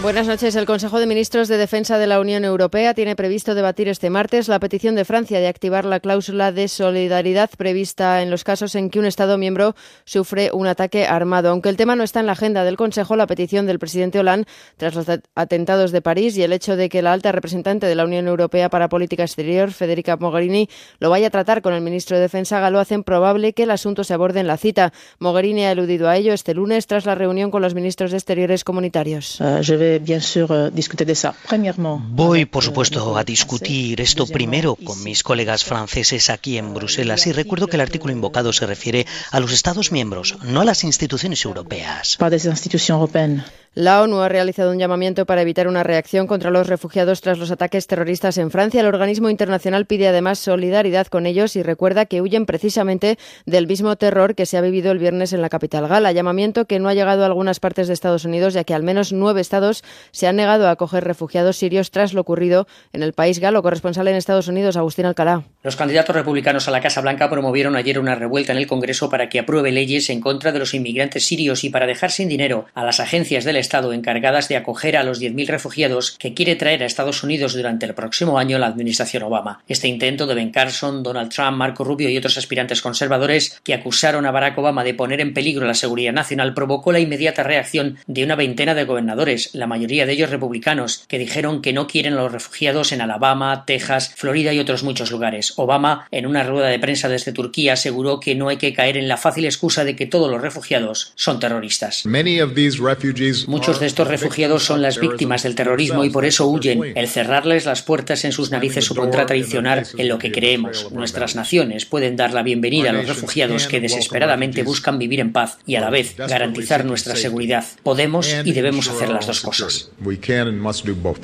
Speaker 15: Buenas noches. El Consejo de Ministros de Defensa de la Unión Europea tiene previsto debatir este martes la petición de Francia de activar la cláusula de solidaridad prevista en los casos en que un Estado miembro sufre un ataque armado. Aunque el tema no está en la agenda del Consejo, la petición del presidente Hollande tras los at- atentados de París y el hecho de que la alta representante de la Unión Europea para Política Exterior, Federica Mogherini, lo vaya a tratar con el ministro de Defensa galo hacen probable que el asunto se aborde en la cita. Mogherini ha aludido a ello este lunes tras la reunión con los ministros de Exteriores comunitarios.
Speaker 16: Euh, je vais bien sûr euh, discuter de ça. Premièrement,
Speaker 17: Voy, por supuesto, a eh, discutir esto primero con mis colegas franceses aquí en Bruselas y recuerdo que el artículo invocado se refiere a los Estados miembros, no a las instituciones europeas.
Speaker 16: par des institutions européennes.
Speaker 15: La ONU ha realizado un llamamiento para evitar una reacción contra los refugiados tras los ataques terroristas en Francia. El organismo internacional pide además solidaridad con ellos y recuerda que huyen precisamente del mismo terror que se ha vivido el viernes en la capital gala. Llamamiento que no ha llegado a algunas partes de Estados Unidos, ya que al menos nueve estados se han negado a acoger refugiados sirios tras lo ocurrido en el país galo. Corresponsal en Estados Unidos, Agustín Alcalá.
Speaker 18: Los candidatos republicanos a la Casa Blanca promovieron ayer una revuelta en el Congreso para que apruebe leyes en contra de los inmigrantes sirios y para dejar sin dinero a las agencias del Estado encargadas de acoger a los 10.000 refugiados que quiere traer a Estados Unidos durante el próximo año la administración Obama. Este intento de Ben Carson, Donald Trump, Marco Rubio y otros aspirantes conservadores que acusaron a Barack Obama de poner en peligro la seguridad nacional provocó la inmediata reacción de una veintena de gobernadores, la mayoría de ellos republicanos, que dijeron que no quieren a los refugiados en Alabama, Texas, Florida y otros muchos lugares. Obama, en una rueda de prensa desde Turquía, aseguró que no hay que caer en la fácil excusa de que todos los refugiados son terroristas.
Speaker 19: Many of these refugees
Speaker 18: Muchos de estos refugiados son las víctimas del terrorismo y por eso huyen. El cerrarles las puertas en sus narices supondrá traicionar en lo que creemos. Nuestras naciones pueden dar la bienvenida a los refugiados que desesperadamente buscan vivir en paz y a la vez garantizar nuestra seguridad. Podemos y debemos hacer las dos cosas.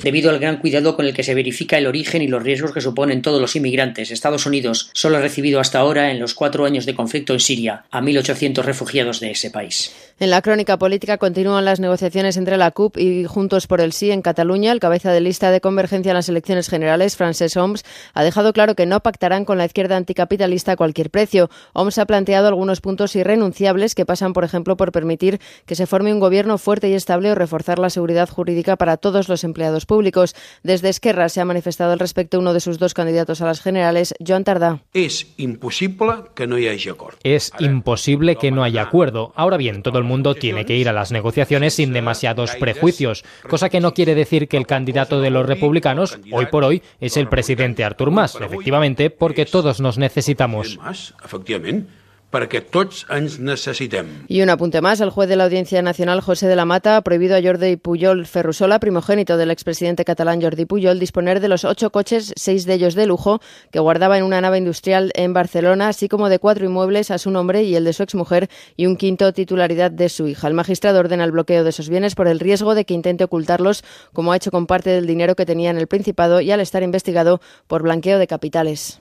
Speaker 18: Debido al gran cuidado con el que se verifica el origen y los riesgos que suponen todos los inmigrantes, Estados Unidos solo ha recibido hasta ahora, en los cuatro años de conflicto en Siria, a 1.800 refugiados de ese país.
Speaker 15: En la crónica política continúan las negociaciones entre la CUP y Juntos por el Sí en Cataluña. El cabeza de lista de convergencia en las elecciones generales, Francesc Homs, ha dejado claro que no pactarán con la izquierda anticapitalista a cualquier precio. Homs ha planteado algunos puntos irrenunciables que pasan, por ejemplo, por permitir que se forme un gobierno fuerte y estable o reforzar la seguridad jurídica para todos los empleados públicos. Desde Esquerra se ha manifestado al respecto uno de sus dos candidatos a las generales, Joan Tardá.
Speaker 20: És impossible que no hi hagi acord.
Speaker 21: Es imposible que no haya acuerdo. Ahora bien, todo el mundo tiene que ir a las negociaciones sin demasiados prejuicios, cosa que no quiere decir que el candidato de los republicanos, hoy por hoy, es el presidente Artur Mas, efectivamente, porque todos nos necesitamos.
Speaker 20: Efectivament, perquè tots ens necessitem.
Speaker 15: Y un apunte más, el juez de la Audiencia Nacional, José de la Mata, ha prohibido a Jordi Puyol Ferrusola, primogénito del expresidente catalán Jordi Puyol, disponer de los ocho coches, seis de ellos de lujo, que guardaba en una nave industrial en Barcelona, así como de cuatro inmuebles a su nombre y el de su exmujer, y un quinto titularidad de su hija. El magistrado ordena el bloqueo de esos bienes por el riesgo de que intente ocultarlos, como ha hecho con parte del dinero que tenía en el Principado y al estar investigado por blanqueo de capitales.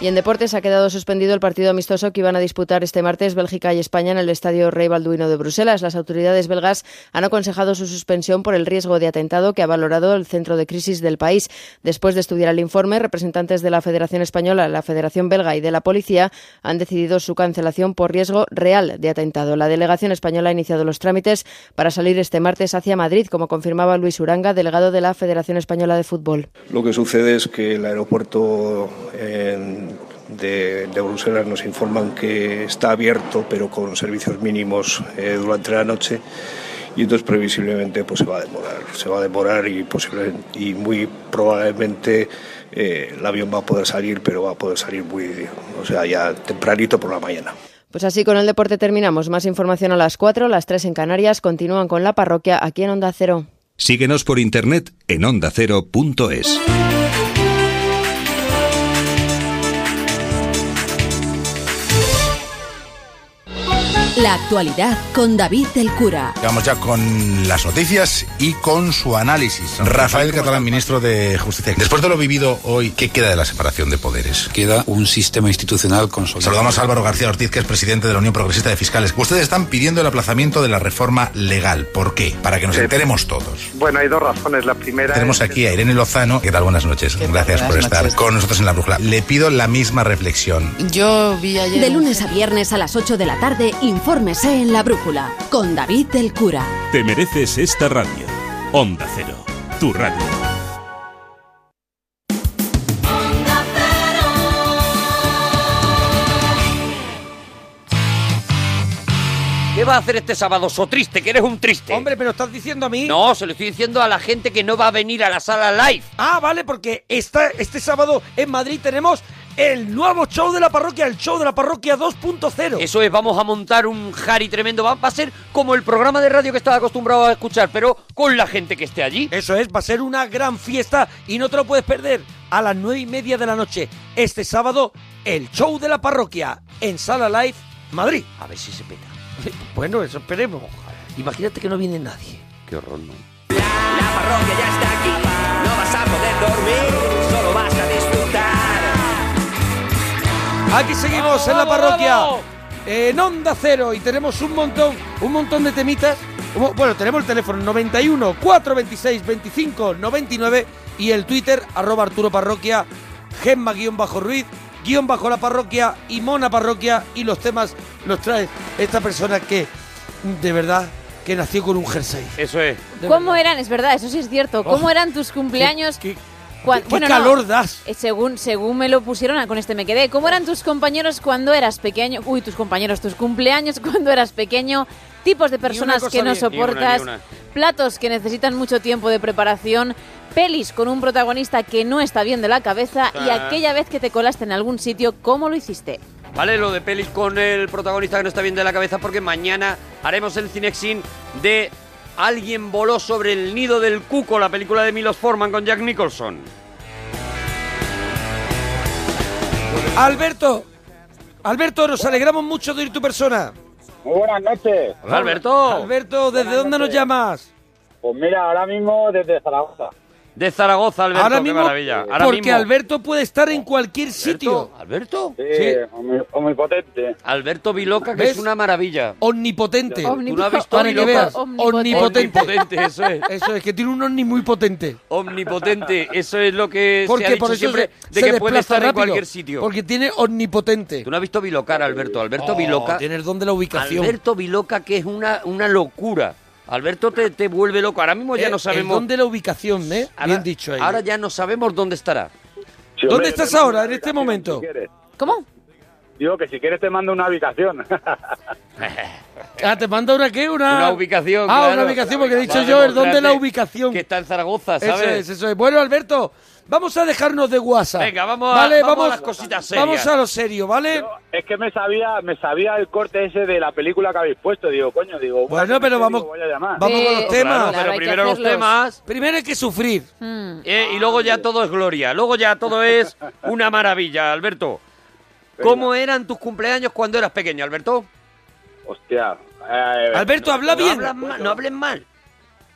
Speaker 15: Y en deportes ha quedado suspendido el partido amistoso que iban a disputar este martes Bélgica y España en el Estadio Rey Balduino de Bruselas. Las autoridades belgas han aconsejado su suspensión por el riesgo de atentado que ha valorado el centro de crisis del país. Después de estudiar el informe, representantes de la Federación Española, la Federación Belga y de la Policía han decidido su cancelación por riesgo real de atentado. La delegación española ha iniciado los trámites para salir este martes hacia Madrid, como confirmaba Luis Uranga, delegado de la Federación Española de Fútbol.
Speaker 22: Lo que sucede es que el aeropuerto en de, de, Bruselas nos informan que está abierto, pero con servicios mínimos eh, durante la noche. Y entonces previsiblemente pues se va a demorar, se va a demorar y posiblemente y muy probablemente eh, el avión va a poder salir, pero va a poder salir muy, o sea, ya tempranito por la mañana.
Speaker 15: Pues así con el deporte terminamos. Más información a las 4, las 3 en Canarias. Continúan con la parroquia aquí en Onda Cero.
Speaker 23: Síguenos por internet en ondacero.es.
Speaker 24: La actualidad con David del Cura.
Speaker 25: Vamos ya con las noticias y con su análisis.
Speaker 26: Rafael Catalán, ministro de Justicia. Después de lo vivido hoy, ¿qué queda de la separación de poderes?
Speaker 27: Queda un sistema institucional consolidado.
Speaker 26: Saludamos a Álvaro García Ortiz, que es presidente de la Unión Progresista de Fiscales. Ustedes están pidiendo el aplazamiento de la reforma legal. ¿Por qué? Para que nos enteremos todos.
Speaker 28: Bueno, hay dos razones. La primera.
Speaker 26: Tenemos aquí a Irene Lozano. ¿Qué tal? Buenas noches. Tal? Gracias Buenas por estar noches. con nosotros en la brújula. Le pido la misma reflexión.
Speaker 29: Yo vi ayer.
Speaker 24: De lunes a viernes a las 8 de la tarde, Infórmese en la Brújula con David del Cura.
Speaker 23: Te mereces esta radio. Onda Cero, tu radio.
Speaker 11: Onda Cero.
Speaker 3: ¿Qué va a hacer este sábado? So triste, que eres un triste.
Speaker 1: Hombre, pero estás diciendo a mí.
Speaker 3: No, se lo estoy diciendo a la gente que no va a venir a la sala live.
Speaker 1: Ah, vale, porque esta, este sábado en Madrid tenemos el nuevo show de la parroquia, el show de la parroquia 2.0.
Speaker 3: Eso es, vamos a montar un jari tremendo. Va, va, a ser como el programa de radio que estaba acostumbrado a escuchar, pero con la gente que esté allí.
Speaker 1: Eso es, va a ser una gran fiesta y no te lo puedes perder. A las nueve y media de la noche, este sábado, el show de la parroquia en Sala Live, Madrid.
Speaker 3: A ver si se peta.
Speaker 1: Bueno, eso esperemos. Imagínate que no viene nadie.
Speaker 3: Qué horror, ¿no?
Speaker 11: La, la parroquia ya está aquí. No vas a poder dormir, solo vas a disfrutar.
Speaker 1: Aquí seguimos en la parroquia, en Onda Cero, y tenemos un montón, un montón de temitas. Bueno, tenemos el teléfono 91 426 25 99 y el Twitter, arroba Arturo Parroquia, Gemma guión bajo Ruiz, guión bajo la parroquia y Mona Parroquia. Y los temas los trae esta persona que, de verdad, que nació con un jersey.
Speaker 3: Eso es.
Speaker 2: ¿Cómo eran? Es verdad, eso sí es cierto. ¿Cómo eran tus cumpleaños?
Speaker 1: ¿Qué, qué? Cuando, ¿Qué bueno, calor no, das?
Speaker 2: Eh, según, según me lo pusieron, con este me quedé. ¿Cómo eran tus compañeros cuando eras pequeño? Uy, tus compañeros, tus cumpleaños cuando eras pequeño. Tipos de personas que no bien. soportas. Ni una, ni una. Platos que necesitan mucho tiempo de preparación. Pelis con un protagonista que no está bien de la cabeza. Ah. Y aquella vez que te colaste en algún sitio, ¿cómo lo hiciste?
Speaker 3: ¿Vale? Lo de pelis con el protagonista que no está bien de la cabeza porque mañana haremos el Cinexin de Alguien voló sobre el nido del cuco, la película de Milos Forman con Jack Nicholson.
Speaker 1: Alberto, Alberto, nos alegramos mucho de ir tu persona.
Speaker 13: Muy buenas noches.
Speaker 3: Hola, Alberto.
Speaker 1: Alberto, ¿desde
Speaker 13: Buenas
Speaker 1: dónde nos
Speaker 13: noches.
Speaker 1: llamas?
Speaker 13: Pues mira, ahora mismo desde Zaragoza.
Speaker 3: De Zaragoza, Alberto,
Speaker 1: Ahora
Speaker 3: qué
Speaker 1: mismo,
Speaker 3: maravilla. Ahora
Speaker 1: porque
Speaker 3: mismo.
Speaker 1: Alberto puede estar en cualquier sitio.
Speaker 3: ¿Alberto?
Speaker 13: Sí, Muy, muy potente.
Speaker 3: Alberto Viloca, que
Speaker 1: ¿Ves?
Speaker 3: es una maravilla.
Speaker 1: Omnipotente.
Speaker 3: ¿Tú no has visto
Speaker 1: Para que
Speaker 3: Viloca?
Speaker 1: veas. Omnipotente.
Speaker 3: Omnipotente, eso es.
Speaker 1: Eso es, que tiene un ovni muy potente.
Speaker 3: Omnipotente, eso es lo que
Speaker 1: Porque
Speaker 3: se ha dicho
Speaker 1: por eso
Speaker 3: siempre,
Speaker 1: se-
Speaker 3: de
Speaker 1: se
Speaker 3: que puede
Speaker 1: desplaza
Speaker 3: estar en
Speaker 1: rápido,
Speaker 3: cualquier sitio.
Speaker 1: Porque tiene omnipotente.
Speaker 3: Tú no has visto Vilocar, Alberto. Alberto
Speaker 1: Oh,
Speaker 3: Viloca.
Speaker 1: Tienes donde la ubicación.
Speaker 3: Alberto Viloca, que es una, una locura. Alberto te, te vuelve loco. Ahora mismo ya
Speaker 1: Eh,
Speaker 3: no sabemos.
Speaker 1: El don de la ubicación, ¿eh? Bien dicho ahí.
Speaker 3: Ahora ya no sabemos dónde estará.
Speaker 1: ¿Dónde estás ahora, en este momento?
Speaker 2: ¿Cómo?
Speaker 13: Digo que si quieres te mando una habitación.
Speaker 1: Ah, te manda una qué, una...
Speaker 3: Una ubicación,
Speaker 1: Ah,
Speaker 3: claro.
Speaker 1: una ubicación, porque he dicho
Speaker 3: Para
Speaker 1: yo el don de la
Speaker 3: demostrarte
Speaker 1: ubicación.
Speaker 3: Que está en Zaragoza,
Speaker 1: Eso
Speaker 3: ¿sabes?
Speaker 1: es, eso es. Bueno, Alberto, vamos a dejarnos de WhatsApp.
Speaker 3: Venga, vamos a- vamos a las cositas serias.
Speaker 1: Vamos a lo serio, ¿vale?
Speaker 13: Es que me sabía, me sabía el corte ese de la película que habéis puesto. Digo, coño, digo.
Speaker 1: Bueno, pero vamos, vamos con los
Speaker 13: Sí,
Speaker 1: temas.
Speaker 13: Eh, claro, pero Claro, hay que Hmm.
Speaker 3: primero los hacerlos. temas.
Speaker 1: Primero hay que sufrir.
Speaker 3: Eh, y luego ya todo es gloria. Luego ya todo es una maravilla, Alberto. ¿Cómo eran tus cumpleaños cuando eras pequeño, Alberto?
Speaker 13: Hostia. eh,
Speaker 1: Alberto,
Speaker 13: no-
Speaker 1: habla
Speaker 13: no
Speaker 1: bien.
Speaker 13: hablas ma-
Speaker 3: No hables mal.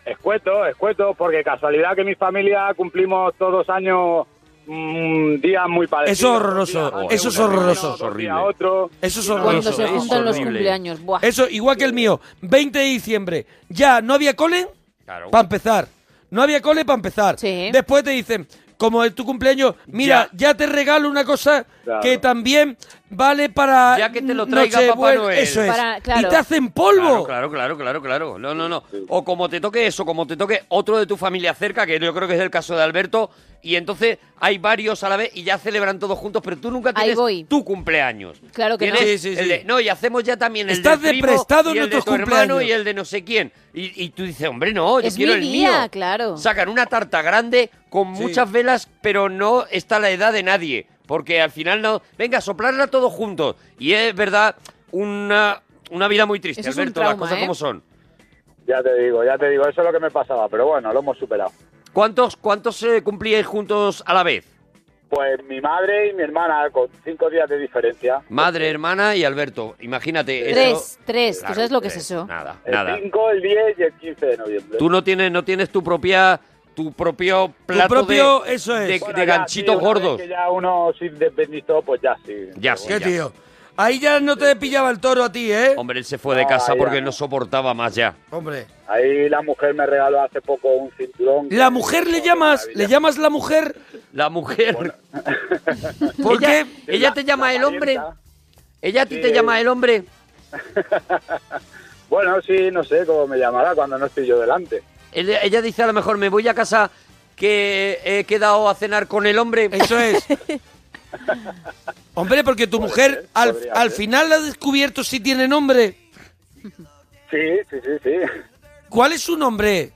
Speaker 13: Escueto, escueto, porque casualidad que mi familia cumplimos todos años mm, días muy parecidos.
Speaker 1: Eso es horroroso, eso es horroroso.
Speaker 13: Dos días a otro.
Speaker 1: Eso es
Speaker 2: Cuando
Speaker 1: horroroso.
Speaker 2: se juntan los cumpleaños. Buah.
Speaker 1: Eso, igual que el mío, 20 de diciembre. Ya no había cole
Speaker 3: Claro.
Speaker 1: para empezar. No había cole para empezar. Después te dicen, como es tu cumpleaños, mira, ya, te regalo una cosa
Speaker 3: Claro.
Speaker 1: que también vale para.
Speaker 3: Ya que te lo traiga
Speaker 1: Nochebuena.
Speaker 3: Papá Noel.
Speaker 1: Eso es.
Speaker 2: Para- claro.
Speaker 1: Y te hacen polvo.
Speaker 3: Claro, claro, claro, claro. No, no, no. O como te toque eso, como te toque otro de tu familia cerca, que yo creo que es el caso de Alberto, y entonces hay varios a la vez y ya celebran todos juntos, pero tú nunca
Speaker 2: Ahí
Speaker 3: tienes
Speaker 2: voy.
Speaker 3: tu cumpleaños.
Speaker 2: Claro que no.
Speaker 3: Tienes
Speaker 2: Sí, sí,
Speaker 3: el
Speaker 2: sí.
Speaker 3: de- no, y hacemos ya también el
Speaker 1: Estás
Speaker 3: del primo,
Speaker 1: desprestado en
Speaker 3: y el de tu
Speaker 1: nuestros
Speaker 3: hermano
Speaker 1: cumpleaños.
Speaker 3: y el de no sé quién. Y, y tú dices, hombre, no, yo
Speaker 2: es mi
Speaker 3: quiero el
Speaker 2: día,
Speaker 3: mío.
Speaker 2: claro.
Speaker 3: Sacan una tarta grande con
Speaker 1: Sí.
Speaker 3: muchas velas, pero no está la edad de nadie. Porque al final no. Venga, soplarla todos juntos. Y es verdad, una, una vida muy triste,
Speaker 2: Eso es un
Speaker 3: Alberto, las
Speaker 2: trauma,
Speaker 3: cosas
Speaker 2: ¿eh?
Speaker 3: como son.
Speaker 13: Ya te digo, ya te digo, eso es lo que me pasaba, pero bueno, lo hemos superado.
Speaker 3: ¿Cuántos, cuántos eh, cumplíais juntos a la vez?
Speaker 13: Pues mi madre y mi hermana, con cinco días de diferencia.
Speaker 3: Madre, hermana y Alberto. Imagínate. eso-
Speaker 2: Tres, tres. ¿Tú
Speaker 3: Claro,
Speaker 2: sabes lo que es
Speaker 3: tres.
Speaker 2: eso?
Speaker 3: Nada,
Speaker 13: El
Speaker 3: nada.
Speaker 13: 5, el 10 y el 15 de noviembre.
Speaker 3: Tú no tienes, no tienes tu propia, tu propio plato
Speaker 1: propio-
Speaker 3: de,
Speaker 1: eso es.
Speaker 3: de,
Speaker 13: Bueno,
Speaker 3: de
Speaker 13: ya,
Speaker 3: ganchitos
Speaker 13: sí, una vez
Speaker 3: gordos.
Speaker 13: Que ya uno se independizó, pues ya sí.
Speaker 3: Ya sí,
Speaker 1: Qué
Speaker 3: ya.
Speaker 1: tío. Ahí ya no te pillaba el toro a ti, ¿eh?
Speaker 3: Hombre, él se fue de
Speaker 13: Ah,
Speaker 3: casa
Speaker 13: ya.
Speaker 3: porque no soportaba más ya.
Speaker 1: Hombre.
Speaker 13: Ahí la mujer me regaló hace poco un cinturón.
Speaker 1: La mujer le llamas, le llamas la mujer.
Speaker 3: La mujer.
Speaker 1: ¿Por
Speaker 3: ella,
Speaker 1: qué?
Speaker 3: ella te llama el hombre. Ella a ti
Speaker 13: Sí,
Speaker 3: te
Speaker 13: eh.
Speaker 3: llama el hombre.
Speaker 13: Bueno, sí, no sé cómo me llamará cuando no estoy yo delante.
Speaker 3: Ella, ella dice a lo mejor me voy a casa que he quedado a cenar con el hombre.
Speaker 1: Eso es. Hombre, porque tu mujer al,
Speaker 13: podría
Speaker 1: al
Speaker 13: ser.
Speaker 1: final ha descubierto si tiene nombre.
Speaker 13: Sí, sí, sí, sí.
Speaker 1: ¿Cuál es su nombre?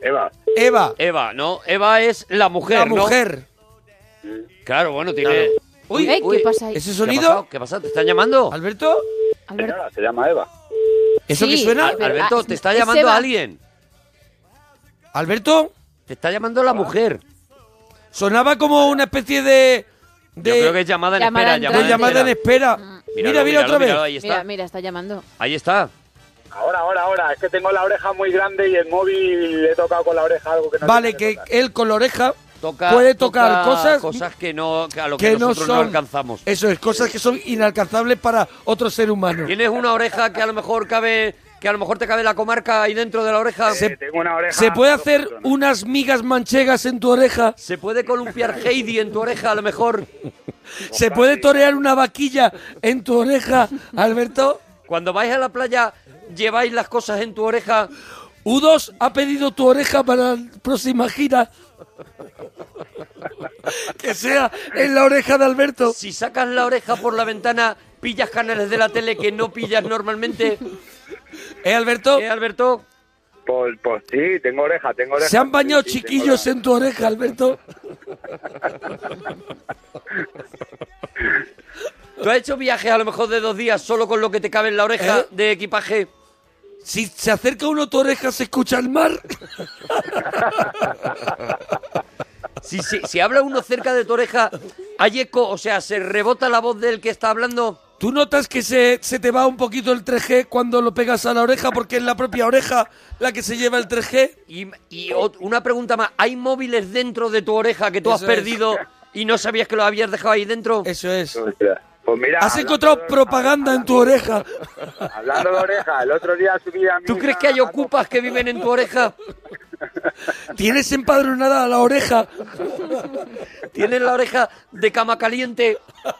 Speaker 13: Eva,
Speaker 1: Eva.
Speaker 3: Eva, no, Eva es la mujer,
Speaker 1: La
Speaker 3: ¿no?
Speaker 1: mujer.
Speaker 3: Claro, bueno, tiene.
Speaker 1: Uy,
Speaker 2: Ey, ¿Qué pasa ahí?
Speaker 1: ese
Speaker 3: ¿Qué ha pasado?
Speaker 1: sonido,
Speaker 3: ¿Qué pasa? ¿Te están llamando?
Speaker 1: Alberto,
Speaker 2: Alberto,
Speaker 13: señora, se llama Eva.
Speaker 1: ¿eso
Speaker 2: Sí,
Speaker 1: que suena?
Speaker 2: Al- pero-
Speaker 3: Alberto,
Speaker 2: ah,
Speaker 3: te está
Speaker 2: es
Speaker 3: llamando
Speaker 2: Eva.
Speaker 3: alguien.
Speaker 1: Alberto,
Speaker 3: Te está llamando la mujer.
Speaker 1: sonaba como una especie de de,
Speaker 3: Yo creo que es llamada en
Speaker 2: Llamada
Speaker 3: espera.
Speaker 2: en
Speaker 3: Llamada
Speaker 1: de llamada en
Speaker 3: espera.
Speaker 1: espera. Mira, mira
Speaker 3: Míralo, míralo,
Speaker 1: otra vez.
Speaker 3: míralo, ahí está.
Speaker 2: mira, mira, está llamando.
Speaker 3: Ahí está.
Speaker 13: Ahora, ahora, ahora. Es que tengo la oreja muy grande y el móvil le he tocado con la oreja algo que no
Speaker 1: vale,
Speaker 13: tenía
Speaker 1: que
Speaker 13: tocar.
Speaker 1: él con la oreja
Speaker 3: Toca-
Speaker 1: puede tocar
Speaker 3: toca
Speaker 1: cosas,
Speaker 3: que no que a lo que,
Speaker 1: que no
Speaker 3: nosotros no,
Speaker 1: son.
Speaker 3: alcanzamos.
Speaker 1: Eso es, cosas que son inalcanzables para otro ser humano.
Speaker 3: Tienes una oreja que a lo mejor cabe que a lo mejor te cabe la comarca ahí dentro de la oreja.
Speaker 13: Eh, tengo una oreja.
Speaker 1: ¿Se puede
Speaker 13: dos
Speaker 1: hacer
Speaker 13: personas.
Speaker 1: unas migas manchegas en tu oreja?
Speaker 3: Se puede columpiar Heidi en tu oreja a lo mejor.
Speaker 1: ¿Se puede torear una vaquilla en tu oreja, Alberto?
Speaker 3: Cuando vais a la playa lleváis las cosas en tu oreja.
Speaker 1: U2 ha pedido tu oreja para la próxima gira. Que sea en la oreja de Alberto.
Speaker 3: Si sacas la oreja por la ventana pillas canales de la tele que no pillas normalmente.
Speaker 1: ¿Eh, Alberto?
Speaker 3: ¿Eh, Alberto?
Speaker 13: Pues, pues sí, tengo oreja, tengo oreja.
Speaker 1: ¿Se han bañado
Speaker 13: Sí, sí, tengo
Speaker 1: chiquillos
Speaker 13: la-
Speaker 1: en tu oreja, Alberto?
Speaker 3: ¿Tú has hecho viajes a lo mejor de dos días solo con lo que te cabe en la oreja
Speaker 1: ¿Eh?
Speaker 3: de equipaje?
Speaker 1: Si se acerca uno a tu oreja, se escucha el mar.
Speaker 3: Si, si, si habla uno cerca de tu oreja, hay eco, o sea, se rebota la voz del que está hablando.
Speaker 1: ¿Tú notas que se, se te va un poquito el 3G cuando lo pegas a la oreja porque es la propia oreja la que se lleva el 3G?
Speaker 3: Y, y ot- una pregunta más, ¿hay móviles dentro de tu oreja que tú has
Speaker 1: Eso es.
Speaker 3: perdido y no sabías que lo habías dejado ahí dentro?
Speaker 1: Eso es.
Speaker 13: Pues mira,
Speaker 1: Has
Speaker 13: hablando
Speaker 1: encontrado propaganda en tu oreja.
Speaker 13: Hablando de oreja, el otro día subí a mi...
Speaker 3: ¿Tú crees que hay ocupas que viven en tu oreja?
Speaker 1: Tienes empadronada a la oreja.
Speaker 3: Tienes la oreja de cama caliente.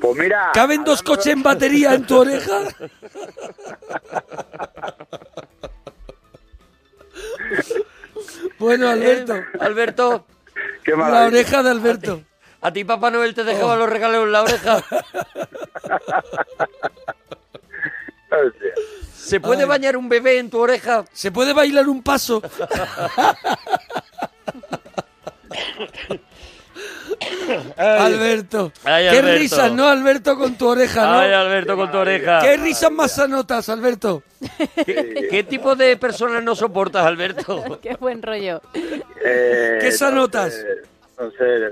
Speaker 13: Pues mira...
Speaker 1: ¿Caben dos
Speaker 13: hablando
Speaker 1: coches
Speaker 13: de-
Speaker 1: en batería en tu oreja? Bueno, Alberto.
Speaker 3: Eh, Alberto.
Speaker 13: Qué
Speaker 1: La oreja de Alberto. Oh.
Speaker 3: A ti Papá Noel te dejaba los regalos en la oreja. ¿Se puede
Speaker 1: Ay.
Speaker 3: bañar un bebé en tu oreja?
Speaker 1: ¿Se puede bailar un paso? Alberto.
Speaker 3: Ay,
Speaker 1: Qué
Speaker 3: Alberto.
Speaker 1: risas, ¿no, Alberto, con tu oreja, no?
Speaker 3: Ay, Alberto, con tu oreja.
Speaker 1: Qué risas más anotas, Alberto.
Speaker 3: ¿Qué, qué tipo de personas no soportas, Alberto?
Speaker 2: Qué buen rollo.
Speaker 13: Eh,
Speaker 1: ¿Qué se
Speaker 13: no
Speaker 1: anotas?
Speaker 13: sé, No sé, eh,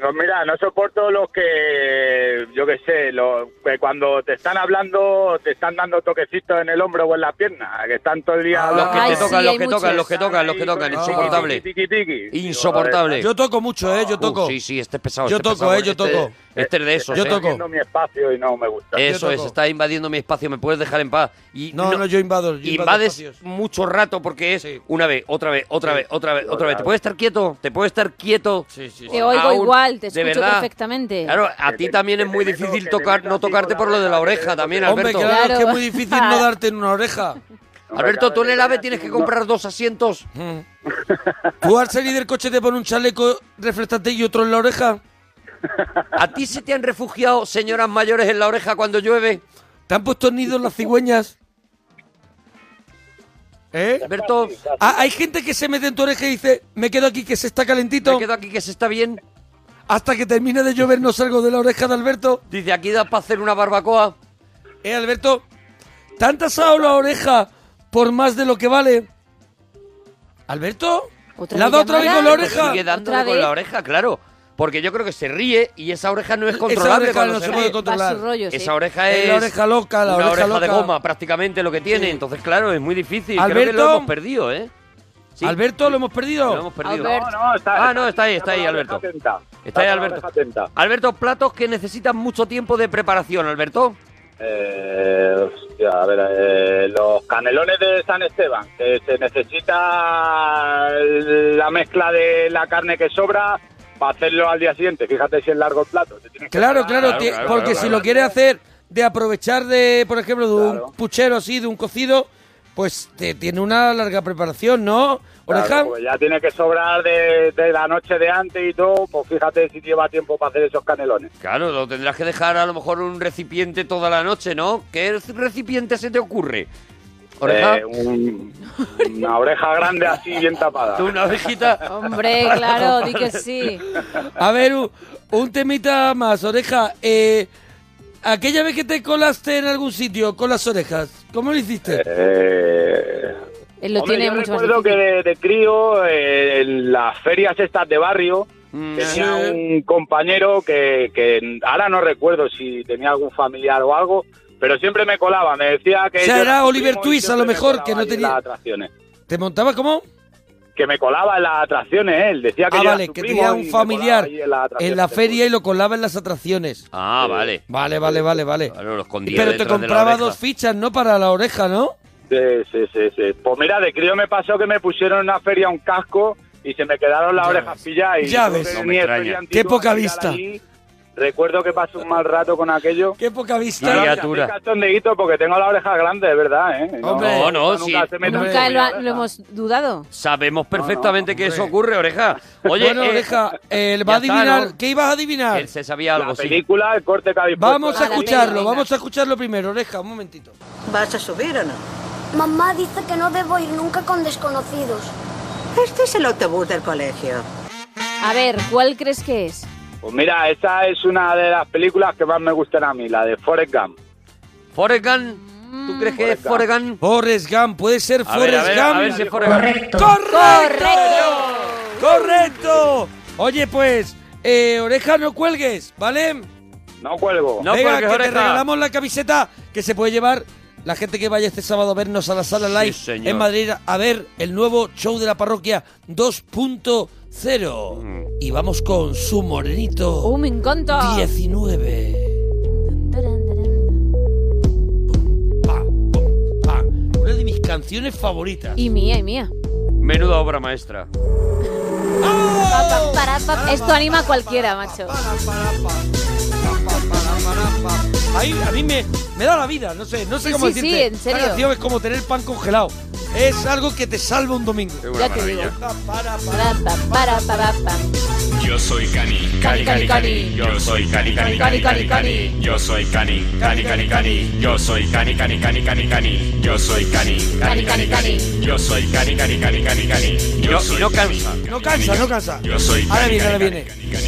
Speaker 13: no, mira, no soporto los que, yo qué sé, los que cuando te están hablando, te están dando toquecitos en el hombro o en la pierna, que están todo el día...
Speaker 3: Ah, Los que
Speaker 2: Ay,
Speaker 3: te
Speaker 2: sí,
Speaker 3: tocan,
Speaker 2: hay
Speaker 3: los que
Speaker 2: muchos.
Speaker 3: tocan, los que tocan, los que tocan.
Speaker 13: Ah.
Speaker 3: Insoportable.
Speaker 13: Tiki, tiki, tiki.
Speaker 3: Insoportable.
Speaker 1: Yo toco mucho, ¿eh? Yo toco.
Speaker 3: Uh, sí, sí, este es pesado.
Speaker 1: Yo
Speaker 3: este es
Speaker 1: toco,
Speaker 3: pesado,
Speaker 1: eh, yo
Speaker 3: este-
Speaker 1: toco.
Speaker 3: Este es de esos,
Speaker 1: Yo
Speaker 3: eh.
Speaker 1: toco.
Speaker 13: Haciendo mi espacio y no me gusta.
Speaker 3: Eso
Speaker 1: Yo
Speaker 3: es,
Speaker 1: toco.
Speaker 3: está invadiendo mi espacio, me puedes dejar en paz. Y
Speaker 1: No, no, yo invado. yo invado
Speaker 3: invades
Speaker 1: espacios.
Speaker 3: mucho rato porque es una vez, otra vez, otra
Speaker 1: Sí.
Speaker 3: vez, otra vez, otra vez. ¿Te puedes estar quieto? ¿Te puedes estar quieto?
Speaker 1: Sí, sí, sí.
Speaker 2: Te oigo
Speaker 3: Aún,
Speaker 2: igual, te
Speaker 3: de
Speaker 2: escucho
Speaker 3: verdad.
Speaker 2: perfectamente.
Speaker 3: Claro, a ti también es muy difícil tocar, no tocarte por lo de la oreja también,
Speaker 1: Hombre,
Speaker 3: Alberto.
Speaker 1: claro, es que es muy
Speaker 2: Claro.
Speaker 1: difícil no darte en una oreja.
Speaker 3: Alberto, tú en el AVE tienes que comprar dos asientos.
Speaker 1: Mm. ¿Tú al salir del coche te pones un chaleco reflectante y otro en la oreja?
Speaker 3: ¿A ti se te han refugiado señoras mayores en la oreja cuando llueve?
Speaker 1: ¿Te han puesto nidos las cigüeñas? ¿Eh?
Speaker 3: Alberto,
Speaker 1: Ah, hay gente que se mete en tu oreja y dice, me quedo aquí que se está calentito.
Speaker 3: me quedo aquí que se está bien.
Speaker 1: Hasta que termine de llover no salgo de la oreja de Alberto.
Speaker 3: Dice, aquí da para hacer una barbacoa.
Speaker 1: Eh, Alberto, ¿te han tasado la oreja por más de lo que vale? ¿Alberto?
Speaker 2: ¿Otra
Speaker 1: ¿Le has dado otra vez
Speaker 2: llamada?
Speaker 1: con la
Speaker 3: Pero
Speaker 1: oreja?
Speaker 3: Sigue dándole
Speaker 2: ¿Otra
Speaker 3: con
Speaker 2: vez?
Speaker 3: la oreja, claro. Porque yo creo que se ríe y esa oreja no es controlable
Speaker 1: oreja
Speaker 3: cuando
Speaker 1: no
Speaker 3: se
Speaker 1: se
Speaker 3: ríe.
Speaker 1: puede controlar.
Speaker 2: Va a su rollo, sí.
Speaker 3: Esa oreja
Speaker 1: Es
Speaker 3: es.
Speaker 1: la oreja loca, la
Speaker 3: una
Speaker 1: oreja
Speaker 3: de
Speaker 1: loca.
Speaker 3: goma, prácticamente lo que tiene. Entonces, claro, es muy difícil. Creo que
Speaker 1: Alberto.
Speaker 3: lo hemos perdido, ¿eh? Sí,
Speaker 1: ¿Alberto lo hemos perdido?
Speaker 3: Lo hemos perdido.
Speaker 2: Albert.
Speaker 13: no, está,
Speaker 3: Ah, no, está ahí, está ahí,
Speaker 13: con la
Speaker 3: Alberto.
Speaker 13: oreja atenta.
Speaker 3: Está
Speaker 13: con
Speaker 3: ahí,
Speaker 13: la
Speaker 3: Alberto.
Speaker 13: oreja atenta.
Speaker 3: Alberto, platos que necesitan mucho tiempo de preparación, Alberto.
Speaker 13: Eh, hostia, a ver, eh, los canelones de San Esteban, que se necesita la mezcla de la carne que sobra para hacerlo al día siguiente. Fíjate si es largo el plato. Te tienes que
Speaker 1: Claro,
Speaker 13: parar.
Speaker 1: claro,
Speaker 3: Claro,
Speaker 1: ti-
Speaker 3: claro,
Speaker 1: porque
Speaker 3: claro,
Speaker 1: si
Speaker 3: claro.
Speaker 1: lo quieres hacer de aprovechar de, por ejemplo, de
Speaker 13: Claro.
Speaker 1: un puchero así, de un cocido, pues te- tiene una larga preparación, ¿no?
Speaker 13: Claro, pues.
Speaker 1: Oreja,
Speaker 13: porque ya tiene que sobrar de, de la noche de antes y todo, pues fíjate si lleva tiempo para hacer esos canelones.
Speaker 3: Claro, lo tendrás que dejar a lo mejor un recipiente toda la noche, ¿no? ¿Qué recipiente se te ocurre? Oreja.
Speaker 13: Eh, un- una oreja grande así bien tapada.
Speaker 3: Tú, una orejita.
Speaker 2: Hombre, claro, di que sí.
Speaker 1: a ver, un, un temita más, oreja. Eh, aquella vez que te colaste en algún sitio con las orejas, ¿cómo lo hiciste?
Speaker 13: Eh,
Speaker 2: Él lo
Speaker 13: Hombre,
Speaker 2: tiene
Speaker 13: yo
Speaker 2: mucho más
Speaker 13: recuerdo que
Speaker 2: difícil.
Speaker 13: de, de crío, eh, en las ferias estas de barrio,
Speaker 1: Mm,
Speaker 13: tenía un compañero que, que ahora no recuerdo si tenía algún familiar o algo, pero siempre me colaba, me decía que...
Speaker 1: O sea,
Speaker 13: yo
Speaker 1: era
Speaker 13: su
Speaker 1: Oliver
Speaker 13: primo y
Speaker 1: Twist, a
Speaker 13: siempre
Speaker 1: lo
Speaker 13: me
Speaker 1: mejor, que
Speaker 13: colaba
Speaker 1: no
Speaker 13: ahí en
Speaker 1: tenía-
Speaker 13: las atracciones.
Speaker 1: ¿Te montaba cómo?
Speaker 13: Que me colaba en las atracciones ¿eh? él, decía que
Speaker 1: Ah,
Speaker 13: yo era
Speaker 1: vale,
Speaker 13: su
Speaker 1: que
Speaker 13: primo
Speaker 1: tenía
Speaker 13: y
Speaker 1: un
Speaker 13: me
Speaker 1: familiar
Speaker 13: colaba ahí en las
Speaker 1: en la
Speaker 13: atracciones.
Speaker 1: feria y lo colaba en las atracciones.
Speaker 3: Ah, vale.
Speaker 1: Vale, vale, vale, vale.
Speaker 3: Claro, lo escondía
Speaker 1: Pero te
Speaker 3: detrás de la
Speaker 1: compraba
Speaker 3: oreja.
Speaker 1: dos fichas, ¿no? Para la oreja, ¿no?
Speaker 13: Sí, sí, sí, sí. Pues mira, de crío me pasó que me pusieron en una feria un casco y se me quedaron las
Speaker 1: Ya
Speaker 13: orejas
Speaker 1: ves.
Speaker 13: pilladas. Y
Speaker 1: Ya
Speaker 13: tuve
Speaker 1: ves.
Speaker 13: que
Speaker 1: No
Speaker 3: me
Speaker 13: venir
Speaker 3: extraña.
Speaker 13: estudiantil
Speaker 1: Qué
Speaker 13: a
Speaker 1: poca
Speaker 13: mirar
Speaker 1: vista.
Speaker 13: allí. Recuerdo que pasé un mal rato con aquello.
Speaker 1: Qué poca vista.
Speaker 13: Claro,
Speaker 3: Criatura.
Speaker 13: me hacía cachondeíto porque tengo la oreja grande, es verdad, ¿eh?
Speaker 1: Hombre. No,
Speaker 3: no,
Speaker 13: nunca
Speaker 3: sí.
Speaker 13: se metan con
Speaker 2: Nunca
Speaker 13: mi
Speaker 2: lo, ha-
Speaker 13: oreja.
Speaker 2: lo hemos dudado.
Speaker 3: Sabemos perfectamente que eso ocurre, oreja. Oye,
Speaker 1: bueno,
Speaker 3: eh,
Speaker 1: oreja, eh, va a
Speaker 3: ya está,
Speaker 1: adivinar.
Speaker 3: ¿no?
Speaker 1: ¿Qué ibas a adivinar?
Speaker 3: él se sabía
Speaker 13: La
Speaker 3: algo, sí.
Speaker 13: película, el corte que habéis
Speaker 1: Vamos a
Speaker 2: Ah, la peli,
Speaker 1: escucharlo,
Speaker 2: venga.
Speaker 1: vamos a escucharlo primero, oreja, un momentito.
Speaker 7: ¿Vas a subir o no?
Speaker 6: Mamá dice que no debo ir nunca con desconocidos.
Speaker 7: Este es el autobús del colegio.
Speaker 2: A ver, ¿cuál crees que es?
Speaker 13: Pues mira, esa es una de las películas que más me gustan a mí, la de Forrest Gump.
Speaker 8: Forrest Gump. ¿Tú crees que es Forrest Gump?
Speaker 3: Forrest Gump, puede ser
Speaker 8: A ver, a
Speaker 3: Forrest
Speaker 8: ver,
Speaker 3: Gump.
Speaker 8: a ver si es Forrest Gump.
Speaker 3: Correcto. Correcto. Correcto. Oye, pues, eh, oreja, no cuelgues, ¿vale?
Speaker 13: No cuelgo.
Speaker 3: No Venga, que te regalamos la camiseta que se puede llevar la gente que vaya este sábado a vernos a la sala live
Speaker 8: señor.
Speaker 3: en Madrid a ver el nuevo show de la parroquia 2.0.
Speaker 8: Mm.
Speaker 3: Y vamos con su morenito
Speaker 2: ¡Uh, me encanta!
Speaker 3: 19. Pam, pum, pam. Una de mis canciones favoritas.
Speaker 2: Y mía, y mía.
Speaker 8: Menuda obra maestra.
Speaker 2: Pa, pa, para, pa. Esto anima a cualquiera, macho.
Speaker 3: Ahí, a mí me, me da la vida, no sé, no sé
Speaker 2: Sí,
Speaker 3: cómo
Speaker 2: sí,
Speaker 3: decirte.
Speaker 2: sí, en
Speaker 3: Esta
Speaker 2: serio.
Speaker 3: canción es como tener pan congelado. Es algo que te salva un domingo.
Speaker 2: Ya te digo. Para, pa, para, pa, pa, pa.
Speaker 30: Yo soy Cani,
Speaker 2: Cani, Cani, Cani.
Speaker 30: Yo soy Cani, Cani,
Speaker 2: Cani, Cani, Cani.
Speaker 30: Yo soy Cani, Cani, Cani, Cani. Yo soy Cani, Cani, Cani, Cani, Cani. Yo soy Cani, Cani, Cani, Cani. Yo soy Cani, Cani, Cani, Cani, Cani. Yo soy
Speaker 8: no cansa.
Speaker 3: No cansa, no cansa.
Speaker 30: Yo soy
Speaker 3: Ahora
Speaker 30: Cani,
Speaker 3: viene, ahora
Speaker 30: Cani,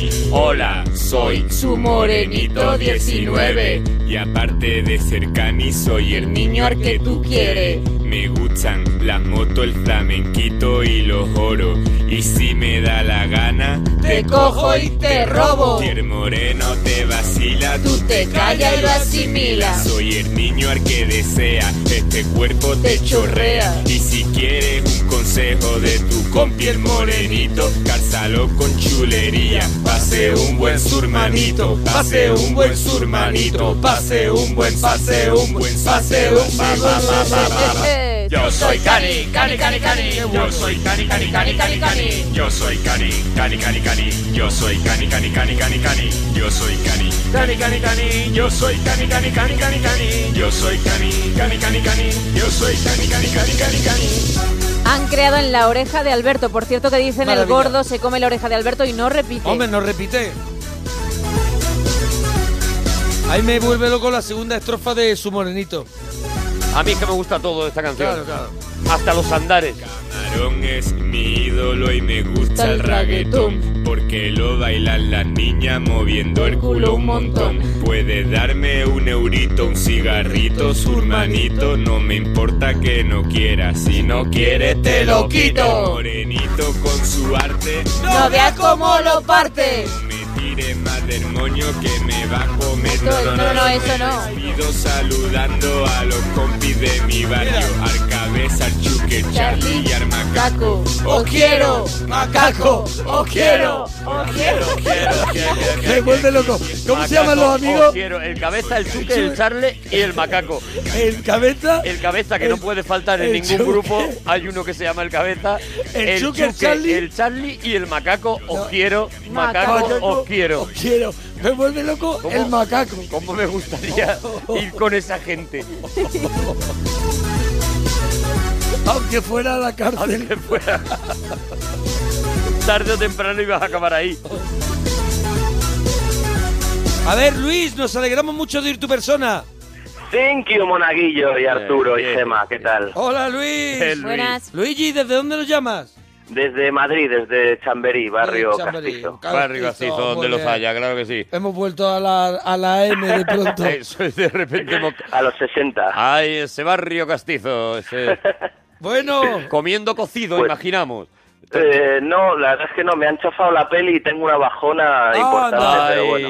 Speaker 3: viene.
Speaker 30: Hola, soy su morenito 19 y aparte de ser cani soy el niño al que tú quieres. Me gustan las motos, el flamenquito y los oros y si me da la gana
Speaker 1: Te cojo y te robo.
Speaker 30: Y el moreno te vacila,
Speaker 1: Tú te callas y lo asimilas.
Speaker 30: Soy el niño al que desea, este cuerpo te chorrea. Y si quieres un consejo de tu compi el morenito, cálzalo con chulería. Pase un buen surmanito, pase un buen surmanito, pase un buen, pase un buen, pase un pa, pa, pa, pa, pa, pa. Yo soy Cani, Cani, Cani, Cani. Yo soy Cani, Cani, Cani, Cani, Cani. Yo soy Cani, Cani, Cani, Cani. Yo soy Cani, Cani, Cani, Cani, Cani. Yo soy Cani, Cani, Cani, Cani. Yo soy Cani, Cani, Cani, Cani, Cani. Yo soy Cani, Cani, Cani, Cani. Yo soy Cani, Cani, Cani, Cani, Cani.
Speaker 2: Han creado en la oreja de Alberto. Por cierto que dicen el
Speaker 3: Maravilla.
Speaker 2: gordo se come la oreja de Alberto y no repite.
Speaker 3: Hombre, no repite. Ahí me vuelve loco la segunda estrofa de su morenito.
Speaker 8: A mí es que me gusta todo de esta canción.
Speaker 3: Claro, claro.
Speaker 8: Hasta los andares.
Speaker 30: Camarón es mi ídolo y me gusta el reggaetón Porque lo bailan las niñas moviendo el culo un montón Puede darme un eurito, un cigarrito, su hermanito No me importa que no quieras, si no quieres te lo quito Morenito con su arte
Speaker 1: No veas cómo lo
Speaker 2: parte.
Speaker 30: tire más del moño que me va a comer.
Speaker 2: No, no, no, eso no.
Speaker 30: Pido saludando a los compis de mi barrio. Al cabeza, al chuque, Charlie y al macaco.
Speaker 1: Os quiero, macaco, os quiero,
Speaker 30: os quiero, quiero, quiero.
Speaker 3: Me vuelve loco. ¿Cómo se llaman los
Speaker 8: Macaco,
Speaker 3: amigos?
Speaker 8: os quiero. El cabeza, el chuque, el charle y el macaco.
Speaker 3: El cabeza.
Speaker 8: El cabeza, que no puede faltar en
Speaker 3: el
Speaker 8: ningún
Speaker 3: Chuque.
Speaker 8: grupo. Hay uno que se llama el cabeza.
Speaker 3: El Chuque, el Charlie.
Speaker 8: el Charlie y el macaco. Os quiero, macaco,
Speaker 3: Macaco,
Speaker 8: os quiero.
Speaker 3: Quiero. Me vuelve loco el macaco.
Speaker 8: ¿Cómo me gustaría ir con esa gente?
Speaker 3: Aunque fuera a la cárcel.
Speaker 8: Aunque fuera. Tarde o temprano ibas a acabar ahí.
Speaker 3: A ver, Luis, nos alegramos mucho de ir tu persona.
Speaker 4: Thank you, Monaguillo y Arturo y Gema, ¿qué tal?
Speaker 3: Hola, Luis.
Speaker 4: Eh, Luis. Buenas.
Speaker 3: Luigi, ¿desde dónde nos llamas?
Speaker 4: Desde Madrid, desde Chamberí, barrio
Speaker 3: Desde Chamberí,
Speaker 4: Castizo.
Speaker 3: Barrio Castizo, Castizo, donde muy los bien. haya,
Speaker 8: claro que sí.
Speaker 3: Hemos vuelto a la, a la M de pronto.
Speaker 8: Eso es de repente.
Speaker 4: A los 60.
Speaker 8: Ay, ese barrio castizo. Ese...
Speaker 3: Bueno.
Speaker 8: Comiendo cocido,
Speaker 4: Pues-
Speaker 8: imaginamos.
Speaker 4: Eh, no, la verdad es que no, me han chafado la peli y tengo una bajona importante, pero bueno.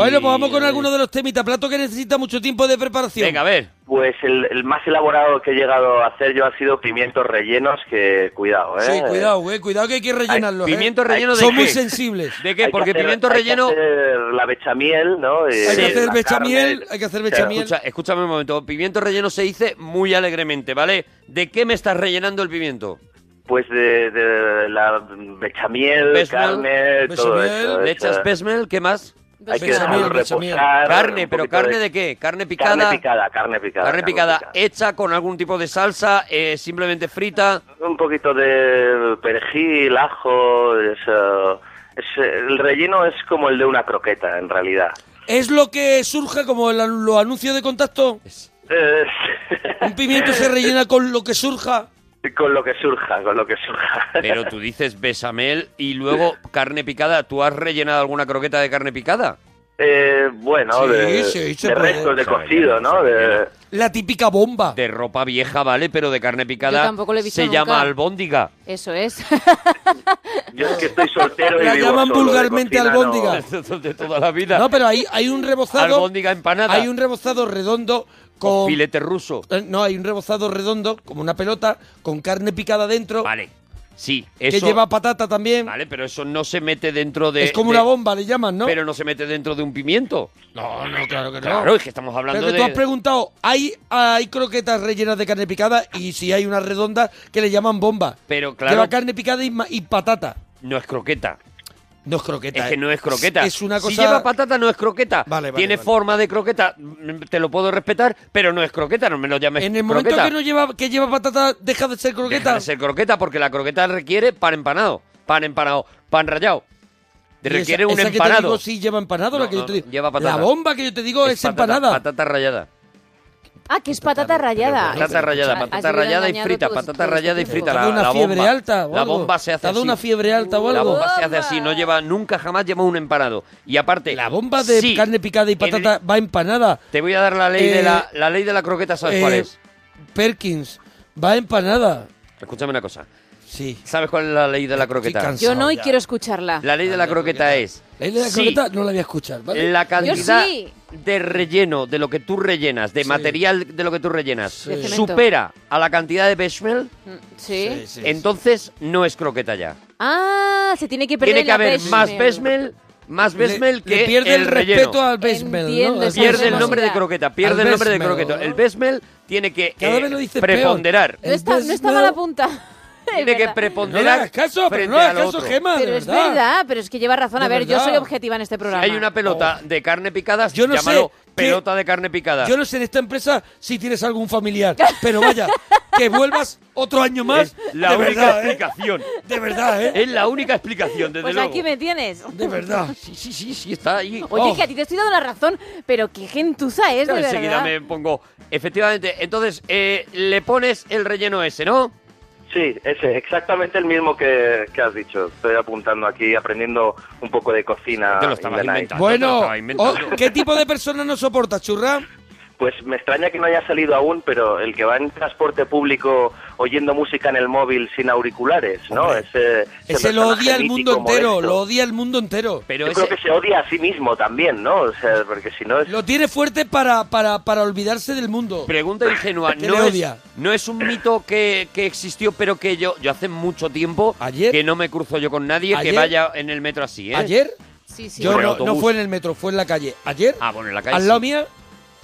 Speaker 3: Bueno, pues vamos con alguno de los temitas. Plato que necesita mucho tiempo de preparación. Venga,
Speaker 8: a ver.
Speaker 4: Pues el, el más elaborado que he llegado a hacer yo ha sido pimientos rellenos, que cuidado, ¿eh?
Speaker 3: Sí, cuidado, eh. Cuidado que hay que rellenarlo. eh.
Speaker 4: ¿pimiento relleno de
Speaker 3: Son
Speaker 4: qué?
Speaker 3: muy sensibles.
Speaker 8: ¿De
Speaker 4: Hay que hacer- hay que hacer la bechamiel, ¿no? Eh,
Speaker 3: Hay que hacer
Speaker 4: la
Speaker 3: bechamiel,
Speaker 4: carne.
Speaker 3: hay que hacer bechamiel.
Speaker 8: Escucha- escúchame un momento. Pimiento relleno se dice muy alegremente, ¿vale? ¿De qué me estás rellenando el pimiento?
Speaker 4: Pues de, de la bechamiel, carne, todo eso.
Speaker 8: ¿Le
Speaker 4: eso. eh.
Speaker 8: echas pesmel? ¿Qué más?
Speaker 4: Hay que dejarlo reposar.
Speaker 8: Carne,
Speaker 4: un
Speaker 8: pero
Speaker 4: poquito
Speaker 8: ¿carne de qué? ¿Carne picada?
Speaker 4: Carne picada, carne picada.
Speaker 8: Carne picada, hecha con algún tipo de salsa, eh, simplemente frita.
Speaker 4: Un poquito de perejil, ajo, eso. Es- el relleno es como el de una croqueta, en realidad.
Speaker 3: ¿Es lo que surge como el- los anuncios de contacto?
Speaker 4: Eh,
Speaker 3: Un pimiento se rellena con lo que surja.
Speaker 4: con lo que surja, con lo que surja.
Speaker 8: Pero tú dices besamel y luego carne picada. ¿Tú has rellenado alguna croqueta de carne picada? Eh, bueno,
Speaker 3: Sí,
Speaker 8: de,
Speaker 3: sí, se
Speaker 8: de
Speaker 3: puede.
Speaker 8: restos de
Speaker 3: Se baila,
Speaker 8: cocido, ¿no? De,
Speaker 1: La típica bomba.
Speaker 3: De ropa vieja, ¿vale? Pero de carne picada.
Speaker 2: Yo tampoco lo he visto
Speaker 3: se
Speaker 2: nunca.
Speaker 3: llama albóndiga.
Speaker 2: Eso es.
Speaker 8: yo es que estoy soltero y
Speaker 1: La
Speaker 8: vivo
Speaker 1: llaman
Speaker 8: solo, de
Speaker 1: vulgarmente
Speaker 8: cocina,
Speaker 1: albóndiga.
Speaker 8: no.
Speaker 3: de toda la vida.
Speaker 1: No, pero hay, hay un rebozado.
Speaker 3: Albóndiga empanada.
Speaker 1: Hay un rebozado redondo con.
Speaker 3: Filete ruso.
Speaker 1: Eh, No, hay un rebozado redondo, como una pelota, con carne picada dentro. Vale.
Speaker 3: Sí,
Speaker 1: Que
Speaker 3: eso-
Speaker 1: lleva patata también.
Speaker 3: Vale, pero eso no se mete dentro de.
Speaker 1: es como
Speaker 3: de-
Speaker 1: una bomba, le llaman, ¿no?
Speaker 3: Pero no se mete dentro de un pimiento.
Speaker 1: No, no, claro que no.
Speaker 3: Claro, es que estamos hablando
Speaker 1: Pero que
Speaker 3: de.
Speaker 1: tú has preguntado, ¿hay, hay croquetas rellenas de carne picada y si hay una redonda que le llaman bomba.
Speaker 3: Pero claro.
Speaker 1: Lleva carne picada y, ma- y patata.
Speaker 3: No es croqueta.
Speaker 1: No es croqueta.
Speaker 3: Es que
Speaker 1: eh.
Speaker 3: no es croqueta.
Speaker 1: Es una cosa.
Speaker 3: Si lleva patata, no es croqueta. Tiene
Speaker 1: vale.
Speaker 3: forma de croqueta, mm, te lo puedo respetar, pero no es croqueta, no me lo llames
Speaker 1: en el momento
Speaker 3: croqueta.
Speaker 1: que no lleva que lleva patata, deja de ser croqueta.
Speaker 3: Deja de ser croqueta, porque la croqueta requiere pan empanado, pan empanado, pan rayado.
Speaker 1: Y esa-
Speaker 3: Requiere un
Speaker 1: esa Que te digo,
Speaker 3: empanado.
Speaker 1: sí, lleva empanado. la,
Speaker 3: No,
Speaker 1: que yo
Speaker 3: no,
Speaker 1: te digo.
Speaker 3: lleva patata.
Speaker 1: la bomba que yo te digo es,
Speaker 3: patata-
Speaker 1: empanada.
Speaker 3: Patata rayada.
Speaker 2: Ah, que es patata rayada.
Speaker 3: Patata rayada,
Speaker 2: Has
Speaker 3: patata
Speaker 2: vivido
Speaker 3: rayada y
Speaker 2: engañado
Speaker 3: frita,
Speaker 2: tus-
Speaker 3: patata
Speaker 2: tus
Speaker 3: rayada y
Speaker 2: tiempos.
Speaker 3: frita.
Speaker 1: Te ha
Speaker 3: La,
Speaker 1: dado una
Speaker 3: la
Speaker 1: fiebre
Speaker 3: bomba.
Speaker 1: alta o
Speaker 3: La
Speaker 1: algo.
Speaker 3: bomba se hace
Speaker 1: Te ha dado
Speaker 3: así.
Speaker 1: una fiebre alta o
Speaker 3: La
Speaker 1: algo.
Speaker 3: bomba se hace así, no lleva, nunca jamás lleva una empanado. Y aparte. La
Speaker 1: bomba de carne picada y patata va empanada.
Speaker 3: Te voy a dar la ley
Speaker 1: Eh,
Speaker 3: de la, la ley de la croqueta, ¿sabes
Speaker 1: eh,
Speaker 3: cuál es?
Speaker 1: Perkins, va empanada.
Speaker 3: Escúchame una cosa.
Speaker 1: Sí.
Speaker 3: ¿Sabes cuál es la ley de la croqueta?
Speaker 2: Yo no y quiero escucharla.
Speaker 3: La ley de la croqueta es.
Speaker 1: La isla de la
Speaker 3: sí,
Speaker 1: croqueta no la voy a escuchar, ¿vale?
Speaker 3: La cantidad
Speaker 2: sí.
Speaker 3: de relleno de lo que tú rellenas, de material de lo que tú rellenas,
Speaker 2: De cemento.
Speaker 3: supera a la cantidad de bechamel,
Speaker 2: Sí.
Speaker 3: ¿Eh? entonces no es croqueta ya.
Speaker 2: Ah, se tiene que perder
Speaker 3: Tiene
Speaker 2: en
Speaker 3: que
Speaker 2: la
Speaker 3: haber más
Speaker 2: bechamel.
Speaker 3: bechamel, más
Speaker 1: Le-
Speaker 3: bechamel que
Speaker 1: le pierde el,
Speaker 3: relleno.
Speaker 1: respeto al Besmel,
Speaker 2: Entiendo
Speaker 1: ¿no?
Speaker 2: esa
Speaker 3: Pierde el nombre de croqueta, pierde
Speaker 1: Al
Speaker 3: el nombre de
Speaker 1: bechamel,
Speaker 3: croqueta.
Speaker 1: ¿no?
Speaker 3: El bechamel tiene que
Speaker 1: Cada
Speaker 3: eh,
Speaker 1: vez lo dices peor.
Speaker 3: preponderar.
Speaker 2: No está, no está mala punta. Es
Speaker 3: Tiene que
Speaker 2: verdad.
Speaker 1: No le
Speaker 3: preponderar.
Speaker 1: hagas caso, pero
Speaker 3: frente
Speaker 1: no le hagas
Speaker 3: al
Speaker 1: caso,
Speaker 3: otro.
Speaker 1: Gema, Ah, de
Speaker 2: Pero es
Speaker 1: verdad.
Speaker 2: verdad, pero es que lleva razón. A
Speaker 1: De
Speaker 2: ver, yo
Speaker 1: verdad.
Speaker 2: soy objetiva en este programa.
Speaker 3: Hay una pelota de carne picada,
Speaker 1: Oh. Yo no sé
Speaker 3: llámalo
Speaker 1: qué-
Speaker 3: pelota de carne picada.
Speaker 1: Yo no sé en esta empresa si tienes algún familiar, pero vaya, que vuelvas otro año más.
Speaker 3: Es la
Speaker 1: de
Speaker 3: única
Speaker 1: verdad, ¿eh?
Speaker 3: explicación.
Speaker 1: De verdad, ¿eh?
Speaker 3: Es la única explicación, desde
Speaker 2: Pues
Speaker 3: luego.
Speaker 2: aquí me tienes.
Speaker 1: De verdad.
Speaker 3: Sí, sí, sí, sí, está ahí.
Speaker 2: Oye,
Speaker 3: Oh.
Speaker 2: que a ti te estoy dando la razón, pero qué gentuza es, de
Speaker 3: Yo enseguida
Speaker 2: verdad.
Speaker 3: me pongo. Efectivamente, entonces eh, le pones el relleno ese, ¿no?
Speaker 8: Sí, ese, exactamente el mismo que, que has dicho. Estoy apuntando aquí, aprendiendo un poco de cocina.
Speaker 1: Ah,
Speaker 3: Te lo estabas
Speaker 8: in the night.
Speaker 3: inventando.
Speaker 1: Bueno,
Speaker 3: Estaba inventando.
Speaker 1: oh, ¿qué tipo de personas no soportas, churra?
Speaker 8: Pues me extraña que no haya salido aún, pero el que va en transporte público oyendo música en el móvil sin auriculares, ¿no? Ese, ese
Speaker 1: Ese lo
Speaker 8: personaje
Speaker 1: odia el mundo
Speaker 8: mítico,
Speaker 1: entero,
Speaker 8: modesto.
Speaker 1: lo odia el mundo entero.
Speaker 3: Pero
Speaker 8: Yo creo que se odia a sí mismo también, ¿no? O sea, porque si no es...
Speaker 1: Lo tiene fuerte para, para, para olvidarse del mundo.
Speaker 3: Pregunta ingenua.
Speaker 1: Que
Speaker 3: No
Speaker 1: le
Speaker 3: es,
Speaker 1: odia.
Speaker 3: no es un mito que, que existió, pero que yo, yo hace mucho tiempo que no me cruzo yo con nadie
Speaker 1: Ayer.
Speaker 3: que vaya en el metro así, ¿eh?
Speaker 1: Ayer,
Speaker 2: Sí, sí.
Speaker 1: yo
Speaker 3: Por el
Speaker 1: no, no
Speaker 3: autobús.
Speaker 1: fue en el metro, fue en la calle. Ayer,
Speaker 3: Ah, bueno, en la calle.
Speaker 1: al lado
Speaker 3: sí.
Speaker 1: mía,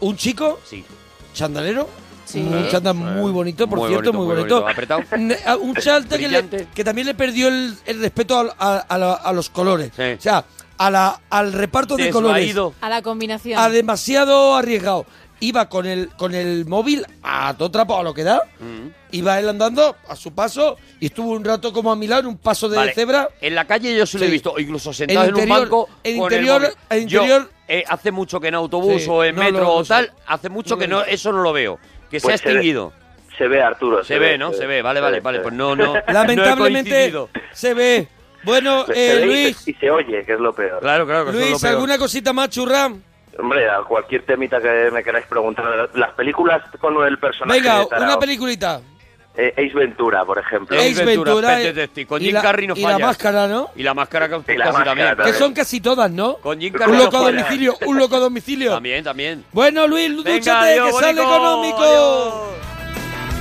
Speaker 1: un chico,
Speaker 3: Sí. Eh,
Speaker 1: chandalero,
Speaker 2: Sí.
Speaker 1: un chándal muy bonito, por
Speaker 3: Muy
Speaker 1: cierto,
Speaker 3: bonito,
Speaker 1: muy
Speaker 3: muy
Speaker 1: bonito.
Speaker 3: bonito. Apretado.
Speaker 1: Ne- a- Un chándal que, le-
Speaker 3: Brillante.
Speaker 1: que también le perdió el, el respeto a, a- a la- a los colores. O sea, a la, al reparto de colores. Ah,
Speaker 3: Desvaído.
Speaker 2: A la combinación.
Speaker 1: a demasiado arriesgado. Iba con el, con el móvil a todo trapo, a lo que da.
Speaker 3: Mm.
Speaker 1: Iba él andando a su paso y estuvo un rato como a mi lado en un paso de
Speaker 3: Vale.
Speaker 1: cebra.
Speaker 3: En la calle yo se lo he
Speaker 1: Sí.
Speaker 3: visto, o incluso sentado
Speaker 1: El
Speaker 3: en un
Speaker 1: interior-
Speaker 3: banco.
Speaker 1: el
Speaker 3: con
Speaker 1: interior-
Speaker 3: móvil.
Speaker 1: el
Speaker 3: Yo,
Speaker 1: interior-
Speaker 3: eh, hace mucho que en autobús
Speaker 1: Sí,
Speaker 3: o en
Speaker 1: no
Speaker 3: metro
Speaker 1: lo-
Speaker 3: o
Speaker 1: no sé.
Speaker 3: tal, hace mucho
Speaker 1: No
Speaker 3: que
Speaker 1: lo
Speaker 3: no, eso no lo veo. Que se ha
Speaker 8: Pues se ve-
Speaker 3: extinguido.
Speaker 8: Se ve, Arturo.
Speaker 3: Se, ve, ¿no? Se ve, vale,
Speaker 8: se
Speaker 3: vale,
Speaker 8: ve,
Speaker 3: vale.
Speaker 8: se
Speaker 3: Pues
Speaker 8: ve.
Speaker 3: no, no. no he
Speaker 1: Lamentablemente
Speaker 3: coincidido.
Speaker 1: se ve. Bueno,
Speaker 8: Se
Speaker 1: eh,
Speaker 8: ve y se-
Speaker 1: Luis,
Speaker 8: Y se oye, que es lo peor.
Speaker 3: Claro, claro, que eso es lo
Speaker 1: Luis,
Speaker 3: peor.
Speaker 1: ¿alguna cosita más, churra?
Speaker 8: Hombre, a cualquier temita que me queráis preguntar. Las películas con el personaje
Speaker 1: Venga,
Speaker 8: de Tarao.
Speaker 1: una peliculita.
Speaker 8: Eh, Ace Ventura, por ejemplo.
Speaker 1: Ace Ventura.
Speaker 3: Pet
Speaker 1: eh,
Speaker 3: Detective, con
Speaker 1: y
Speaker 3: Jim
Speaker 1: la-
Speaker 3: Carrey no
Speaker 1: y la
Speaker 3: fallas.
Speaker 1: máscara, ¿no?
Speaker 3: Y la máscara que
Speaker 8: Y la
Speaker 3: casi
Speaker 8: máscara
Speaker 3: también.
Speaker 8: también.
Speaker 1: Que son casi todas, ¿no?
Speaker 3: Con Jim Carrey
Speaker 1: Un
Speaker 3: no
Speaker 1: loco a
Speaker 3: fallas.
Speaker 1: domicilio, un loco a domicilio.
Speaker 3: También, también.
Speaker 1: Bueno, Luis,
Speaker 3: Venga,
Speaker 1: dúchate,
Speaker 3: adiós,
Speaker 1: que sale
Speaker 3: bonito,
Speaker 1: económico.
Speaker 3: adiós.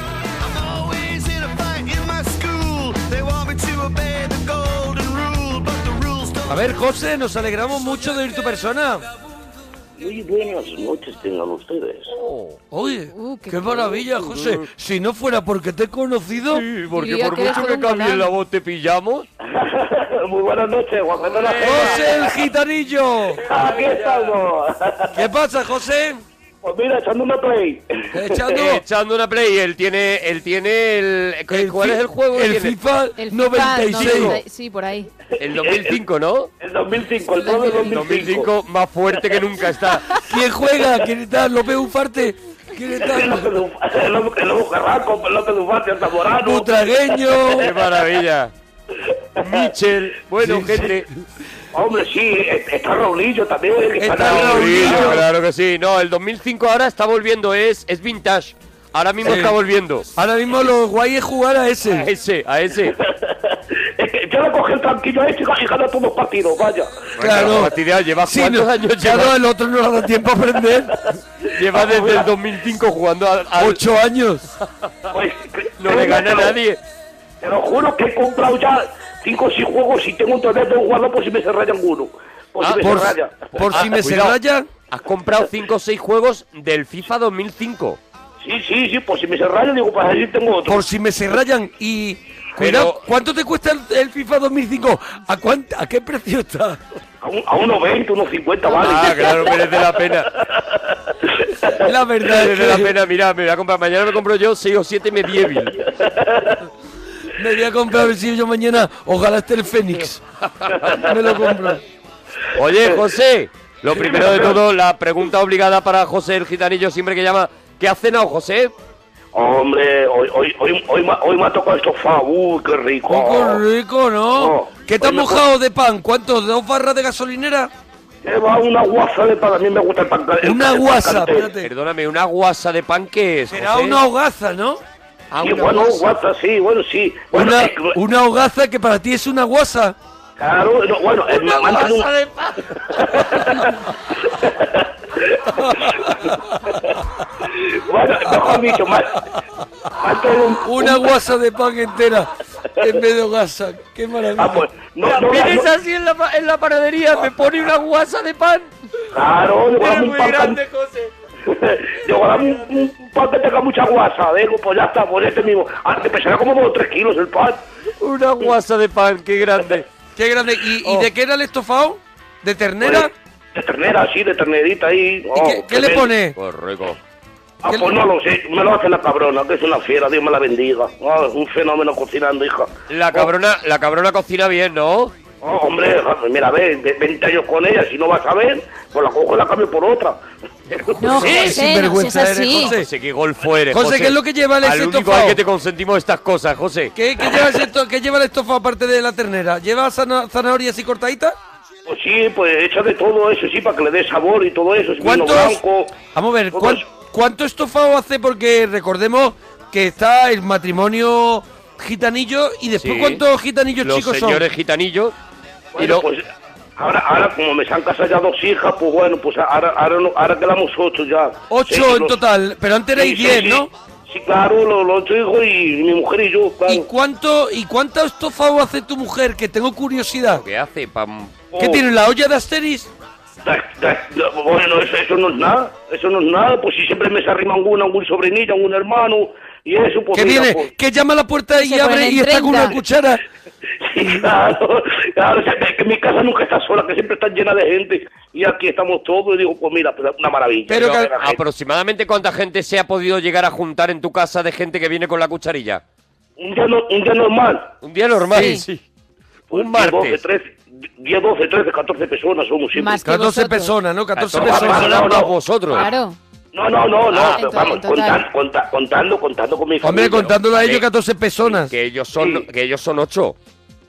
Speaker 31: always in a fight in my school. They want me to obey the golden rule, but the rules don't.
Speaker 1: A ver, José, nos alegramos mucho de oír tu persona.
Speaker 4: Muy buenas noches tengan ustedes.
Speaker 3: Oh.
Speaker 1: Oye,
Speaker 4: Uh,
Speaker 1: qué, maravilla, José. Si no fuera porque te he conocido... Sí,
Speaker 4: porque Diría por que eres mucho que un cambie galán. la
Speaker 3: voz te pillamos.
Speaker 4: Muy buenas noches, Juan Fernando
Speaker 1: José el gitanillo.
Speaker 4: Aquí estamos.
Speaker 1: ¿Qué pasa, José?
Speaker 4: Pues mira, echando una play.
Speaker 1: Echando-
Speaker 3: Eh, Echando una play, él tiene, él tiene el, ¿cuál es el juego? que tiene?
Speaker 2: El FIFA 90, sí, por ahí.
Speaker 3: El 2005, ¿no?
Speaker 4: El 2005, el todo del 2005.
Speaker 3: 2005 más fuerte que nunca está.
Speaker 1: ¿Quién juega? ¿Quién está? ¿López Ufarte? ¿Quién
Speaker 4: El
Speaker 1: está?
Speaker 4: López Duf- el López- el López Carrasco, el López Dufante, el Zamorano.
Speaker 1: Butragueño.
Speaker 3: Qué maravilla. Michel, bueno, gente.
Speaker 4: Hombre, sí, eh, está Raulillo también. que Está,
Speaker 3: Raulillo, claro que sí. No, el 2005 ahora está volviendo, es, es vintage. Ahora mismo
Speaker 1: Sí.
Speaker 3: está volviendo.
Speaker 1: Ahora mismo lo guay es jugar a ese. A
Speaker 3: ese, a ese.
Speaker 4: Yo le cogí el tranquillo a este y ganó todos los partidos, vaya.
Speaker 1: Claro.
Speaker 3: Martínez, lleva
Speaker 1: Sí,
Speaker 3: cuántos
Speaker 1: no,
Speaker 3: años
Speaker 1: ya
Speaker 3: lleva?
Speaker 1: no, el otro no le da tiempo a aprender.
Speaker 3: Lleva desde el 2005 jugando al... al-
Speaker 1: Ocho años.
Speaker 3: No le gana nadie.
Speaker 4: Te lo juro que he comprado ya 5 o 6 juegos y tengo un torneo de jugador por si me se raya alguno. Por
Speaker 1: Ah,
Speaker 4: si me se raya.
Speaker 3: Ah, cuidado. Has comprado 5 o 6 juegos del FIFA 2005.
Speaker 4: Sí, sí, sí, por si me se rayan, digo, para ahí tengo otro.
Speaker 1: Por si me se rayan y... Cuidado, ¿cuánto te cuesta el- el FIFA 2005? ¿A, cuán- ¿A qué precio está?
Speaker 4: A, un, a unos 20, unos 50 vale.
Speaker 3: Ah, claro, merece la pena.
Speaker 1: La verdad
Speaker 3: merece la pena. Mira, me voy a comprar. Mañana me compro yo 6 o 7 medieval.
Speaker 1: Me voy a comprar, a ver si yo mañana ojalá esté el Fénix. Me lo compro.
Speaker 3: Oye, José, lo primero de todo, la pregunta obligada para José el Gitanillo siempre que llama. ¿Qué ha cenado, José?
Speaker 4: Hombre, hoy, hoy, hoy, hoy, me- hoy me ha tocado esto uy, qué rico.
Speaker 1: Oh, Qué rico, ¿no? ¿Qué te has
Speaker 4: Hoy me-
Speaker 1: mojado de pan? ¿Cuántos? ¿Dos barras de gasolinera?
Speaker 4: Lleva Ah, una guasa de pan, a mí me gusta el pan. el-
Speaker 1: Una
Speaker 4: el pan
Speaker 1: guasa,
Speaker 4: caliente.
Speaker 1: espérate.
Speaker 3: Perdóname, ¿una guasa de pan qué es?
Speaker 1: Será
Speaker 3: José?
Speaker 1: una hogaza, ¿no?
Speaker 3: Ah,
Speaker 4: Sí,
Speaker 3: una
Speaker 4: bueno,
Speaker 3: guasa.
Speaker 4: guasa, sí, bueno, sí. Bueno,
Speaker 1: Una,
Speaker 4: eh,
Speaker 1: una hogaza que para ti es una guasa.
Speaker 4: Claro, no, bueno, eh,
Speaker 1: Una
Speaker 4: me han dado un-
Speaker 1: guasa de pan.
Speaker 4: bueno, mejor dicho, más.
Speaker 1: Una guasa de pan entera en vez de hogaza. Qué maravilla.
Speaker 4: Ah, pues, no, no,
Speaker 3: Vienes
Speaker 4: no.
Speaker 3: así en la, pa- en la panadería, me pone una guasa de pan.
Speaker 4: Claro, le voy a dar
Speaker 3: Eres
Speaker 4: un
Speaker 3: muy
Speaker 4: pan con-
Speaker 3: grande, José.
Speaker 4: Digo, dame un, un- un pan que tenga mucha guasa, digo, pues ya está, por este mismo. Antes pesará como 2 o 3 kilos el pan.
Speaker 3: Una guasa de pan, qué grande.
Speaker 1: Qué grande. ¿Y, y de qué era el estofado? ¿De ternera?
Speaker 4: Oh. Pues, De ternera, sí, de ternerita ahí. Oh,
Speaker 1: ¿Y qué, qué le pone?
Speaker 3: Correcto.
Speaker 4: Ah,
Speaker 1: ¿Qué
Speaker 4: pues
Speaker 1: le-
Speaker 4: no lo sé, me lo hace la cabrona, que es una fiera, Dios me la bendiga. Ah, es un fenómeno cocinando, hija.
Speaker 3: La cabrona, la cabrona cocina bien, ¿no?
Speaker 4: Oh, hombre, mira, ve, ve- 20 años con ella, si no vas a ver, pues la cojo y la cambio por otra.
Speaker 2: No, José, no
Speaker 1: sinvergüenza
Speaker 2: seas así.
Speaker 1: eres, José.
Speaker 3: José, qué golfo eres.
Speaker 1: José, ¿qué es lo que lleva el
Speaker 3: Al
Speaker 1: éxito,
Speaker 3: único
Speaker 1: Fao?
Speaker 3: al que te consentimos estas cosas, José.
Speaker 1: ¿Qué, qué lleva, el esto- qué lleva el estofado aparte de la ternera? ¿Lleva zana- zanahorias y cortaditas?
Speaker 4: Pues sí, pues echa de todo eso, sí, para que le dé sabor y todo eso. es vino
Speaker 1: ¿Cuántos?
Speaker 4: blanco. Pues-
Speaker 1: Vamos a ver, ¿cuán- ¿cuánto estofado hace? Porque recordemos que está el matrimonio gitanillo y después
Speaker 3: Sí.
Speaker 1: cuántos gitanillos
Speaker 3: Los
Speaker 1: chicos
Speaker 3: señores
Speaker 1: son.
Speaker 3: gitanillos.
Speaker 4: Bueno, pues ahora, ahora como me se han casado ya dos hijas, pues bueno, pues ahora, ahora, no- ahora quedamos ocho ya.
Speaker 1: Ocho
Speaker 4: Sí,
Speaker 1: en
Speaker 4: los-
Speaker 1: total, pero antes erais
Speaker 4: sí,
Speaker 1: diez,
Speaker 4: sí,
Speaker 1: ¿no?
Speaker 4: Sí, claro, los, los ocho hijos y mi mujer y yo, claro.
Speaker 1: ¿Y cuánto, ¿Y cuánto estofado hace tu mujer? Que tengo curiosidad.
Speaker 3: ¿Qué hace? Pam.
Speaker 1: ¿Qué
Speaker 4: Oh.
Speaker 1: tiene, la olla de Asteris?
Speaker 4: Bueno, eso, eso no es nada, eso no es nada, pues si siempre me se arrima alguna, algún sobrinito, algún hermano, y eso, pues
Speaker 1: Que
Speaker 4: mira,
Speaker 1: viene,
Speaker 4: pues-
Speaker 1: que llama a la puerta y
Speaker 2: se
Speaker 1: abre
Speaker 2: ponen
Speaker 1: y está con una
Speaker 2: 30.
Speaker 1: cuchara.
Speaker 4: Sí, claro, claro, que- que mi casa nunca está sola, que siempre está llena de gente, y aquí estamos todos, y digo, pues mira, pues una maravilla.
Speaker 3: Pero
Speaker 4: Mira, mira, gente.
Speaker 3: aproximadamente cuánta gente se ha podido llegar a juntar en tu casa de gente que viene con la cucharilla.
Speaker 4: un, día no- un día normal,
Speaker 3: Un día normal.
Speaker 2: Sí.
Speaker 4: pues,
Speaker 3: Un
Speaker 4: 10, 12,
Speaker 3: martes.
Speaker 4: 13, 10, 12, 13, 14 personas somos siempre.
Speaker 2: Más que
Speaker 1: 14
Speaker 2: vosotros.
Speaker 1: personas, ¿no? 14
Speaker 3: 14
Speaker 1: personas.
Speaker 3: personas
Speaker 4: no,
Speaker 3: más
Speaker 4: no.
Speaker 3: vosotros.
Speaker 2: Claro.
Speaker 4: No, no, no, no,
Speaker 3: Ah,
Speaker 4: pero
Speaker 2: en to-
Speaker 4: vamos,
Speaker 2: en total.
Speaker 4: contan- conta- contando, contando con mi familia.
Speaker 1: Hombre, contándolo a
Speaker 3: Sí.
Speaker 1: ellos 14 personas.
Speaker 3: Que ellos son,
Speaker 4: Sí.
Speaker 3: que ellos son ocho.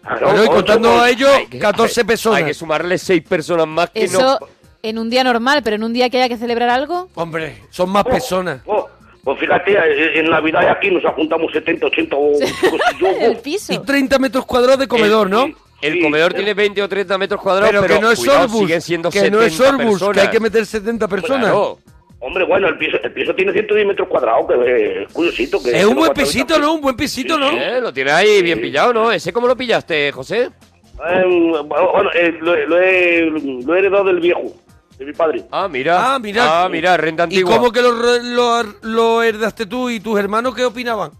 Speaker 4: Claro,
Speaker 1: Pero y
Speaker 4: ocho,
Speaker 1: contando
Speaker 4: ocho.
Speaker 1: a ellos
Speaker 3: que-
Speaker 1: 14
Speaker 3: Hay que
Speaker 1: personas.
Speaker 3: sumarle seis personas más que
Speaker 2: Eso
Speaker 3: no.
Speaker 2: en un día normal, pero en un día que haya que celebrar algo.
Speaker 1: Hombre, son más personas.
Speaker 4: Oh, pues fíjate, eh, en Navidad aquí nos juntamos 70, 80 o chicos y yo.
Speaker 2: El
Speaker 4: oh.
Speaker 1: Y
Speaker 2: piso.
Speaker 1: 30 metros cuadrados de comedor, ¿no?
Speaker 3: El
Speaker 4: Sí.
Speaker 3: comedor tiene 20 o 30 metros cuadrados,
Speaker 1: pero,
Speaker 3: pero,
Speaker 1: que no es
Speaker 3: cuidado,
Speaker 1: Sorbus.
Speaker 3: siguen siendo
Speaker 1: Que no es
Speaker 3: 70
Speaker 1: Sorbus, que hay
Speaker 3: personas.
Speaker 1: que meter 70 personas.
Speaker 3: Claro.
Speaker 4: Hombre, bueno, el piso, el piso tiene 110 metros cuadrados, que es curiosito. Que
Speaker 1: Es un
Speaker 4: que
Speaker 1: buen
Speaker 4: no pasa
Speaker 1: pisito,
Speaker 4: nada.
Speaker 1: ¿no? Un buen pisito, ¿no?
Speaker 3: Eh, Lo tienes ahí bien pillado, ¿no? ¿Ese cómo lo pillaste, José?
Speaker 4: Eh, bueno, eh, lo, lo he, lo he heredado del viejo, de mi padre.
Speaker 3: Ah, mira.
Speaker 1: Ah, mira.
Speaker 3: Ah, mira,
Speaker 1: ¿Y
Speaker 3: renta antigua.
Speaker 1: cómo que lo, re- lo, lo heredaste tú y tus hermanos qué opinaban?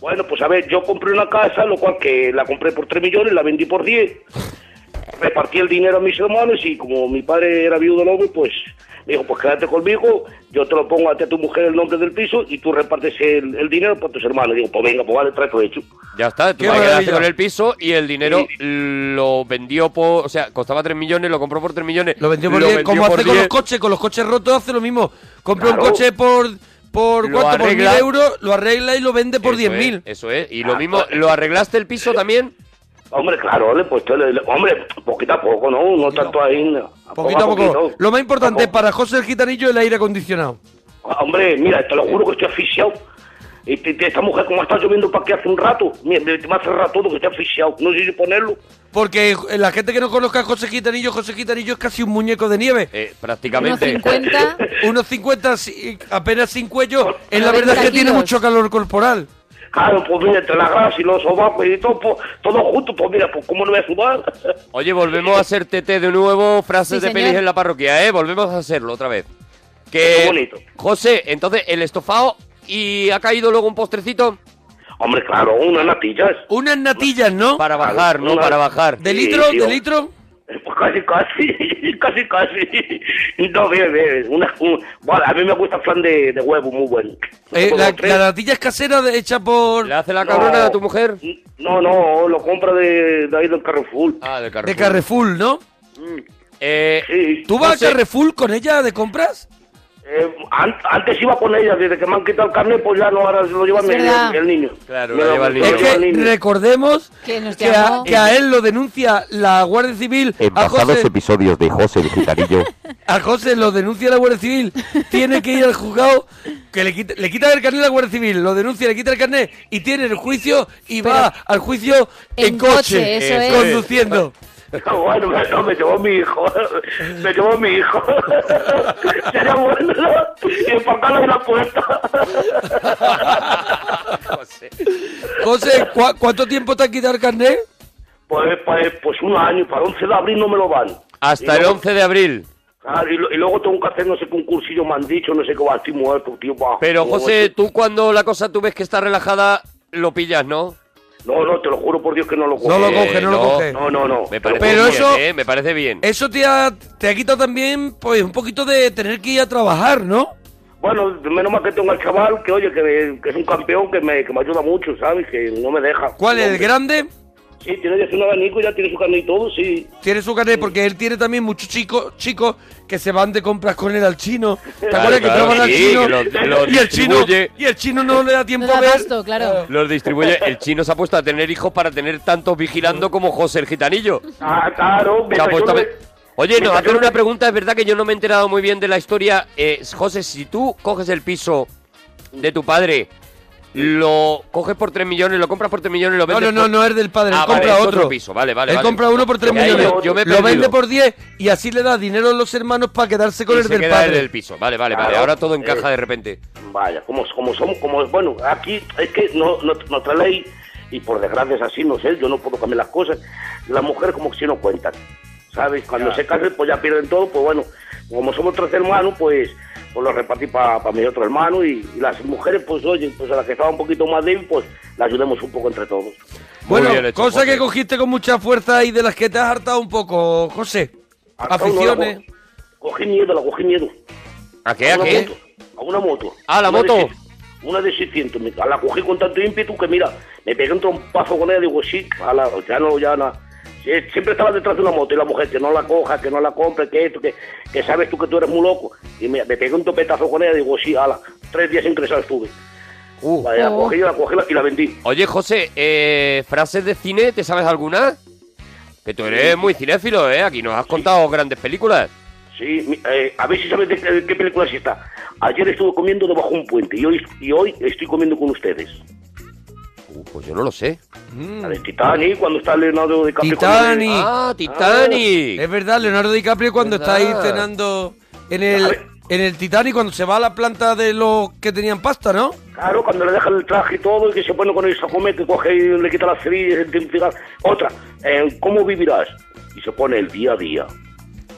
Speaker 4: Bueno, pues a ver, yo compré una casa, lo cual que la compré por 3 millones, la vendí por 10. Repartí el dinero a mis hermanos y como mi padre era viudo del hombre, pues me dijo, pues quédate conmigo, yo te lo pongo a ti, a tu mujer el nombre del piso y tú repartes el, el dinero para tus hermanos. Digo, pues venga, pues vale, trato hecho.
Speaker 3: Ya está, tú
Speaker 1: Qué
Speaker 3: te quedaste
Speaker 1: maravilla.
Speaker 3: con el piso y el dinero
Speaker 4: Sí.
Speaker 3: lo vendió por. O sea, costaba 3 millones, lo compró por 3 millones.
Speaker 1: Lo vendió por 10. Como
Speaker 3: vendió
Speaker 1: hace
Speaker 3: por
Speaker 1: con los
Speaker 3: 10,
Speaker 1: coches, con los coches rotos hace lo mismo. Compra un
Speaker 4: Claro.
Speaker 1: coche por. ¿Por
Speaker 3: Lo
Speaker 1: cuánto? Por 1000
Speaker 3: arregla.
Speaker 1: euros, lo arregla y lo vende por
Speaker 3: eso es,
Speaker 1: 10.000.
Speaker 3: Eso es. Y lo mismo, ¿lo arreglaste el piso también?
Speaker 4: Hombre, claro, ole, pues, ole, ole. hombre, poquito a poco, ¿no? No tanto ahí.
Speaker 1: Poquito a poco. Lo más importante para José el Gitanillo es el aire acondicionado.
Speaker 4: Hombre, mira, te lo juro que estoy asfixiado. Este- este- Esta mujer, como ha estado lloviendo para aquí hace un rato, mira, me me hace rato que estoy asfixiado. No sé si ponerlo.
Speaker 1: Porque eh, la gente que no conozca a José Gitanillo, José Gitanillo es casi un muñeco de nieve.
Speaker 3: Eh, prácticamente.
Speaker 1: Unos 50. sí, apenas sin cuello. Es la verdad
Speaker 4: 90
Speaker 1: que tiene
Speaker 4: kilos.
Speaker 1: mucho calor corporal.
Speaker 4: Claro, pues mira, entre la grasa y los sobacos y todo, pues, todo junto, pues mira, pues cómo no voy a sumar.
Speaker 3: Oye, volvemos a hacer TT de nuevo, frases
Speaker 4: Sí,
Speaker 3: de
Speaker 4: señor.
Speaker 3: pelis en la parroquia, ¿eh? Volvemos a hacerlo otra vez. Que,
Speaker 4: Qué bonito.
Speaker 3: José, entonces, el estofado y ha caído luego un postrecito.
Speaker 4: Hombre, claro, unas natillas.
Speaker 1: Unas natillas, ¿no?
Speaker 3: Para bajar, ¿no?
Speaker 4: Una-
Speaker 3: Para bajar.
Speaker 4: ¿De Sí, litro? tío. ¿De
Speaker 1: litro?
Speaker 4: Pues casi, casi, casi, casi. No, bien, bien. Una, un- bueno, a mí me gusta el flan de, de huevo, muy bueno.
Speaker 1: Eh, la,
Speaker 4: Con tres.
Speaker 1: la natilla es casera de- hecha por. ¿Le hace la
Speaker 4: cabrona a
Speaker 1: tu mujer?
Speaker 4: No, no, lo compro de, de ahí del Carrefour.
Speaker 3: Ah, del
Speaker 1: De Carrefour, ¿no? Eh, ¿Tú vas a Carrefour con ella de compras?
Speaker 4: Eh, antes iba con ella, desde que me han quitado el carnet, pues ya no, ahora se lo lleva
Speaker 1: Es
Speaker 4: mi-
Speaker 1: verdad.
Speaker 4: el, niño.
Speaker 3: Claro,
Speaker 4: Me
Speaker 3: lo
Speaker 4: lo-
Speaker 3: lleva el
Speaker 4: me
Speaker 3: niño.
Speaker 4: lo lleva el
Speaker 1: Que
Speaker 4: niño.
Speaker 1: recordemos que, a,
Speaker 4: llamó.
Speaker 1: que a él lo denuncia la Guardia Civil.
Speaker 32: En
Speaker 1: A
Speaker 32: pasados
Speaker 1: José,
Speaker 32: episodios de José el Gitanillo,
Speaker 1: a José lo denuncia la Guardia Civil. Tiene que ir al juzgado. Que le quita, le quita el carnet a la Guardia Civil, lo denuncia, le quita el carnet y tiene el juicio y va al juicio en,
Speaker 4: en
Speaker 1: coche,
Speaker 4: coche, eso es.
Speaker 1: conduciendo.
Speaker 4: No, bueno, me, no, me llevó mi hijo. Me llevó mi hijo. Sería bueno. Y enfocarlo en la puerta.
Speaker 1: José, ¿cu- ¿cuánto tiempo te han quitado el carnet?
Speaker 4: Pues, pues, pues un año, para 11 de abril no me lo van.
Speaker 3: Hasta el 11 de abril.
Speaker 4: y, lo- y luego tengo que hacer no sé qué un cursillo, me han dicho, no sé qué va, estoy muerto, tío. va.
Speaker 3: Pero,
Speaker 4: No,
Speaker 3: José,
Speaker 4: estoy-
Speaker 3: tú cuando la cosa tú ves que está relajada, lo pillas, ¿no?
Speaker 4: No, no, te lo juro por Dios que no lo coge.
Speaker 1: No lo coge, no lo coge.
Speaker 4: No, no, no.
Speaker 3: Me parece
Speaker 1: Pero
Speaker 3: bien,
Speaker 1: eso-
Speaker 3: ¿eh? Me parece bien.
Speaker 1: Eso te ha, te ha quitado también, pues, un poquito de tener que ir a trabajar, ¿no?
Speaker 4: Bueno, menos mal que tengo al chaval, que oye, que, me- que es un campeón que me, que me ayuda mucho, ¿sabes? Que no me deja.
Speaker 1: ¿Cuál es? ¿El grande?
Speaker 4: Sí, tiene ya su abanico, ya tiene su carne y todo, sí.
Speaker 1: Tiene su carnet porque él tiene también muchos chicos chicos que se van de compras con él al chino. ¿Te
Speaker 3: Claro,
Speaker 1: acuerdas que
Speaker 3: claro,
Speaker 1: entraban al
Speaker 3: sí,
Speaker 1: chino?
Speaker 3: que lo- lo
Speaker 1: y el chino
Speaker 3: distribuye.
Speaker 1: y el chino no le da tiempo a ver.
Speaker 2: claro.
Speaker 3: Los distribuye. El chino se ha puesto a tener hijos para tener tantos
Speaker 1: Mm.
Speaker 3: vigilando como José el Gitanillo.
Speaker 4: Ah, claro.
Speaker 3: Se ha puesto a
Speaker 4: yo
Speaker 3: ve- Oye, nos
Speaker 4: mientras
Speaker 3: hacen
Speaker 4: yo
Speaker 3: una pregunta. Es verdad que yo no me he enterado muy bien de la historia. Eh, José, si tú coges el piso de tu padre, lo coges por 3 millones, lo compras por 3 millones, lo
Speaker 1: No,
Speaker 3: vendes
Speaker 1: no, no,
Speaker 3: por-
Speaker 1: no es del padre, él
Speaker 3: Ah, vale,
Speaker 1: compra
Speaker 3: es
Speaker 1: otro.
Speaker 3: piso, vale, vale.
Speaker 1: él
Speaker 3: vale.
Speaker 1: compra uno por 3
Speaker 3: Ya, ya,
Speaker 1: millones,
Speaker 3: yo me he
Speaker 1: lo vende
Speaker 3: perdido.
Speaker 1: por 10 y así le da dinero a los hermanos para quedarse con
Speaker 3: Y
Speaker 1: el
Speaker 3: se
Speaker 1: del
Speaker 3: queda
Speaker 1: padre.
Speaker 3: el del piso. Vale, vale, vale.
Speaker 1: Claro.
Speaker 3: Ahora todo encaja
Speaker 4: Eh,
Speaker 3: de repente.
Speaker 4: Vaya, como, como somos, como bueno, aquí es que no, no, nuestra ley, y por desgracia es así, no sé, yo no puedo cambiar las cosas. Las mujeres como que si no cuentan, ¿sabes? Cuando
Speaker 14: Claro.
Speaker 4: se casan, pues ya pierden todo, pues bueno, como somos tres hermanos, pues, pues lo repartí para mi otro hermano y, y las mujeres, pues oye, pues a la que estaba un poquito más débil, pues la ayudemos un poco entre todos.
Speaker 1: Bueno,
Speaker 4: bien hecho,
Speaker 1: cosa
Speaker 4: José.
Speaker 1: que cogiste con mucha fuerza y de las que te has hartado un poco, José.
Speaker 4: Hartado no,
Speaker 1: Aficiones.
Speaker 4: Cogí miedo, la cogí miedo.
Speaker 3: ¿A qué? ¿A
Speaker 4: una
Speaker 3: qué?
Speaker 4: moto, a una moto.
Speaker 3: Ah, la
Speaker 4: Una de
Speaker 3: moto.
Speaker 4: seis- una de 600. me- La cogí con tanto ímpetu que, mira, me pegué un trompazo con ella. Digo, sí, a la, ya no, ya no. Sí, Siempre estaba detrás de una moto y la mujer que no la coja, que no la compre, que esto, que, que sabes tú que tú eres muy loco. Y me, me pegué un topetazo con ella. Digo, sí, ala. Tres días ingresado estuve. Vale, la
Speaker 3: Oh.
Speaker 4: cogí, la cogí la- y la vendí.
Speaker 3: Oye, José, eh, frases de cine, ¿te sabes alguna? Que tú eres muy cinéfilo, ¿eh? Aquí nos has contado grandes películas.
Speaker 4: Sí, mi- eh, a ver si sabes de qué, de qué película sí está. Ayer estuve comiendo debajo de un puente y hoy, y hoy estoy comiendo con ustedes.
Speaker 3: Pues yo no lo sé.
Speaker 4: La de Titanic, cuando está Leonardo DiCaprio. con el-
Speaker 1: Titanic.
Speaker 3: Ah,
Speaker 4: Ah. Titanic.
Speaker 1: Es verdad, Leonardo DiCaprio cuando
Speaker 4: Verdad.
Speaker 1: está ahí cenando en el, en el Titanic, cuando se va a la planta de los que tenían pasta, ¿no?
Speaker 4: Claro, cuando le dejan el traje y todo, y que se pone con el sacomete, coge y le quita las cerillas, el tiempo final. Otra, eh, ¿cómo vivirás? Y se pone el día a día.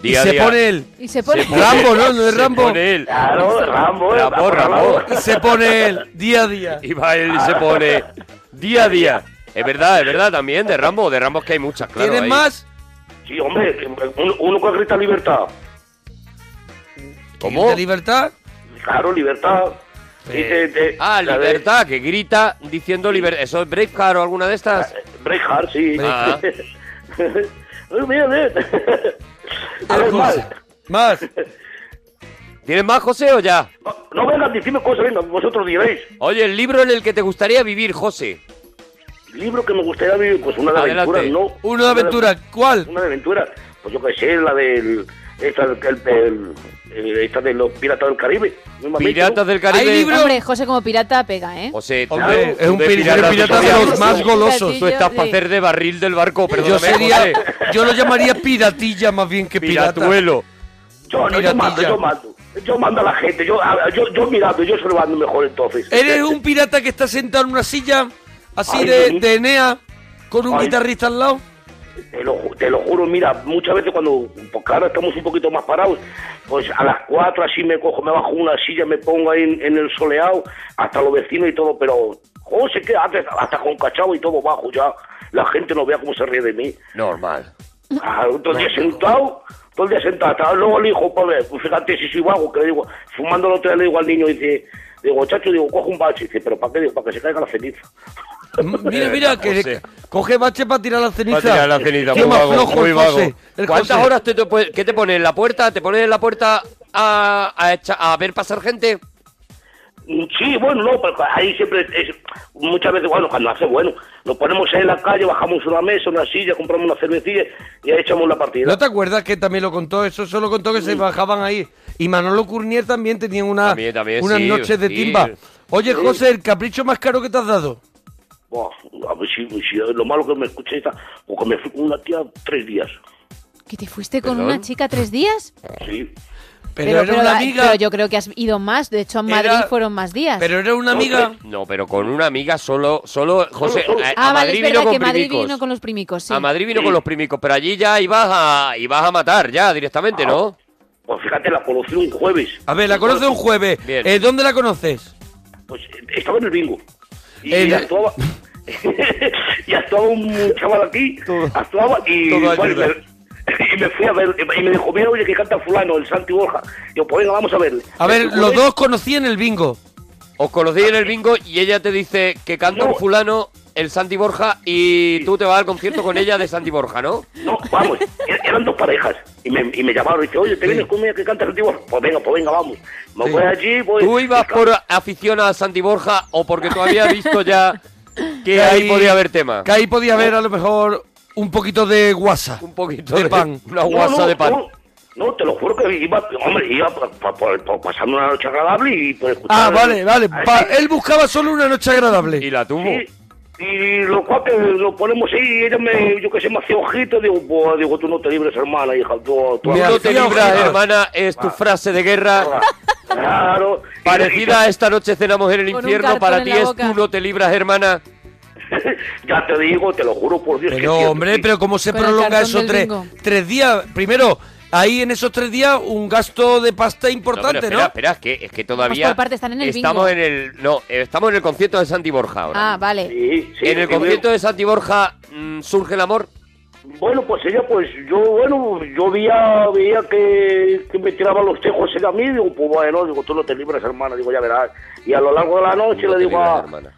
Speaker 1: Y Día a se día. pone él.
Speaker 2: Y se pone...
Speaker 1: Rambo, ¿no? No es Rambo.
Speaker 4: Claro, Rambo, eh,
Speaker 3: Rambo, Rambo.
Speaker 1: Se pone él día a día.
Speaker 3: Y va él y se pone día a día. Es verdad, es verdad también, de Rambo. De Rambo es que hay muchas, claro.
Speaker 4: ¿Tienes
Speaker 3: ahí.
Speaker 4: más? Sí, hombre, uno, uno que grita libertad.
Speaker 3: ¿Cómo?
Speaker 1: libertad?
Speaker 4: Claro, libertad.
Speaker 3: Eh, ah,
Speaker 4: la de-
Speaker 3: libertad, que grita diciendo libertad. ¿Eso es Braveheart o alguna de estas?
Speaker 4: Braveheart, sí.
Speaker 3: Ah,
Speaker 4: Ay, mira, mira. A ver, más.
Speaker 1: Más.
Speaker 3: ¿Tienes más, José, o ya?
Speaker 4: No vengan, decime cosas, venga, vosotros diréis.
Speaker 3: Oye, el libro en el que te gustaría vivir, José.
Speaker 4: Libro que me gustaría vivir, pues una de
Speaker 1: Adelante.
Speaker 4: aventuras, ¿no?
Speaker 1: Uno de aventura, ¿cuál?
Speaker 4: Una de aventura, pues yo qué sé, la del... Esta, el- el- el- esta de los piratas del Caribe.
Speaker 3: Piratas del Caribe. Ah,
Speaker 2: Hombre, José como pirata pega, ¿eh?
Speaker 3: José, tú-
Speaker 1: Hombre,
Speaker 3: tú
Speaker 1: es un
Speaker 3: de
Speaker 1: pirata-
Speaker 3: pirata
Speaker 1: pirata de
Speaker 3: todavía
Speaker 1: los
Speaker 3: no.
Speaker 1: más golosos.
Speaker 3: Tú estás
Speaker 2: Sí.
Speaker 3: para hacer de barril del barco, perdóname.
Speaker 1: Yo sería,
Speaker 3: José.
Speaker 1: yo lo llamaría piratilla más bien que pirata.
Speaker 3: Piratuelo.
Speaker 4: Yo, no, yo mando, yo mando. Yo mando a la gente, yo, a- yo, yo mirando, yo se lo mando mejor entonces.
Speaker 1: Eres un pirata que está sentado en una silla así
Speaker 4: Ay,
Speaker 1: de,
Speaker 4: sí.
Speaker 1: de Enea con un
Speaker 4: Ay.
Speaker 1: guitarrista al lado.
Speaker 4: Te lo, ju- te lo juro, mira, muchas veces cuando, porque ahora estamos un poquito más parados, pues a las cuatro así me cojo, me bajo una silla, me pongo ahí en, en el soleado, hasta los vecinos y todo, pero José, ¿qué haces? Hasta con cachao y todo bajo ya. La gente no vea cómo se ríe de mí.
Speaker 3: Normal.
Speaker 4: Ah, todo el día sentado, todo el día sentado. Hasta luego le dijo, pobre, pues fíjate si soy vago, que le digo, fumando el otro día le digo al niño, dice, digo, chacho, digo, cojo un bache, dice, pero ¿para qué? Digo, para que se caiga la ceniza.
Speaker 1: Mira, mira, que coge bache para tirar la ceniza.
Speaker 3: Va a Eh, tirar la ceniza,
Speaker 1: Qué
Speaker 3: muy
Speaker 1: más
Speaker 3: vago,
Speaker 1: flojo
Speaker 3: muy
Speaker 1: el
Speaker 3: vago.
Speaker 1: José, el
Speaker 3: ¿Cuántas
Speaker 1: José.
Speaker 3: horas te, te pue- qué te pones en la puerta? ¿Te pones en la puerta a, a, echa- a ver pasar gente?
Speaker 4: Mm, Sí, bueno, no, pero ahí siempre, es- muchas veces, bueno, cuando hace bueno, nos ponemos ahí en la calle, bajamos una mesa, una silla, compramos una cervecilla y ahí echamos la partida.
Speaker 1: ¿No te acuerdas que también lo contó? Eso solo contó que se bajaban ahí. Y Manolo Curnier también tenía una,
Speaker 3: También, también,
Speaker 1: unas
Speaker 3: sí,
Speaker 1: noches de
Speaker 3: sí.
Speaker 1: timba. Oye,
Speaker 4: Sí.
Speaker 1: José, el capricho más caro que te has dado.
Speaker 4: Buah, a ver si, si lo malo que me escuché está, porque me fui con una tía tres días.
Speaker 2: ¿Que te fuiste con
Speaker 4: Perdón.
Speaker 2: una chica tres días?
Speaker 4: Sí.
Speaker 2: pero- pero yo creo que has ido más. De hecho, en Madrid
Speaker 3: Era-
Speaker 2: fueron más días.
Speaker 1: era una
Speaker 3: amiga. No, pero con una amiga solo, solo José. A,
Speaker 2: ah,
Speaker 3: a
Speaker 2: vale,
Speaker 3: Madrid
Speaker 2: es
Speaker 3: vino
Speaker 2: verdad
Speaker 3: con
Speaker 2: que Madrid
Speaker 3: primicos. Ah,
Speaker 2: vino con los primicos, sí.
Speaker 3: A Madrid vino con los primicos, pero allí ya ibas a, ibas a matar ya directamente, ¿no?
Speaker 4: Pues fíjate, la conocí un jueves.
Speaker 1: A ver, la conoces un jueves. Eh, ¿Dónde la conoces?
Speaker 4: Pues eh, estaba en el bingo. Y,
Speaker 1: En-
Speaker 4: actuaba. y actuaba un chaval aquí, actuaba y,
Speaker 1: todo
Speaker 4: bueno, y
Speaker 1: ayuda.
Speaker 4: me, y me fui a ver, y me dijo, mira, oye, que canta fulano, el Santi Borja. Yo, pues venga, vamos a verle.
Speaker 1: A ver, los dos conocí en el bingo.
Speaker 3: Os conocí en el bingo y ella te dice que canta un fulano, el Santi Borja, y tú te vas al concierto con ella de Santi Borja, ¿no?
Speaker 4: No, vamos, er- eran dos parejas. Y me, y me llamaron y dice, oye, ¿te vienes conmigo que canta Santi Borja? Pues venga, pues venga, vamos. Me voy allí, voy...
Speaker 3: ¿Tú ibas por afición a Santi Borja o porque tú habías visto ya que ahí podía haber tema?
Speaker 1: Que ahí podía haber a lo mejor un poquito de guasa. Un
Speaker 3: poquito
Speaker 1: de
Speaker 3: de-
Speaker 1: pan.
Speaker 3: una
Speaker 4: No, no, No, no, te lo juro que iba, hombre, iba pa- pa- pa- pa- pasando una noche agradable y pues escuchar...
Speaker 1: Ah, vale, vale.
Speaker 4: Ah,
Speaker 1: Pa-
Speaker 4: sí.
Speaker 1: él buscaba solo una noche agradable.
Speaker 3: Y la tuvo.
Speaker 4: Y los cuates lo ponemos ahí y ella me, yo que sé, me hacía ojitos. Digo, "Buah", digo, tú no te libres, hermana, hija. Tú, tú
Speaker 3: Tú no te libras, hermana, es tu
Speaker 4: Ah.
Speaker 3: frase de guerra.
Speaker 4: Claro.
Speaker 3: Parecida a esta noche cenamos en el
Speaker 4: Con un
Speaker 3: infierno,
Speaker 4: cartón
Speaker 3: para
Speaker 4: en
Speaker 3: ti
Speaker 4: la
Speaker 3: es
Speaker 4: boca.
Speaker 3: tú no te libras, hermana.
Speaker 4: Ya te digo, te lo juro por Dios.
Speaker 1: Pero, hombre, pero ¿cómo se
Speaker 4: Con el
Speaker 1: prolonga
Speaker 4: cartón
Speaker 1: esos
Speaker 4: del
Speaker 1: tres,
Speaker 4: bingo.
Speaker 1: tres días? Primero, ahí en esos tres días un gasto de pasta
Speaker 3: pero
Speaker 1: importante, ¿no?
Speaker 3: espera, espera, es que, es que todavía.
Speaker 2: Vamos por partes, están en el
Speaker 3: estamos
Speaker 2: bingo.
Speaker 3: en el. No, eh, estamos en el concierto de Santi Borja ahora.
Speaker 2: Ah, vale.
Speaker 3: en el concierto de Santi Borja mm, surge el amor.
Speaker 4: Bueno, pues ella, pues yo, bueno, yo veía, veía que, que me tiraban los tejos ella a mí. Digo, pues bueno, digo, tú no te libres, hermana. Digo, ya verás. Y a lo largo de la noche
Speaker 3: No
Speaker 4: le
Speaker 3: te
Speaker 4: digo
Speaker 3: libras,
Speaker 4: a...
Speaker 3: hermana.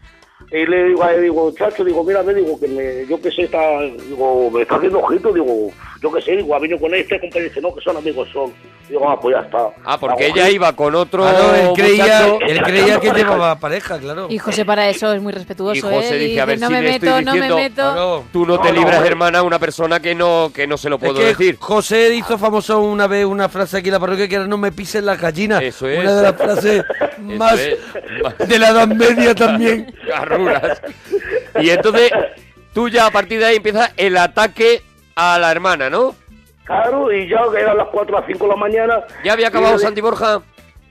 Speaker 4: Y le digo, a él, digo, chacho, digo, mira, me digo, que me, yo que sé, está, digo, me está haciendo ojito, digo, yo que sé, digo, ha venido con este compañero, dice, no, que son amigos, son. Digo, ah, pues ya está.
Speaker 3: Ah, porque
Speaker 4: Hago
Speaker 3: ella
Speaker 4: ojito.
Speaker 3: iba con otro.
Speaker 1: Ah, no, él creía,
Speaker 3: muchacho.
Speaker 1: él creía que llevaba pareja, claro.
Speaker 2: Y José para eso es muy respetuoso,
Speaker 3: Y José
Speaker 2: ¿eh?
Speaker 3: dice, a ver
Speaker 2: no
Speaker 3: si
Speaker 2: me
Speaker 3: le
Speaker 2: meto,
Speaker 3: estoy
Speaker 2: no me
Speaker 3: diciendo-
Speaker 2: meto.
Speaker 3: Tú no, te
Speaker 1: No, no,
Speaker 3: libras,
Speaker 1: hombre.
Speaker 3: hermana, a una persona que no, que no se lo
Speaker 1: Es
Speaker 3: puedo
Speaker 1: que
Speaker 3: decir.
Speaker 1: José hizo famoso una vez una frase aquí en la parroquia que era no me pisen las gallinas. Eso
Speaker 3: es.
Speaker 1: Una de las frases
Speaker 3: Eso
Speaker 1: más
Speaker 3: es.
Speaker 1: de la Edad Media también.
Speaker 3: Garruras. Y entonces tú ya a partir de ahí empiezas el ataque a la hermana, ¿no?
Speaker 4: Claro, y ya eran las 4 a 5 de la mañana.
Speaker 3: ¿Ya había acabado
Speaker 4: Y-
Speaker 3: Santi Borja?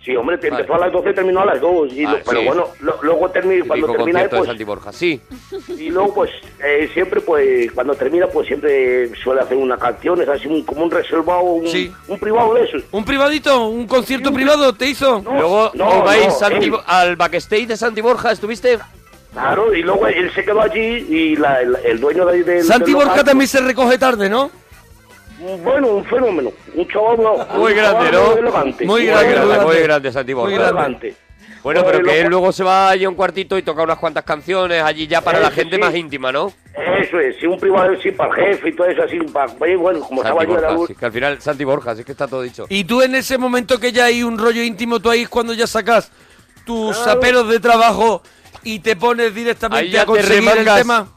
Speaker 4: Sí, hombre, te empezó a las 12 y terminó a las 2. Y
Speaker 3: Ah,
Speaker 4: lo- pero
Speaker 3: sí.
Speaker 4: bueno, lo- luego termina, cuando
Speaker 3: Típico
Speaker 4: termina,
Speaker 3: concierto de
Speaker 4: pues,
Speaker 3: Santi Borja, sí.
Speaker 4: y luego pues eh, siempre pues cuando termina pues siempre suele hacer una canción, es así un- como un reservado, un, un privado de esos.
Speaker 1: ¿Un privadito? ¿Un concierto privado te hizo?
Speaker 3: Luego
Speaker 4: no,
Speaker 3: os vais
Speaker 4: no,
Speaker 3: Santi
Speaker 4: él.
Speaker 3: Bo- al backstage de Santi Borja, ¿estuviste?
Speaker 4: Claro, y luego él se quedó allí y la- el, el dueño de ahí del...
Speaker 1: Santi
Speaker 4: del local,
Speaker 1: Borja también se recoge tarde, ¿no?
Speaker 4: Bueno, un fenómeno, un chaval...
Speaker 3: Muy
Speaker 4: un chaval
Speaker 3: grande, ¿no?
Speaker 4: Muy elegante.
Speaker 3: Muy grande, muy grande Santi Borja.
Speaker 4: Muy elegante.
Speaker 3: Bueno,
Speaker 4: Muy
Speaker 3: pero que él
Speaker 4: loco.
Speaker 3: luego se va allí a un cuartito y toca unas cuantas canciones allí ya para la gente más íntima, ¿no?
Speaker 4: Eso es, sí, un privado sí para el jefe y todo eso, así, para, bueno, como
Speaker 3: Santi
Speaker 4: estaba yo era
Speaker 3: Borja,
Speaker 4: un-
Speaker 3: sí, que al final Santi Borja, sí que está todo dicho.
Speaker 1: Y tú en ese momento que ya hay un rollo íntimo, tú ahí es cuando ya sacas tus
Speaker 3: Claro.
Speaker 1: aperos de trabajo y te pones
Speaker 3: Ahí
Speaker 1: directamente
Speaker 3: ya
Speaker 1: a
Speaker 3: te
Speaker 1: conseguir el
Speaker 3: remangas
Speaker 1: tema.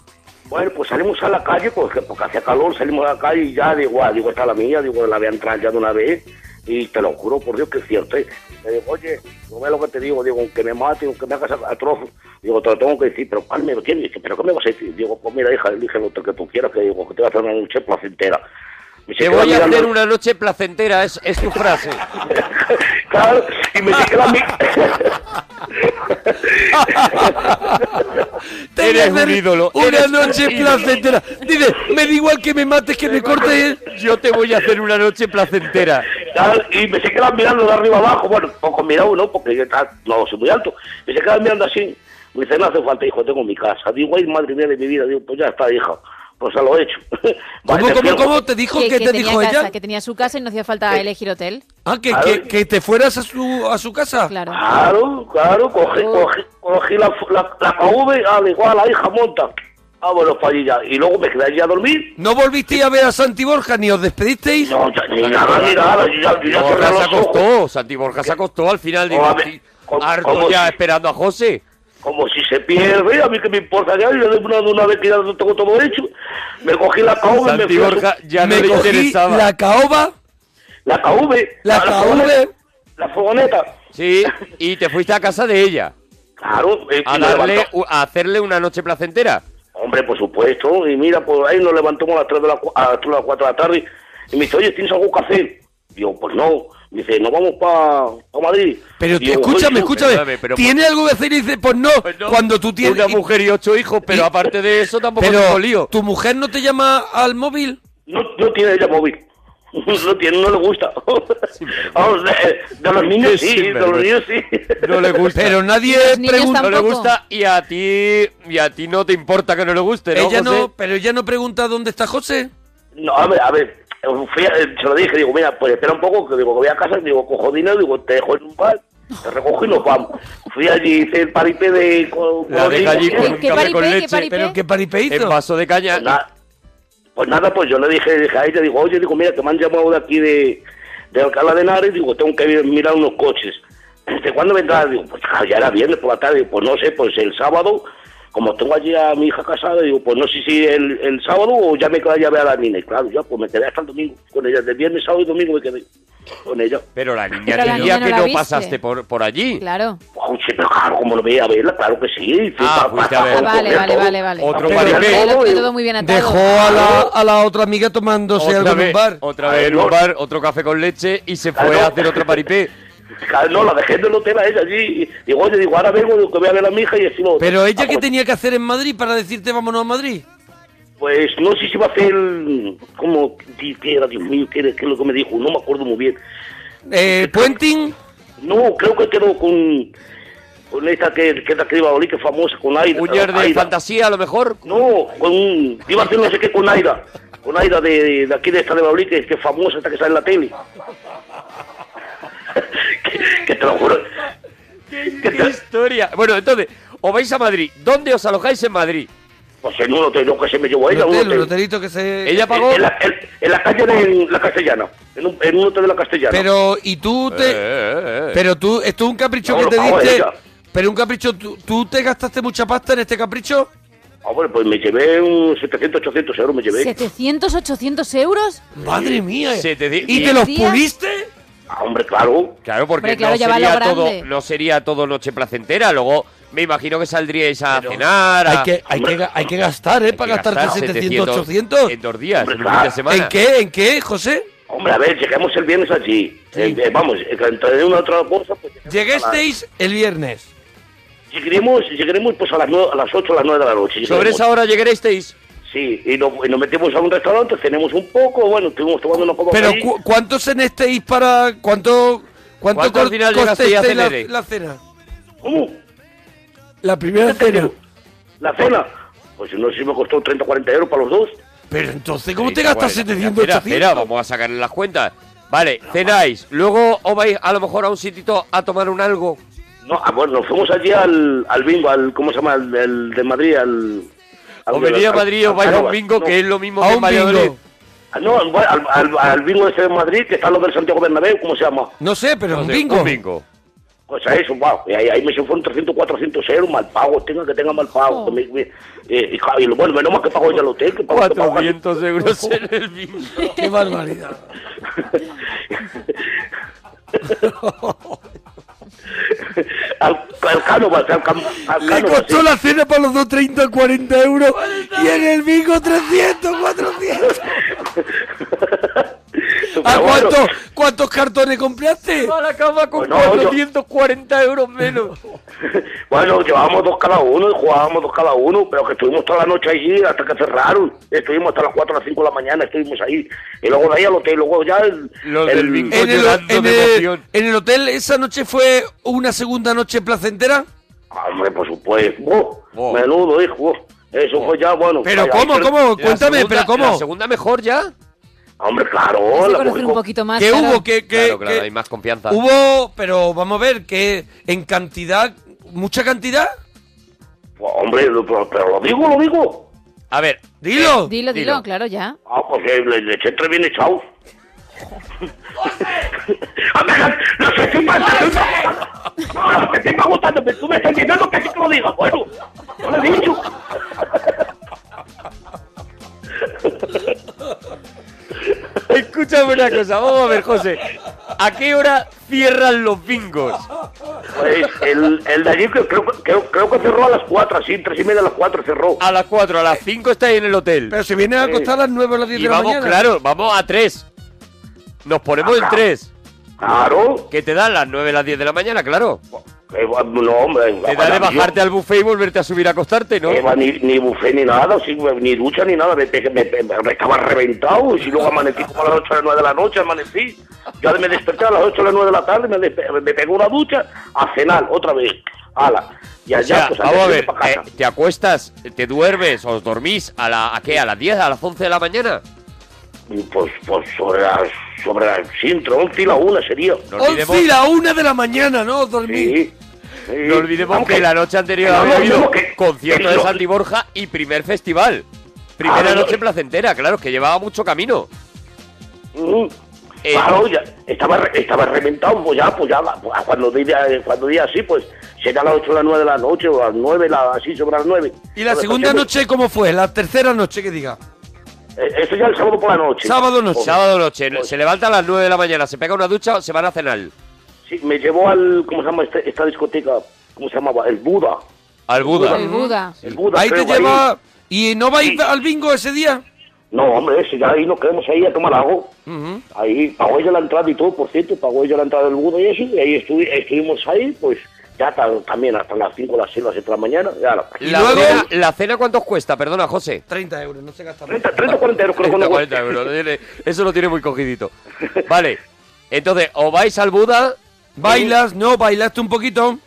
Speaker 4: Bueno, pues salimos a la calle, pues, que- porque hacía calor, salimos a la calle y ya digo, ah, digo, esta es la mía, digo, la voy a entrar ya de una vez. Y te lo juro, por Dios, que es cierto. ¿eh? Le digo, oye, no ves lo que te digo, digo, aunque me mate, aunque me hagas a, a trozos. Digo, te lo tengo que decir, pero ¿cuál me lo tienes? Dice, ¿pero qué me vas a decir? Digo, pues mira, hija, elige lo que tú quieras, que digo, que te vas a hacer una noche placentera. Me
Speaker 3: Te voy a hacer una noche placentera, es, es tu frase.
Speaker 4: claro, y me dije la mía.
Speaker 3: Eres
Speaker 1: Hacer
Speaker 3: un ídolo.
Speaker 1: Una
Speaker 3: eres
Speaker 1: noche
Speaker 3: un ídolo.
Speaker 1: placentera. Dice, me da igual que me mates, que me cortes.
Speaker 3: Yo te voy a hacer una noche placentera.
Speaker 4: Tal, y me se quedan mirando de arriba abajo, bueno, poco mirado, ¿no? Porque yo tal, no soy muy alto. Me se quedan mirando así. Me dice, no hace falta, hijo, tengo mi casa. Digo, ay, madre mía de mi vida. Digo, pues ya está, hija. Pues ya lo he hecho. Vale,
Speaker 1: ¿Cómo,
Speaker 4: te
Speaker 1: cómo,
Speaker 4: quiero.
Speaker 1: cómo? ¿Te dijo?
Speaker 2: que,
Speaker 1: ¿Qué
Speaker 2: que
Speaker 1: te
Speaker 2: tenía
Speaker 1: dijo
Speaker 2: casa,
Speaker 1: ella?
Speaker 2: Que tenía su casa y no hacía
Speaker 3: Eh,
Speaker 2: falta elegir hotel.
Speaker 1: Ah, que,
Speaker 4: Claro.
Speaker 1: que, que te fueras a su, a su casa.
Speaker 2: Claro.
Speaker 4: Claro, claro, cogí, cogí, cogí la, la, la ah, KV, al igual, la hija monta. Vámonos para allí ya. Y luego me quedé allí a dormir.
Speaker 1: ¿No volvisteis a ver a Santi Borja ni os despedisteis?
Speaker 4: No, ni nada, ni nada. Yo ya, yo ya cerré
Speaker 3: Borja se
Speaker 4: los ojos.
Speaker 3: acostó, Santi Borja se acostó al final. Digo,
Speaker 4: Hombre,
Speaker 3: "Sí,
Speaker 4: ¿cómo-
Speaker 3: harto
Speaker 4: cómo
Speaker 3: ya
Speaker 4: sí?
Speaker 3: esperando a José.
Speaker 4: Como si se pierde, a mí que me importa ya, yo de una, de una vez que ya lo tengo todo hecho, me cogí la KV, me
Speaker 3: Santi
Speaker 4: fui a su-
Speaker 3: Borja ya no
Speaker 1: me
Speaker 3: le
Speaker 1: cogí
Speaker 3: interesaba.
Speaker 1: la caoba,
Speaker 4: La KV.
Speaker 1: la caoba.
Speaker 4: La fogoneta.
Speaker 3: Sí, y te fuiste a casa de ella.
Speaker 4: Claro. eh,
Speaker 3: A,
Speaker 4: y me
Speaker 3: darle,
Speaker 4: levantó.
Speaker 3: u- a hacerle una noche placentera.
Speaker 4: Hombre, por supuesto. Y mira, pues ahí nos levantamos a las 3 de la, cu- a las tres de las 4 de la tarde. Y me dice, oye, ¿tienes algo que hacer? Digo, pues no. Me dice, no vamos para Madrid.
Speaker 1: Pero
Speaker 4: Digo,
Speaker 1: escúchame,
Speaker 4: "Oye,
Speaker 1: escúchame.
Speaker 3: perdóname, pero-
Speaker 1: ¿Tiene algo que hacer? Y dice, pues no, cuando tú tienes...
Speaker 3: Una
Speaker 1: y-
Speaker 3: mujer y ocho hijos, pero
Speaker 1: y-
Speaker 3: aparte de eso tampoco tengo
Speaker 1: Pero,
Speaker 3: lío.
Speaker 1: ¿tu mujer no te llama al móvil?
Speaker 4: No, no tiene ella móvil.
Speaker 3: Pues
Speaker 4: No tiene, no le gusta. Vamos, de, de los niños
Speaker 3: Sí,
Speaker 4: sí, de los niños
Speaker 3: sinvergüenza.
Speaker 4: sí.
Speaker 3: No le gusta.
Speaker 1: Pero nadie
Speaker 2: los niños
Speaker 1: pregunta...
Speaker 3: no le
Speaker 2: tampoco.
Speaker 3: gusta y a ti y a ti no te importa que no le guste, ¿no?
Speaker 1: Ella
Speaker 3: José?
Speaker 1: no, pero ella no pregunta dónde está José.
Speaker 4: No, a ver, a ver. fui a- eh, se lo dije, digo, mira, pues espera un poco, que digo, que voy a casa, digo, cojo dinero, digo, te dejo en un bar, te recojo y nos vamos. Fui allí, hice el paripé de... con- ¿eh?
Speaker 3: La
Speaker 4: con
Speaker 3: deja
Speaker 4: los
Speaker 3: allí
Speaker 4: niños.
Speaker 3: con un
Speaker 2: ¿Qué
Speaker 3: café
Speaker 2: paripé?
Speaker 3: con
Speaker 2: ¿Qué
Speaker 3: leche.
Speaker 2: paripé?
Speaker 1: Pero qué paripé
Speaker 3: En
Speaker 1: hizo.
Speaker 3: vaso de caña.
Speaker 4: Pues nada, pues nada, pues yo le dije, dije a ella, digo, oye, digo, mira, que me han llamado de aquí de, de Alcalá de Henares, digo, tengo que ir- mirar unos coches. ¿De cuándo vendrás? Digo, pues claro, ya era viernes por la tarde, digo, pues no sé, pues el sábado, como tengo allí a mi hija casada, digo, pues no sé si el, el sábado o ya me quedo allá a ver a la niña. Y claro, ya, pues me quedé hasta el domingo con ella, de viernes, sábado y domingo me quedé con ella.
Speaker 3: Pero la niña
Speaker 2: Pero la
Speaker 3: tenía
Speaker 2: niña no
Speaker 3: que
Speaker 2: la
Speaker 3: no
Speaker 2: viste.
Speaker 3: pasaste por, por allí.
Speaker 2: Claro.
Speaker 4: Oye, Pues, pero claro, como lo veía a verla, claro que sí. y fui
Speaker 3: Ah,
Speaker 4: pa-
Speaker 3: fuiste
Speaker 4: pa-
Speaker 3: a
Speaker 2: Ah,
Speaker 3: verla.
Speaker 4: pa-
Speaker 2: vale,
Speaker 4: pa-
Speaker 2: vale, vale, vale.
Speaker 3: Otro
Speaker 4: Pero-
Speaker 3: paripé.
Speaker 2: Ahí lo tiene
Speaker 4: Oye,
Speaker 2: todo muy bien atado.
Speaker 1: Dejó a la, a la otra amiga tomándose algo
Speaker 3: Otra
Speaker 1: en un
Speaker 3: vez,
Speaker 1: bar.
Speaker 3: otra
Speaker 4: Ah,
Speaker 3: vez en un bar, otro café con leche y se fue
Speaker 4: Claro.
Speaker 3: a hacer otro paripé.
Speaker 4: Claro, no, la dejé en el hotel a ella allí. y Digo, oye, digo, ahora vengo, digo, que voy a ver a mi hija y así lo...
Speaker 1: Pero ella,
Speaker 4: Ah,
Speaker 1: ¿qué
Speaker 4: pues,
Speaker 1: tenía que hacer en Madrid para decirte vámonos a Madrid?
Speaker 4: Pues no sé si va a hacer... ¿Cómo? di- ¿Qué era? Dios mío, ¿qué, era- qué es lo que me dijo? No me acuerdo muy bien.
Speaker 1: Eh, ¿Puenting?
Speaker 4: No, creo que quedó con... Con esta que, que es de aquí de Valladolid, que es famosa, con Aida.
Speaker 3: Puñer de
Speaker 4: Aida.
Speaker 3: fantasía, a lo mejor.
Speaker 4: No, con... Iba a hacer no sé qué con Aida. Con Aida de, de aquí de esta de Valladolid, que, que es famosa, esta que sale en la tele. que, que te lo juro.
Speaker 3: ¿Qué, historia? Bueno, entonces, os vais a Madrid. ¿Dónde os alojáis en Madrid?
Speaker 4: Pues en un hotel, no que se me llevó a
Speaker 1: El
Speaker 4: ella, un
Speaker 1: hotel,
Speaker 4: hotel.
Speaker 1: el hotelito que se...
Speaker 3: Ella pagó.
Speaker 4: En la, en- en la calle de la Castellana. En un, en un hotel de la Castellana.
Speaker 1: Pero, ¿y tú
Speaker 3: Eh,
Speaker 1: te...?
Speaker 3: eh, eh.
Speaker 1: Pero tú, esto es un capricho
Speaker 4: No,
Speaker 1: que
Speaker 4: lo
Speaker 1: te
Speaker 4: pagó
Speaker 1: diste.
Speaker 4: ella.
Speaker 1: Pero un capricho, ¿tú, tú te gastaste mucha pasta en este capricho?
Speaker 4: Hombre, pues me llevé un 700, 800 euros, me llevé.
Speaker 2: 700, 800 euros.
Speaker 1: Madre mía. ¿eh?
Speaker 3: Se te di-
Speaker 1: ¿Y
Speaker 3: y-
Speaker 1: te los
Speaker 2: Día.
Speaker 1: puliste?
Speaker 4: Ah, hombre, claro.
Speaker 3: Claro, porque
Speaker 2: Hombre, claro,
Speaker 3: no,
Speaker 2: ya va
Speaker 3: sería
Speaker 2: lo
Speaker 3: todo,
Speaker 2: grande.
Speaker 3: no sería todo noche placentera. Luego me imagino que saldríais a
Speaker 1: Pero
Speaker 3: cenar. a-
Speaker 1: Hay que, hay, que, hay que gastar, ¿eh?
Speaker 3: hay que
Speaker 1: para gastarte
Speaker 3: gastar
Speaker 1: 700,
Speaker 3: En
Speaker 1: 800.
Speaker 3: dos días, en un fin
Speaker 4: Claro.
Speaker 3: de semana.
Speaker 1: ¿En qué? ¿En qué, José?
Speaker 4: Hombre, a ver, llegamos el viernes allí. Eh, eh, vamos, eh, entre una otra cosa, pues. llegamos a la-
Speaker 1: Llegasteis el viernes.
Speaker 4: Llegaremos, llegaremos pues a las, nueve- a las 8 o las 9 de la noche.
Speaker 3: Sobre
Speaker 4: llegaremos.
Speaker 3: esa hora llegaréis.
Speaker 4: Sí, y nos, y nos metimos a un restaurante, tenemos un poco, bueno, estuvimos tomando unos copas.
Speaker 1: Pero,
Speaker 4: ahí.
Speaker 1: ¿cu- ¿cuántos cenasteis para...? ¿Cuánto, cuánto,
Speaker 3: ¿Cuánto al
Speaker 1: cor-
Speaker 3: final llegasteis a
Speaker 1: costeis la,
Speaker 3: cenar?
Speaker 1: la cena?
Speaker 4: ¿Cómo?
Speaker 1: La primera cena.
Speaker 4: ¿La cena? Pues no sé si me costó 30 o 40 euros para los dos.
Speaker 1: Pero entonces, ¿cómo
Speaker 3: Sí,
Speaker 1: te
Speaker 3: bueno,
Speaker 1: gastas
Speaker 3: espera,
Speaker 1: 700,
Speaker 3: Espera, espera,
Speaker 1: 800?
Speaker 3: vamos a sacarle las cuentas. Vale, cenáis. Luego os vais a lo mejor a un sitito a tomar un algo.
Speaker 4: No, ah, bueno, nos fuimos allí al, al bingo, al, ¿cómo se llama? El, el de Madrid, al... al-
Speaker 3: Os venís a
Speaker 4: al-
Speaker 3: Madrid y os
Speaker 4: al-
Speaker 3: vais a
Speaker 4: no,
Speaker 3: un bingo,
Speaker 4: no.
Speaker 3: que es lo mismo
Speaker 1: A
Speaker 3: que en
Speaker 1: un bingo.
Speaker 3: Valladolid.
Speaker 4: Ah, No, al, al, este al- al bingo ese de Madrid, que está lo del Santiago Bernabéu, ¿cómo se llama?
Speaker 1: No sé, pero un
Speaker 3: Entonces,
Speaker 1: bingo.
Speaker 3: Un bingo.
Speaker 4: Pues a eso, wow, y ahí, ahí me se fueron 300, 400 euros, mal pago, tenga que tenga mal pago. que me- me- eh, y, claro, y lo bueno, menos mal que pago ya el hotel, que pago, que pago casi-
Speaker 3: 400 euros en el bingo.
Speaker 1: Qué barbaridad.
Speaker 4: al, al Cánovas, al, Cam- al
Speaker 1: Le
Speaker 4: Cánovas,
Speaker 1: costó
Speaker 4: eh.
Speaker 1: la cena para los dos 30, 40 euros y en el bingo 300, 400. ¿A cuánto, cuántos cartones compraste?
Speaker 3: A la cama con
Speaker 4: Bueno, yo-
Speaker 3: 440 euros menos.
Speaker 4: Bueno, llevábamos dos cada uno y jugábamos dos cada uno, pero que estuvimos toda la noche allí hasta que cerraron. Estuvimos hasta las 4 o las 5 de la mañana, estuvimos ahí. Y luego de ahí al hotel, luego ya el...
Speaker 1: en
Speaker 4: el-
Speaker 1: el, en el-
Speaker 3: Eh,
Speaker 1: en el hotel, ¿esa noche fue una segunda noche placentera?
Speaker 4: Ah, Hombre, por supuesto. Oh, Menudo, hijo. oh. Eso fue ya, bueno... ¿eh?
Speaker 1: Pero
Speaker 4: vaya,
Speaker 1: ¿cómo,
Speaker 4: pero-
Speaker 1: cómo? Cuéntame, pero ¿cómo?
Speaker 3: mejor ya?
Speaker 4: Hombre, claro.
Speaker 2: que
Speaker 4: la
Speaker 2: conocer un
Speaker 4: mujer-
Speaker 2: poquito más.
Speaker 1: ¿Qué
Speaker 2: claro.
Speaker 1: hubo? ¿Qué, qué-
Speaker 3: Claro, claro,
Speaker 1: qué-
Speaker 3: hay más confianza.
Speaker 1: Hubo, pero vamos a ver, que en cantidad, mucha cantidad.
Speaker 4: Pues, hombre, lo- pero, pero lo digo, lo digo.
Speaker 3: A ver, eh,
Speaker 1: dilo.
Speaker 2: Dilo, dilo, claro, ya.
Speaker 4: Ah, pues eh, le, le eché tres bien echados. ¡No sé qué pasa! ¡No te estoy preguntando! pero ¡Tú me estás diciendo que sí te lo diga! ¡Bueno! ¡No lo he dicho!
Speaker 3: Escúchame una cosa, vamos a ver, José. ¿A qué hora cierran los bingos?
Speaker 4: Pues el, el de allí creo, creo, creo, creo que cerró a las cuatro, así, tres y media a las cuatro cerró. Eh,
Speaker 3: A las 4, a las 5 estáis en el hotel.
Speaker 1: Pero se vienen a acostar a las 9 o las 10
Speaker 3: Y
Speaker 1: de la
Speaker 3: vamos,
Speaker 1: mañana.
Speaker 3: claro, vamos a 3. Nos ponemos en 3.
Speaker 4: Claro.
Speaker 3: Que te dan las 9, las 10 de la mañana, claro.
Speaker 4: Eh, va- no, hombre.
Speaker 3: Te da de bajarte al buffet y volverte a subir a acostarte, ¿no?
Speaker 4: Eh, va, ni, ni buffet ni nada, sí, ni ducha ni nada, me, me- me- me estaba reventado y luego amanecí como a las 8 o las 9 de la noche, amanecí, yo me desperté a las 8 o las 9 de la tarde, me, despe- me pegó una ducha a cenar otra vez, ala, y
Speaker 3: O
Speaker 4: allá
Speaker 3: sea,
Speaker 4: pues allá
Speaker 3: vamos a
Speaker 4: yendo
Speaker 3: ver,
Speaker 4: pa' casa.
Speaker 3: eh, te acuestas, te duermes, os dormís a la, ¿a qué? ¿A las 10, a las 11 de la mañana?
Speaker 4: Y pues, pues sobre las, sobre las, sí, entre 11 y la 1 sería.
Speaker 3: No
Speaker 1: 11 y la 1 de la mañana, ¿no? Dormir.
Speaker 3: No olvidemos
Speaker 4: Vamos,
Speaker 3: que
Speaker 4: que-
Speaker 3: la noche anterior
Speaker 4: que no,
Speaker 3: había
Speaker 4: no,
Speaker 3: habido
Speaker 4: que-
Speaker 3: concierto
Speaker 4: que
Speaker 3: de
Speaker 4: no.
Speaker 3: Sandy Borja y primer festival. Primera
Speaker 4: Ah, no,
Speaker 3: noche
Speaker 4: no.
Speaker 3: placentera, claro, que llevaba mucho camino.
Speaker 4: Mm.
Speaker 3: Eh,
Speaker 4: claro, ya estaba, re- estaba reventado, pues ya, pues ya, la- pues cuando diga, cuando diga así, pues será a las 8 o las 9 de la noche, o a las 9, la, así sobre las 9.
Speaker 1: ¿Y la segunda noche cómo fue? La tercera noche, que diga.
Speaker 4: eh, Eso ya el sábado por la noche. Oh,
Speaker 1: Sábado noche.
Speaker 3: Sábado noche, se levanta a las 9 de la mañana, se pega una ducha, se van a cenar.
Speaker 4: Sí, me llevó al, ¿cómo se llama este- esta discoteca? ¿Cómo se llamaba? El Buda.
Speaker 3: Al Buda.
Speaker 2: El Buda.
Speaker 4: El Buda.
Speaker 1: Ahí te
Speaker 4: creo,
Speaker 1: lleva.
Speaker 4: ahí.
Speaker 1: ¿Y no vais al bingo ese día?
Speaker 4: No, hombre, ese ya ahí nos quedamos ahí a tomar algo.
Speaker 1: Ujú.
Speaker 4: Ahí pagó ella la entrada y todo, por cierto, pagó ella la entrada del Buda y eso, y ahí estuvi- estuvimos ahí, pues ya ta- también hasta las 5, las 6, las 7 de la mañana. Ya, la-
Speaker 3: La, cena, ¿La cena cuánto os cuesta? Perdona, José.
Speaker 1: 30 euros, no se gasta
Speaker 4: 30, 30 40 euros creo que
Speaker 3: 30,
Speaker 4: no
Speaker 3: 40 euros. no tiene- Eso lo tiene muy cogidito. Vale. Entonces, o vais al Buda.
Speaker 1: ¿Bailas? ¿No? ¿Bailaste un poquito?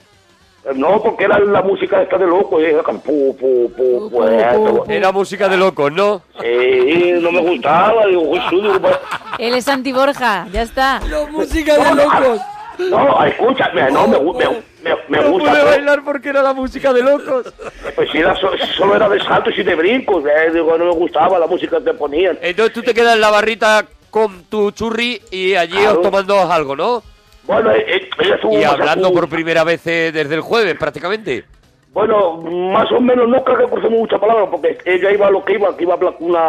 Speaker 4: Eh, No, porque era la música esta de loco, y era como pu, pu, pu, pu, esto.
Speaker 3: Era música de locos, ¿no?
Speaker 4: Sí, no me gustaba, digo, Jesús, digo, pues,
Speaker 2: Él es Santi Borja, ya está.
Speaker 1: La música de locos.
Speaker 4: no, escúchame, no, me, gu- me, me, me gusta, pero,
Speaker 3: porque era la música de locos.
Speaker 4: pues si era so- solo era de saltos y de brincos, eh, digo, no me gustaba la música que ponían.
Speaker 3: Entonces tú te quedas en la barrita con tu churri y allí
Speaker 4: Claro.
Speaker 3: os tomando algo, ¿no?
Speaker 4: Bueno, eh, eh, ella estuvo
Speaker 3: Y
Speaker 4: más a
Speaker 3: hablando
Speaker 4: fu-
Speaker 3: por primera vez eh, desde el jueves, prácticamente.
Speaker 4: Bueno, más o menos, no creo que crucemos muchas palabras, porque ella iba a lo que iba, que iba a hablar con una...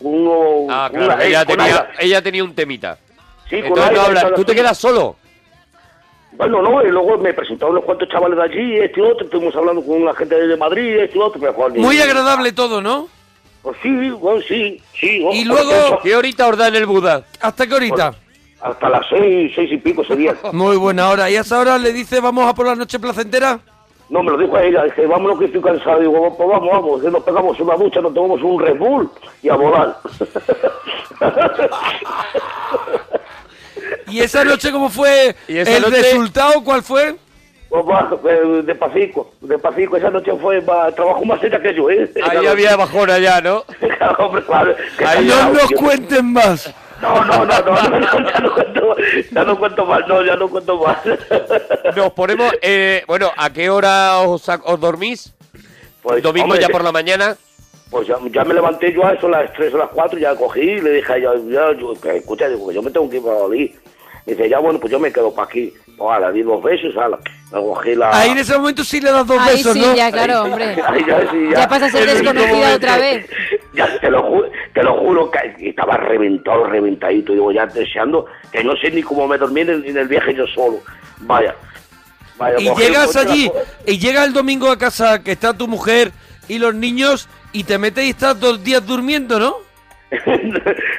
Speaker 4: Con uno,
Speaker 3: Ah,
Speaker 4: con
Speaker 3: claro,
Speaker 4: una-
Speaker 3: ella,
Speaker 4: eh, con
Speaker 3: tenía,
Speaker 4: Aida.
Speaker 3: ella tenía un temita.
Speaker 4: Sí, con
Speaker 3: Entonces no
Speaker 4: Aida,
Speaker 3: hablas,
Speaker 4: ella-
Speaker 3: tú te quedas solo.
Speaker 4: Bueno, no, y luego me presentaron unos cuantos chavales de allí, este y otro, estuvimos hablando con la gente de Madrid, este y otro, pero joder,
Speaker 1: Muy agradable todo, ¿no?
Speaker 4: Pues sí, bueno, sí, sí. oh, bueno,
Speaker 1: Y
Speaker 4: porque
Speaker 1: luego,
Speaker 4: eso-
Speaker 3: ¿Qué horita os da en el Buda?
Speaker 1: ¿hasta qué horita?
Speaker 4: Pues, Hasta las seis, seis y pico sería.
Speaker 1: Muy buena hora. ¿Y a esa hora le dice vamos a por la noche placentera?
Speaker 4: No, me lo dijo ella, dije, vámonos que estoy cansado. Digo, pues vamos, vamos, que nos pegamos una ducha, nos tomamos un Red Bull y a volar.
Speaker 1: ¿Y esa noche cómo fue?
Speaker 3: ¿Y esa
Speaker 1: ¿El
Speaker 3: noche?
Speaker 1: resultado cuál fue?
Speaker 4: Pues va, eh, de pasico, de pasico. Esa noche fue, va, trabajo más cerca que yo, ¿eh?
Speaker 3: Ahí había bajona ya, ¿no?
Speaker 4: Claro, hombre, claro, que-
Speaker 3: Ahí
Speaker 1: No
Speaker 4: no,
Speaker 1: nos cuenten más.
Speaker 4: no, no, no, no, no, ya no cuento, ya no cuento más, no, ya no cuento más.
Speaker 3: Nos ponemos... eh, bueno, ¿a qué hora os, ac- os dormís?
Speaker 4: Pues,
Speaker 3: Domingo
Speaker 4: hombre,
Speaker 3: ya por la mañana.
Speaker 4: Pues ya, ya me levanté yo a eso, a las 3 o las 4, ya cogí y le dije, a ella, ya, yo, que, escucha, digo, que yo me tengo que ir para Madrid. Me dice, ya bueno, pues yo me quedo para aquí. Pues la di dos veces, ala. Me cogí la...
Speaker 1: Ahí en ese momento sí le das dos
Speaker 2: Ahí
Speaker 1: besos,
Speaker 2: sí,
Speaker 1: ¿no?
Speaker 2: ya, claro, hombre.
Speaker 4: Ay, Ah. ya, sí,
Speaker 2: Ya pasa a ser
Speaker 4: En el mismo
Speaker 2: desconocida otra vez.
Speaker 4: Ya, te lo, ju- te lo juro que estaba reventado, reventadito. Digo, ya deseando que no sé ni cómo me dormí en el, en el viaje yo solo. Vaya. vaya
Speaker 1: Y
Speaker 4: cogí eh, el
Speaker 1: llegas
Speaker 4: coche, la
Speaker 1: allí,
Speaker 4: co-
Speaker 1: y llega el domingo a casa que está tu mujer y los niños, y te metes y estás dos días durmiendo, ¿no?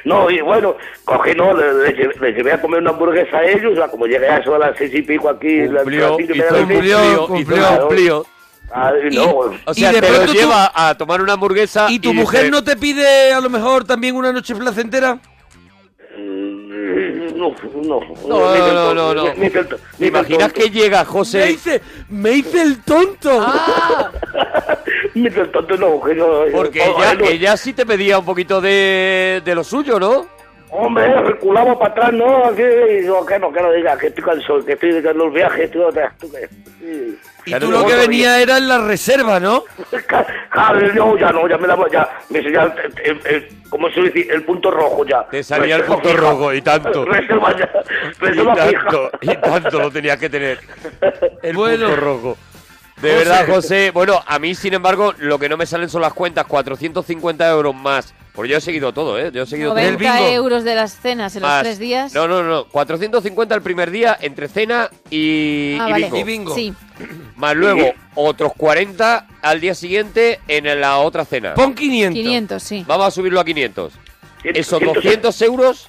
Speaker 4: No, y bueno, cogí, no, le, le llevé, le llevé a comer una hamburguesa a ellos. o sea, como llegué a eso a las seis y pico aquí. las-
Speaker 3: Cumplió,
Speaker 4: las cinco y
Speaker 3: hizo
Speaker 4: media de la
Speaker 3: el
Speaker 4: noche.
Speaker 3: cumplió, hizo el
Speaker 4: Claro.
Speaker 3: cumplió.
Speaker 4: Ah,
Speaker 3: Y-
Speaker 4: no,
Speaker 3: o
Speaker 1: y
Speaker 3: sea,
Speaker 1: de
Speaker 3: te lo
Speaker 1: pronto tú-
Speaker 3: lleva a tomar una hamburguesa
Speaker 1: ¿Y tu
Speaker 3: dice,
Speaker 1: mujer no te pide a lo mejor también una noche placentera?
Speaker 4: Mm, No, no, ni
Speaker 3: No, no,
Speaker 4: del
Speaker 3: no,
Speaker 4: todo,
Speaker 3: no, no.
Speaker 4: ni- ni del to-
Speaker 3: ¿Te
Speaker 4: ni del
Speaker 3: imaginas
Speaker 4: todo.
Speaker 3: que llega José?
Speaker 1: Me hice, me hice el tonto.
Speaker 2: Ah.
Speaker 4: Mientras tanto no, que no,
Speaker 3: Porque
Speaker 4: no,
Speaker 3: ella,
Speaker 4: no.
Speaker 3: ella sí te pedía un poquito de, de lo suyo, ¿no?
Speaker 4: Hombre, reculaba para atrás, no, que, yo, que no, que no diga, que estoy cansado, que estoy de los viajes, estoy otra
Speaker 1: Y tú lo que venía era en la reserva, ¿no?
Speaker 4: Claro, no, ya no, ya me daba, ya, me dice, ya, el- el- el- ¿cómo se dice? El punto rojo ya.
Speaker 3: Te salía el punto rojo y tanto.
Speaker 4: Reserva ya,
Speaker 3: Y
Speaker 4: reserva fija.
Speaker 3: tanto, y tanto lo tenías que tener. El
Speaker 1: Bueno.
Speaker 3: punto rojo. De
Speaker 1: José.
Speaker 3: verdad, José. Bueno, a mí, sin embargo, lo que no me salen son las cuentas, 450 euros más. Porque yo he seguido todo, ¿eh? Yo he seguido todo.
Speaker 2: 90 euros de las cenas en los
Speaker 3: Más.
Speaker 2: tres días.
Speaker 3: No, no, no. 450 el primer día entre cena y,
Speaker 2: ah,
Speaker 3: y
Speaker 2: vale.
Speaker 3: bingo.
Speaker 2: Sí.
Speaker 3: Más luego otros 40 al día siguiente en la otra cena.
Speaker 1: Pon 500.
Speaker 2: 500, sí.
Speaker 3: Vamos a subirlo a 500. Esos
Speaker 4: 170.
Speaker 3: 200 euros.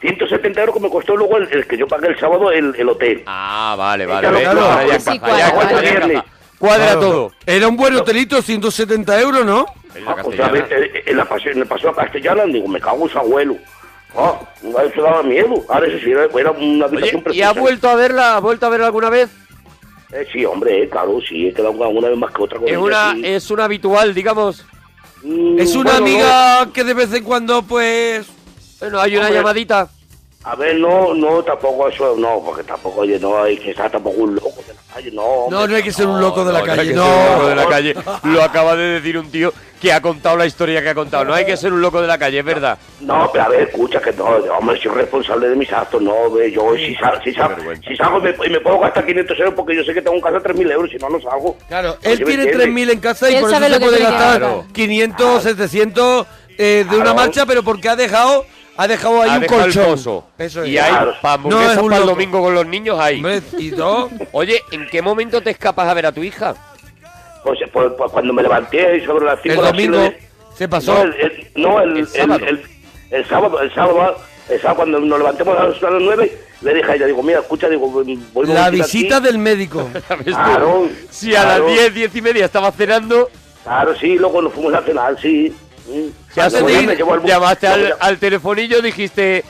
Speaker 4: 170 euros que me costó luego el, el que yo pagué el sábado el, el hotel. Eh,
Speaker 3: Ah, vale,
Speaker 4: Ya
Speaker 3: vale.
Speaker 4: lo
Speaker 3: ves,
Speaker 4: cuadro.
Speaker 3: ahora ya
Speaker 4: Sí,
Speaker 3: encaja,
Speaker 4: cuadra,
Speaker 3: ya
Speaker 4: cuadra.
Speaker 3: encaja, ya
Speaker 4: Viernes.
Speaker 3: encaja. Cuadra
Speaker 1: Claro.
Speaker 3: todo.
Speaker 1: Era un buen hotelito, 170 euros, ¿no?
Speaker 4: Ah, pues, a ver, eh, eh, la paseo, en el paseo a Castellana, digo, me cago en su abuelo. Ah, eso daba miedo. Ahora eso sí, era, era una habitación
Speaker 3: ¿Y has
Speaker 4: preciosa.
Speaker 3: vuelto a verla? ¿Has vuelto a verla alguna vez?
Speaker 4: Eh, sí, hombre, eh, claro, sí, he quedado una vez más que otra con
Speaker 3: Es
Speaker 4: ella,
Speaker 3: una,
Speaker 4: sí.
Speaker 3: es una habitual, digamos.
Speaker 4: Mm,
Speaker 1: Es una
Speaker 4: bueno,
Speaker 1: amiga que de vez en cuando, pues...
Speaker 3: Bueno, hay una
Speaker 4: Hombre.
Speaker 3: llamadita.
Speaker 4: A ver, no, no, tampoco eso, no, porque tampoco, oye, no hay que estar tampoco un loco de la calle, no. hombre.
Speaker 1: No, no hay que ser un loco de la
Speaker 3: No, no hay
Speaker 1: calle,
Speaker 3: que ser un loco de
Speaker 1: no.
Speaker 3: la calle. Lo acaba de decir un tío que ha contado la historia que ha contado. No hay que ser un loco de la calle, es verdad.
Speaker 4: No, pero a ver, escucha, que no, hombre, soy responsable de mis actos, no, ve, yo si, sal- si, sal- si salgo y me, y me puedo gastar 500 euros porque yo sé que tengo en casa 3.000 euros, si no, no salgo.
Speaker 1: Claro,
Speaker 3: Pues
Speaker 4: Oye,
Speaker 1: él
Speaker 4: ¿me
Speaker 1: tiene
Speaker 4: entiendes?
Speaker 1: 3.000 en casa y
Speaker 2: Él
Speaker 1: por eso
Speaker 2: sabe
Speaker 1: se
Speaker 2: lo que
Speaker 1: puede
Speaker 2: tiene que
Speaker 1: gastar
Speaker 3: gastar.
Speaker 1: 500, 700 eh, de una
Speaker 4: Claro.
Speaker 1: marcha, pero porque ha dejado ha dejado ahí
Speaker 3: Ha
Speaker 1: un
Speaker 3: dejado el
Speaker 1: colchón.
Speaker 3: pozo.
Speaker 1: Eso es.
Speaker 3: Y hay
Speaker 4: Claro.
Speaker 3: para
Speaker 1: No es un
Speaker 3: para el
Speaker 1: loco.
Speaker 3: domingo con los niños ahí.
Speaker 1: Hombre, y dos.
Speaker 3: Oye, ¿en qué momento te escapas a ver a tu hija?
Speaker 4: Pues, pues, pues, cuando me levanté sobre las 5
Speaker 1: El domingo se
Speaker 4: No,
Speaker 1: pasó.
Speaker 4: el, el- no, el,
Speaker 3: El sábado.
Speaker 4: el- el- el sábado, el sábado, el sábado, cuando nos levantemos a las, a las 9, le dije a ella, digo, mira, escucha, digo, voy voy
Speaker 1: La
Speaker 4: a ir
Speaker 1: visita
Speaker 4: aquí.
Speaker 1: del médico.
Speaker 3: ¿Sabes tú?
Speaker 4: Claro,
Speaker 3: si a
Speaker 4: claro.
Speaker 3: las 10, 10 y media estaba cenando,
Speaker 4: Claro, sí, luego nos fuimos a cenar, sí. Mm.
Speaker 3: ya
Speaker 4: Luego
Speaker 3: se te-
Speaker 4: me llevó al bu-
Speaker 3: llamaste
Speaker 4: luego
Speaker 3: al,
Speaker 4: ya-
Speaker 3: al telefonillo, dijiste,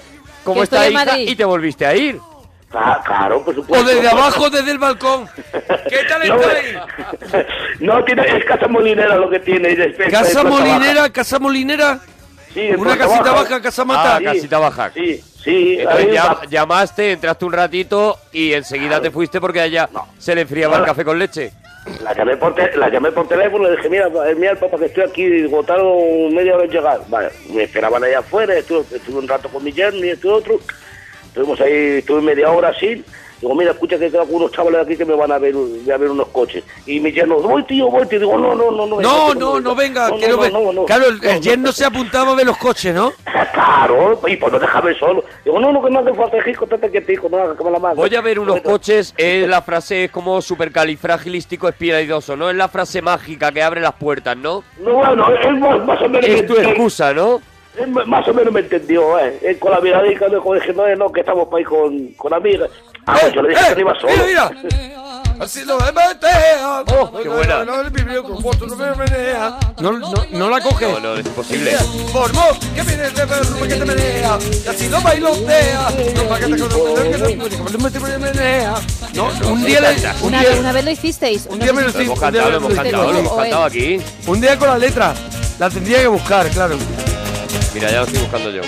Speaker 3: ¿cómo
Speaker 2: Que estoy
Speaker 3: está
Speaker 2: en
Speaker 3: hija?
Speaker 2: Madrid.
Speaker 3: Y te volviste a ir.
Speaker 4: Cla- Claro, por
Speaker 3: Pues
Speaker 1: O
Speaker 4: supuesto.
Speaker 1: desde abajo, desde el balcón. ¿Qué tal
Speaker 4: No,
Speaker 1: estáis?
Speaker 4: no, tiene, es casa molinera lo que tiene. y después- pues,
Speaker 1: Casa
Speaker 4: después
Speaker 1: molinera, casa molinera.
Speaker 4: baja. Sí,
Speaker 1: Una
Speaker 4: después
Speaker 1: casita baja, casa mata.
Speaker 3: Ah, casita baja.
Speaker 4: Sí, sí.
Speaker 3: Entonces
Speaker 4: ahí
Speaker 3: llam-
Speaker 4: va.
Speaker 3: llamaste, entraste un ratito y enseguida te fuiste porque allá
Speaker 4: No.
Speaker 3: se le enfriaba el
Speaker 4: Ahora-
Speaker 3: café con leche.
Speaker 4: La llamé, por te- la llamé por teléfono, le dije, mira, pa- eh, mira, papá, que estoy aquí, agotaron media hora en llegar. Vale, me esperaban allá afuera, estuve, estuve un rato con mi yerno y este otro. Estuvimos ahí, estuve media hora así. Digo, mira, escucha que hay algunos chavales aquí que me van a ver, voy a ver unos coches. Y mi yerno, voy tío, voy tío. Digo, no, no, no, no.
Speaker 1: No,
Speaker 4: este
Speaker 1: no, no venga.
Speaker 4: no,
Speaker 1: quiero
Speaker 4: no,
Speaker 1: ver.
Speaker 4: no, no.
Speaker 1: Claro, el,
Speaker 4: No,
Speaker 1: el
Speaker 4: no.
Speaker 1: yerno se apuntaba a ver los coches, ¿no?
Speaker 4: Claro, y pues no déjame solo. Digo, no, no, que no hace falta, hijo, estate quietico, no hagas que me la mano.
Speaker 3: Voy a ver unos coches, es la frase es como supercalifragilístico espiralidoso, ¿no? Es la frase mágica que abre las puertas, ¿no?
Speaker 4: No, bueno, es más, más o menos...
Speaker 3: Es tu excusa, ¿no?
Speaker 4: Él m- Más o menos me entendió, ¿eh? Él con la miradica me dijo, dije, no, eh, no, que estamos para ir con, con amigas. Ah, pues yo le dije
Speaker 1: Eh,
Speaker 4: que no iba solo.
Speaker 1: Mira, mira. Así lo metea.
Speaker 3: Oh, qué buena.
Speaker 1: No, no, no, no la coge.
Speaker 3: No, no, es imposible.
Speaker 1: Formó, que viene de perro que te menea, y así lo bailotea, no pa' que te conozca, que te- que te menea. No, un día le- un
Speaker 2: Una,
Speaker 1: día-
Speaker 2: una vez lo hicisteis.
Speaker 1: un
Speaker 2: no
Speaker 1: día
Speaker 2: sé
Speaker 1: me lo
Speaker 2: si-
Speaker 3: Lo hemos
Speaker 1: Sí,
Speaker 3: cantado, lo hemos
Speaker 1: sí,
Speaker 3: cantado, lo hemos
Speaker 1: eh.
Speaker 2: sí,
Speaker 3: cantado aquí.
Speaker 1: un día con la letra, la tendría que buscar, claro.
Speaker 3: Mira, ya lo estoy buscando yo.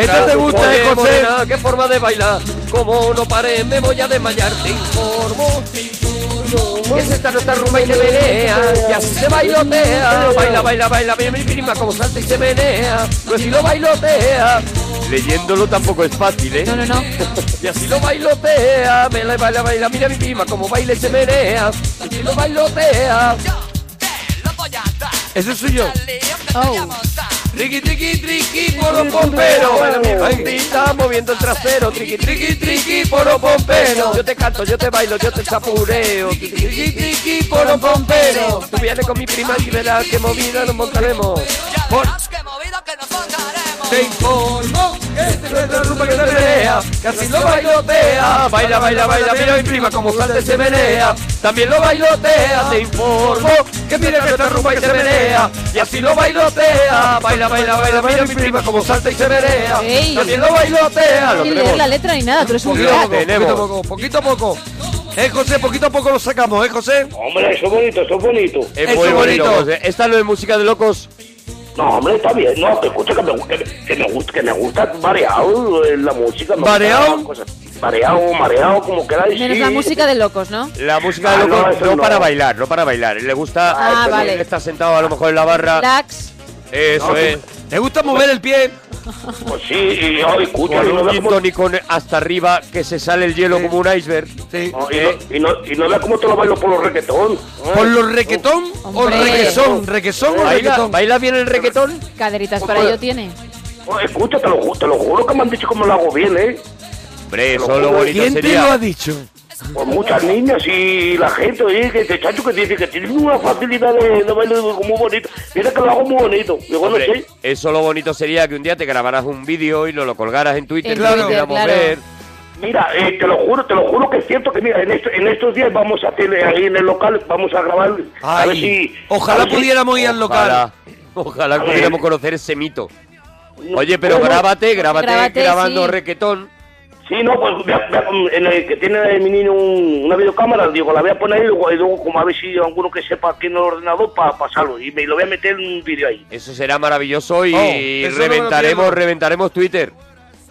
Speaker 1: Esta te gusta, eh, José.
Speaker 3: qué forma de bailar. Como no pare, me voy a desmayar. Te informo. Que es esta nuestra rumba y te menea. Y así se bailotea. Baila, baila, baila. Mira mi prima como salta y se menea. Pues si lo bailotea. Leyéndolo tampoco es fácil, ¿eh?
Speaker 2: No, no, no.
Speaker 3: Y así lo bailotea, me la baila, baila, mira mi prima como baile se menea. Y así lo bailotea. Ese soy yo.
Speaker 2: Oh.
Speaker 3: Triqui, triqui, triqui, poro pompero. Baila mi bandita moviendo el trasero. Triqui, triqui, triqui, poro pompero. Yo te canto, yo te bailo, yo te chapureo. Triqui, triqui, triqui, poro pompero. Tú vienes con mi prima y verás que movida nos
Speaker 1: Oh,
Speaker 3: montaremos. Por... Te informo que este es la rumba que te menea, casi lo bailotea. Baila, baila, baila, mira mi prima como salte se menea. También lo bailotea, te informo que mira que esta rumba y se menea. Y así lo bailotea. Baila, baila, baila, mira mi prima como salta y se menea.
Speaker 1: eh.
Speaker 2: Ey.
Speaker 3: También lo bailotea. Lo
Speaker 2: Sin leer la
Speaker 3: tenemos.
Speaker 2: letra ni nada, tú eres un
Speaker 3: Poquito a
Speaker 2: crack.
Speaker 3: poco, poquito a poco, poquito a poco. Eh, José, poquito a poco lo sacamos, ¿eh, José?
Speaker 4: Hombre, eso es bonito, eso es bonito.
Speaker 3: Es muy bonito. José. Esta es lo de música de locos.
Speaker 4: No, hombre, está bien. No, que escucha que me, gu- que, me- que me gusta, que me gusta variado eh, la música. me gusta
Speaker 3: ¿Variado?
Speaker 4: las cosas. Variado, mareado, como queráis.
Speaker 2: Menos
Speaker 4: sí.
Speaker 2: la música de locos, ¿no?
Speaker 3: La música de
Speaker 4: Ah,
Speaker 3: locos
Speaker 4: no,
Speaker 3: no,
Speaker 4: eso no.
Speaker 3: para bailar, no para bailar. Le gusta.
Speaker 2: Ah,
Speaker 3: este,
Speaker 2: vale.
Speaker 3: Está sentado a lo mejor en la barra.
Speaker 2: Dax.
Speaker 3: Eso
Speaker 4: No,
Speaker 3: es. Le gusta mover el pie.
Speaker 4: Pues sí, y yo escucho.
Speaker 3: Con
Speaker 4: y no
Speaker 3: un
Speaker 4: vea
Speaker 3: gin
Speaker 4: cómo-
Speaker 3: tonic con- hasta arriba que se sale el hielo como un iceberg. Eh, Sí.
Speaker 4: no, y, no, y, no, y no vea cómo te lo bailo por los reggaetón. ¿eh?
Speaker 3: ¿Por los requetón o
Speaker 2: Hombre.
Speaker 3: requesón? ¿Requesón o
Speaker 4: Baila-
Speaker 3: requetón? ¿Baila bien el requetón?
Speaker 2: Caderitas para ello tiene.
Speaker 4: No, escucha, te lo, ju- te lo juro que me han dicho que me lo hago bien, ¿eh?
Speaker 3: Hombre,
Speaker 4: Pero
Speaker 3: eso lo
Speaker 4: ¿cómo?
Speaker 3: bonito
Speaker 4: ¿Quién te
Speaker 3: sería.
Speaker 1: dicho?
Speaker 4: Por muchas niñas y la gente, oye, que este chacho que dice que tiene una facilidad de, de baile muy bonito. Mira que lo hago muy bonito. Y bueno,
Speaker 3: Hombre,
Speaker 4: sí.
Speaker 3: eso lo bonito sería que un día te grabaras un vídeo y lo, lo colgaras en Twitter.
Speaker 2: En
Speaker 3: y lo
Speaker 2: Twitter,
Speaker 3: pudiéramos
Speaker 2: claro.
Speaker 3: ver.
Speaker 4: Mira, eh, te lo juro, te lo juro que es cierto que mira, en, esto- en estos días vamos a hacer eh, ahí en el local, vamos a grabar. a ver
Speaker 3: Ay,
Speaker 4: si,
Speaker 1: Ojalá
Speaker 4: a ver si-
Speaker 1: pudiéramos ir al local.
Speaker 3: Ojalá, ojalá pudiéramos conocer ese mito. Oye, pero
Speaker 4: Bueno,
Speaker 3: grábate, grábate,
Speaker 2: Grábate,
Speaker 3: grabando
Speaker 2: sí.
Speaker 3: requetón.
Speaker 4: Sí, no, pues vea- vea, en el que tiene mi niño un- una videocámara, digo, la voy a poner ahí y luego, y luego como a ver si alguno que sepa aquí en el ordenador para pasarlo. Y me lo voy a meter en un vídeo ahí.
Speaker 3: Eso será maravilloso y
Speaker 1: Oh, eso no me lo
Speaker 3: reventaremos,
Speaker 1: pierdo.
Speaker 3: reventaremos Twitter.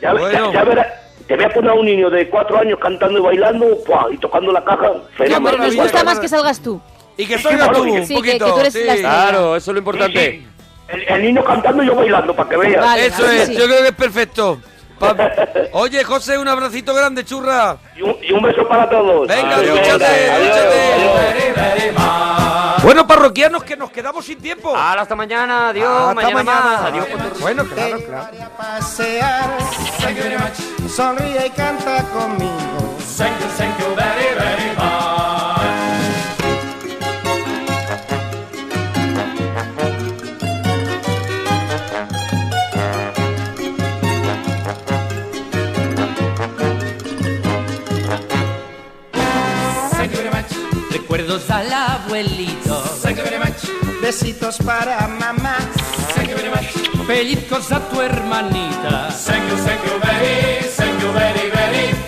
Speaker 4: Ya, ve-
Speaker 1: Bueno.
Speaker 4: ya- ya verás, te voy a poner a un niño de cuatro años cantando y bailando ¡pua! y tocando la caja.
Speaker 2: Pero nos
Speaker 1: maravilla,
Speaker 2: gusta
Speaker 1: qué
Speaker 2: más
Speaker 1: maravilla.
Speaker 2: que salgas tú.
Speaker 1: Y que salgas tú un
Speaker 2: Sí, que-
Speaker 1: poquito.
Speaker 2: que tú eres la
Speaker 1: sí.
Speaker 2: estrella.
Speaker 3: Claro, eso es lo importante.
Speaker 4: Sí, sí. El, el niño cantando y yo bailando, para que veas.
Speaker 2: Vale,
Speaker 1: Eso
Speaker 2: ahora
Speaker 1: es,
Speaker 2: sí.
Speaker 1: yo creo que es perfecto. Pa- Oye, José, un abracito grande, churra.
Speaker 4: Y, un, y un beso para todos.
Speaker 1: Venga,
Speaker 4: Adiós,
Speaker 1: escúchate,
Speaker 4: adiós,
Speaker 1: escúchate.
Speaker 4: adiós.
Speaker 1: Bueno, parroquianos, que nos quedamos sin tiempo.
Speaker 3: Ahora hasta mañana, adiós,
Speaker 1: Hasta
Speaker 3: mañana, más, adiós.
Speaker 1: Bueno, claro, claro.
Speaker 31: pasear. Sonríe y canta conmigo.
Speaker 11: Recuerdos al abuelito.
Speaker 31: Besitos para mamá.
Speaker 11: Feliz cosa tu hermanita.
Speaker 31: Thank you, thank you very, thank you very, very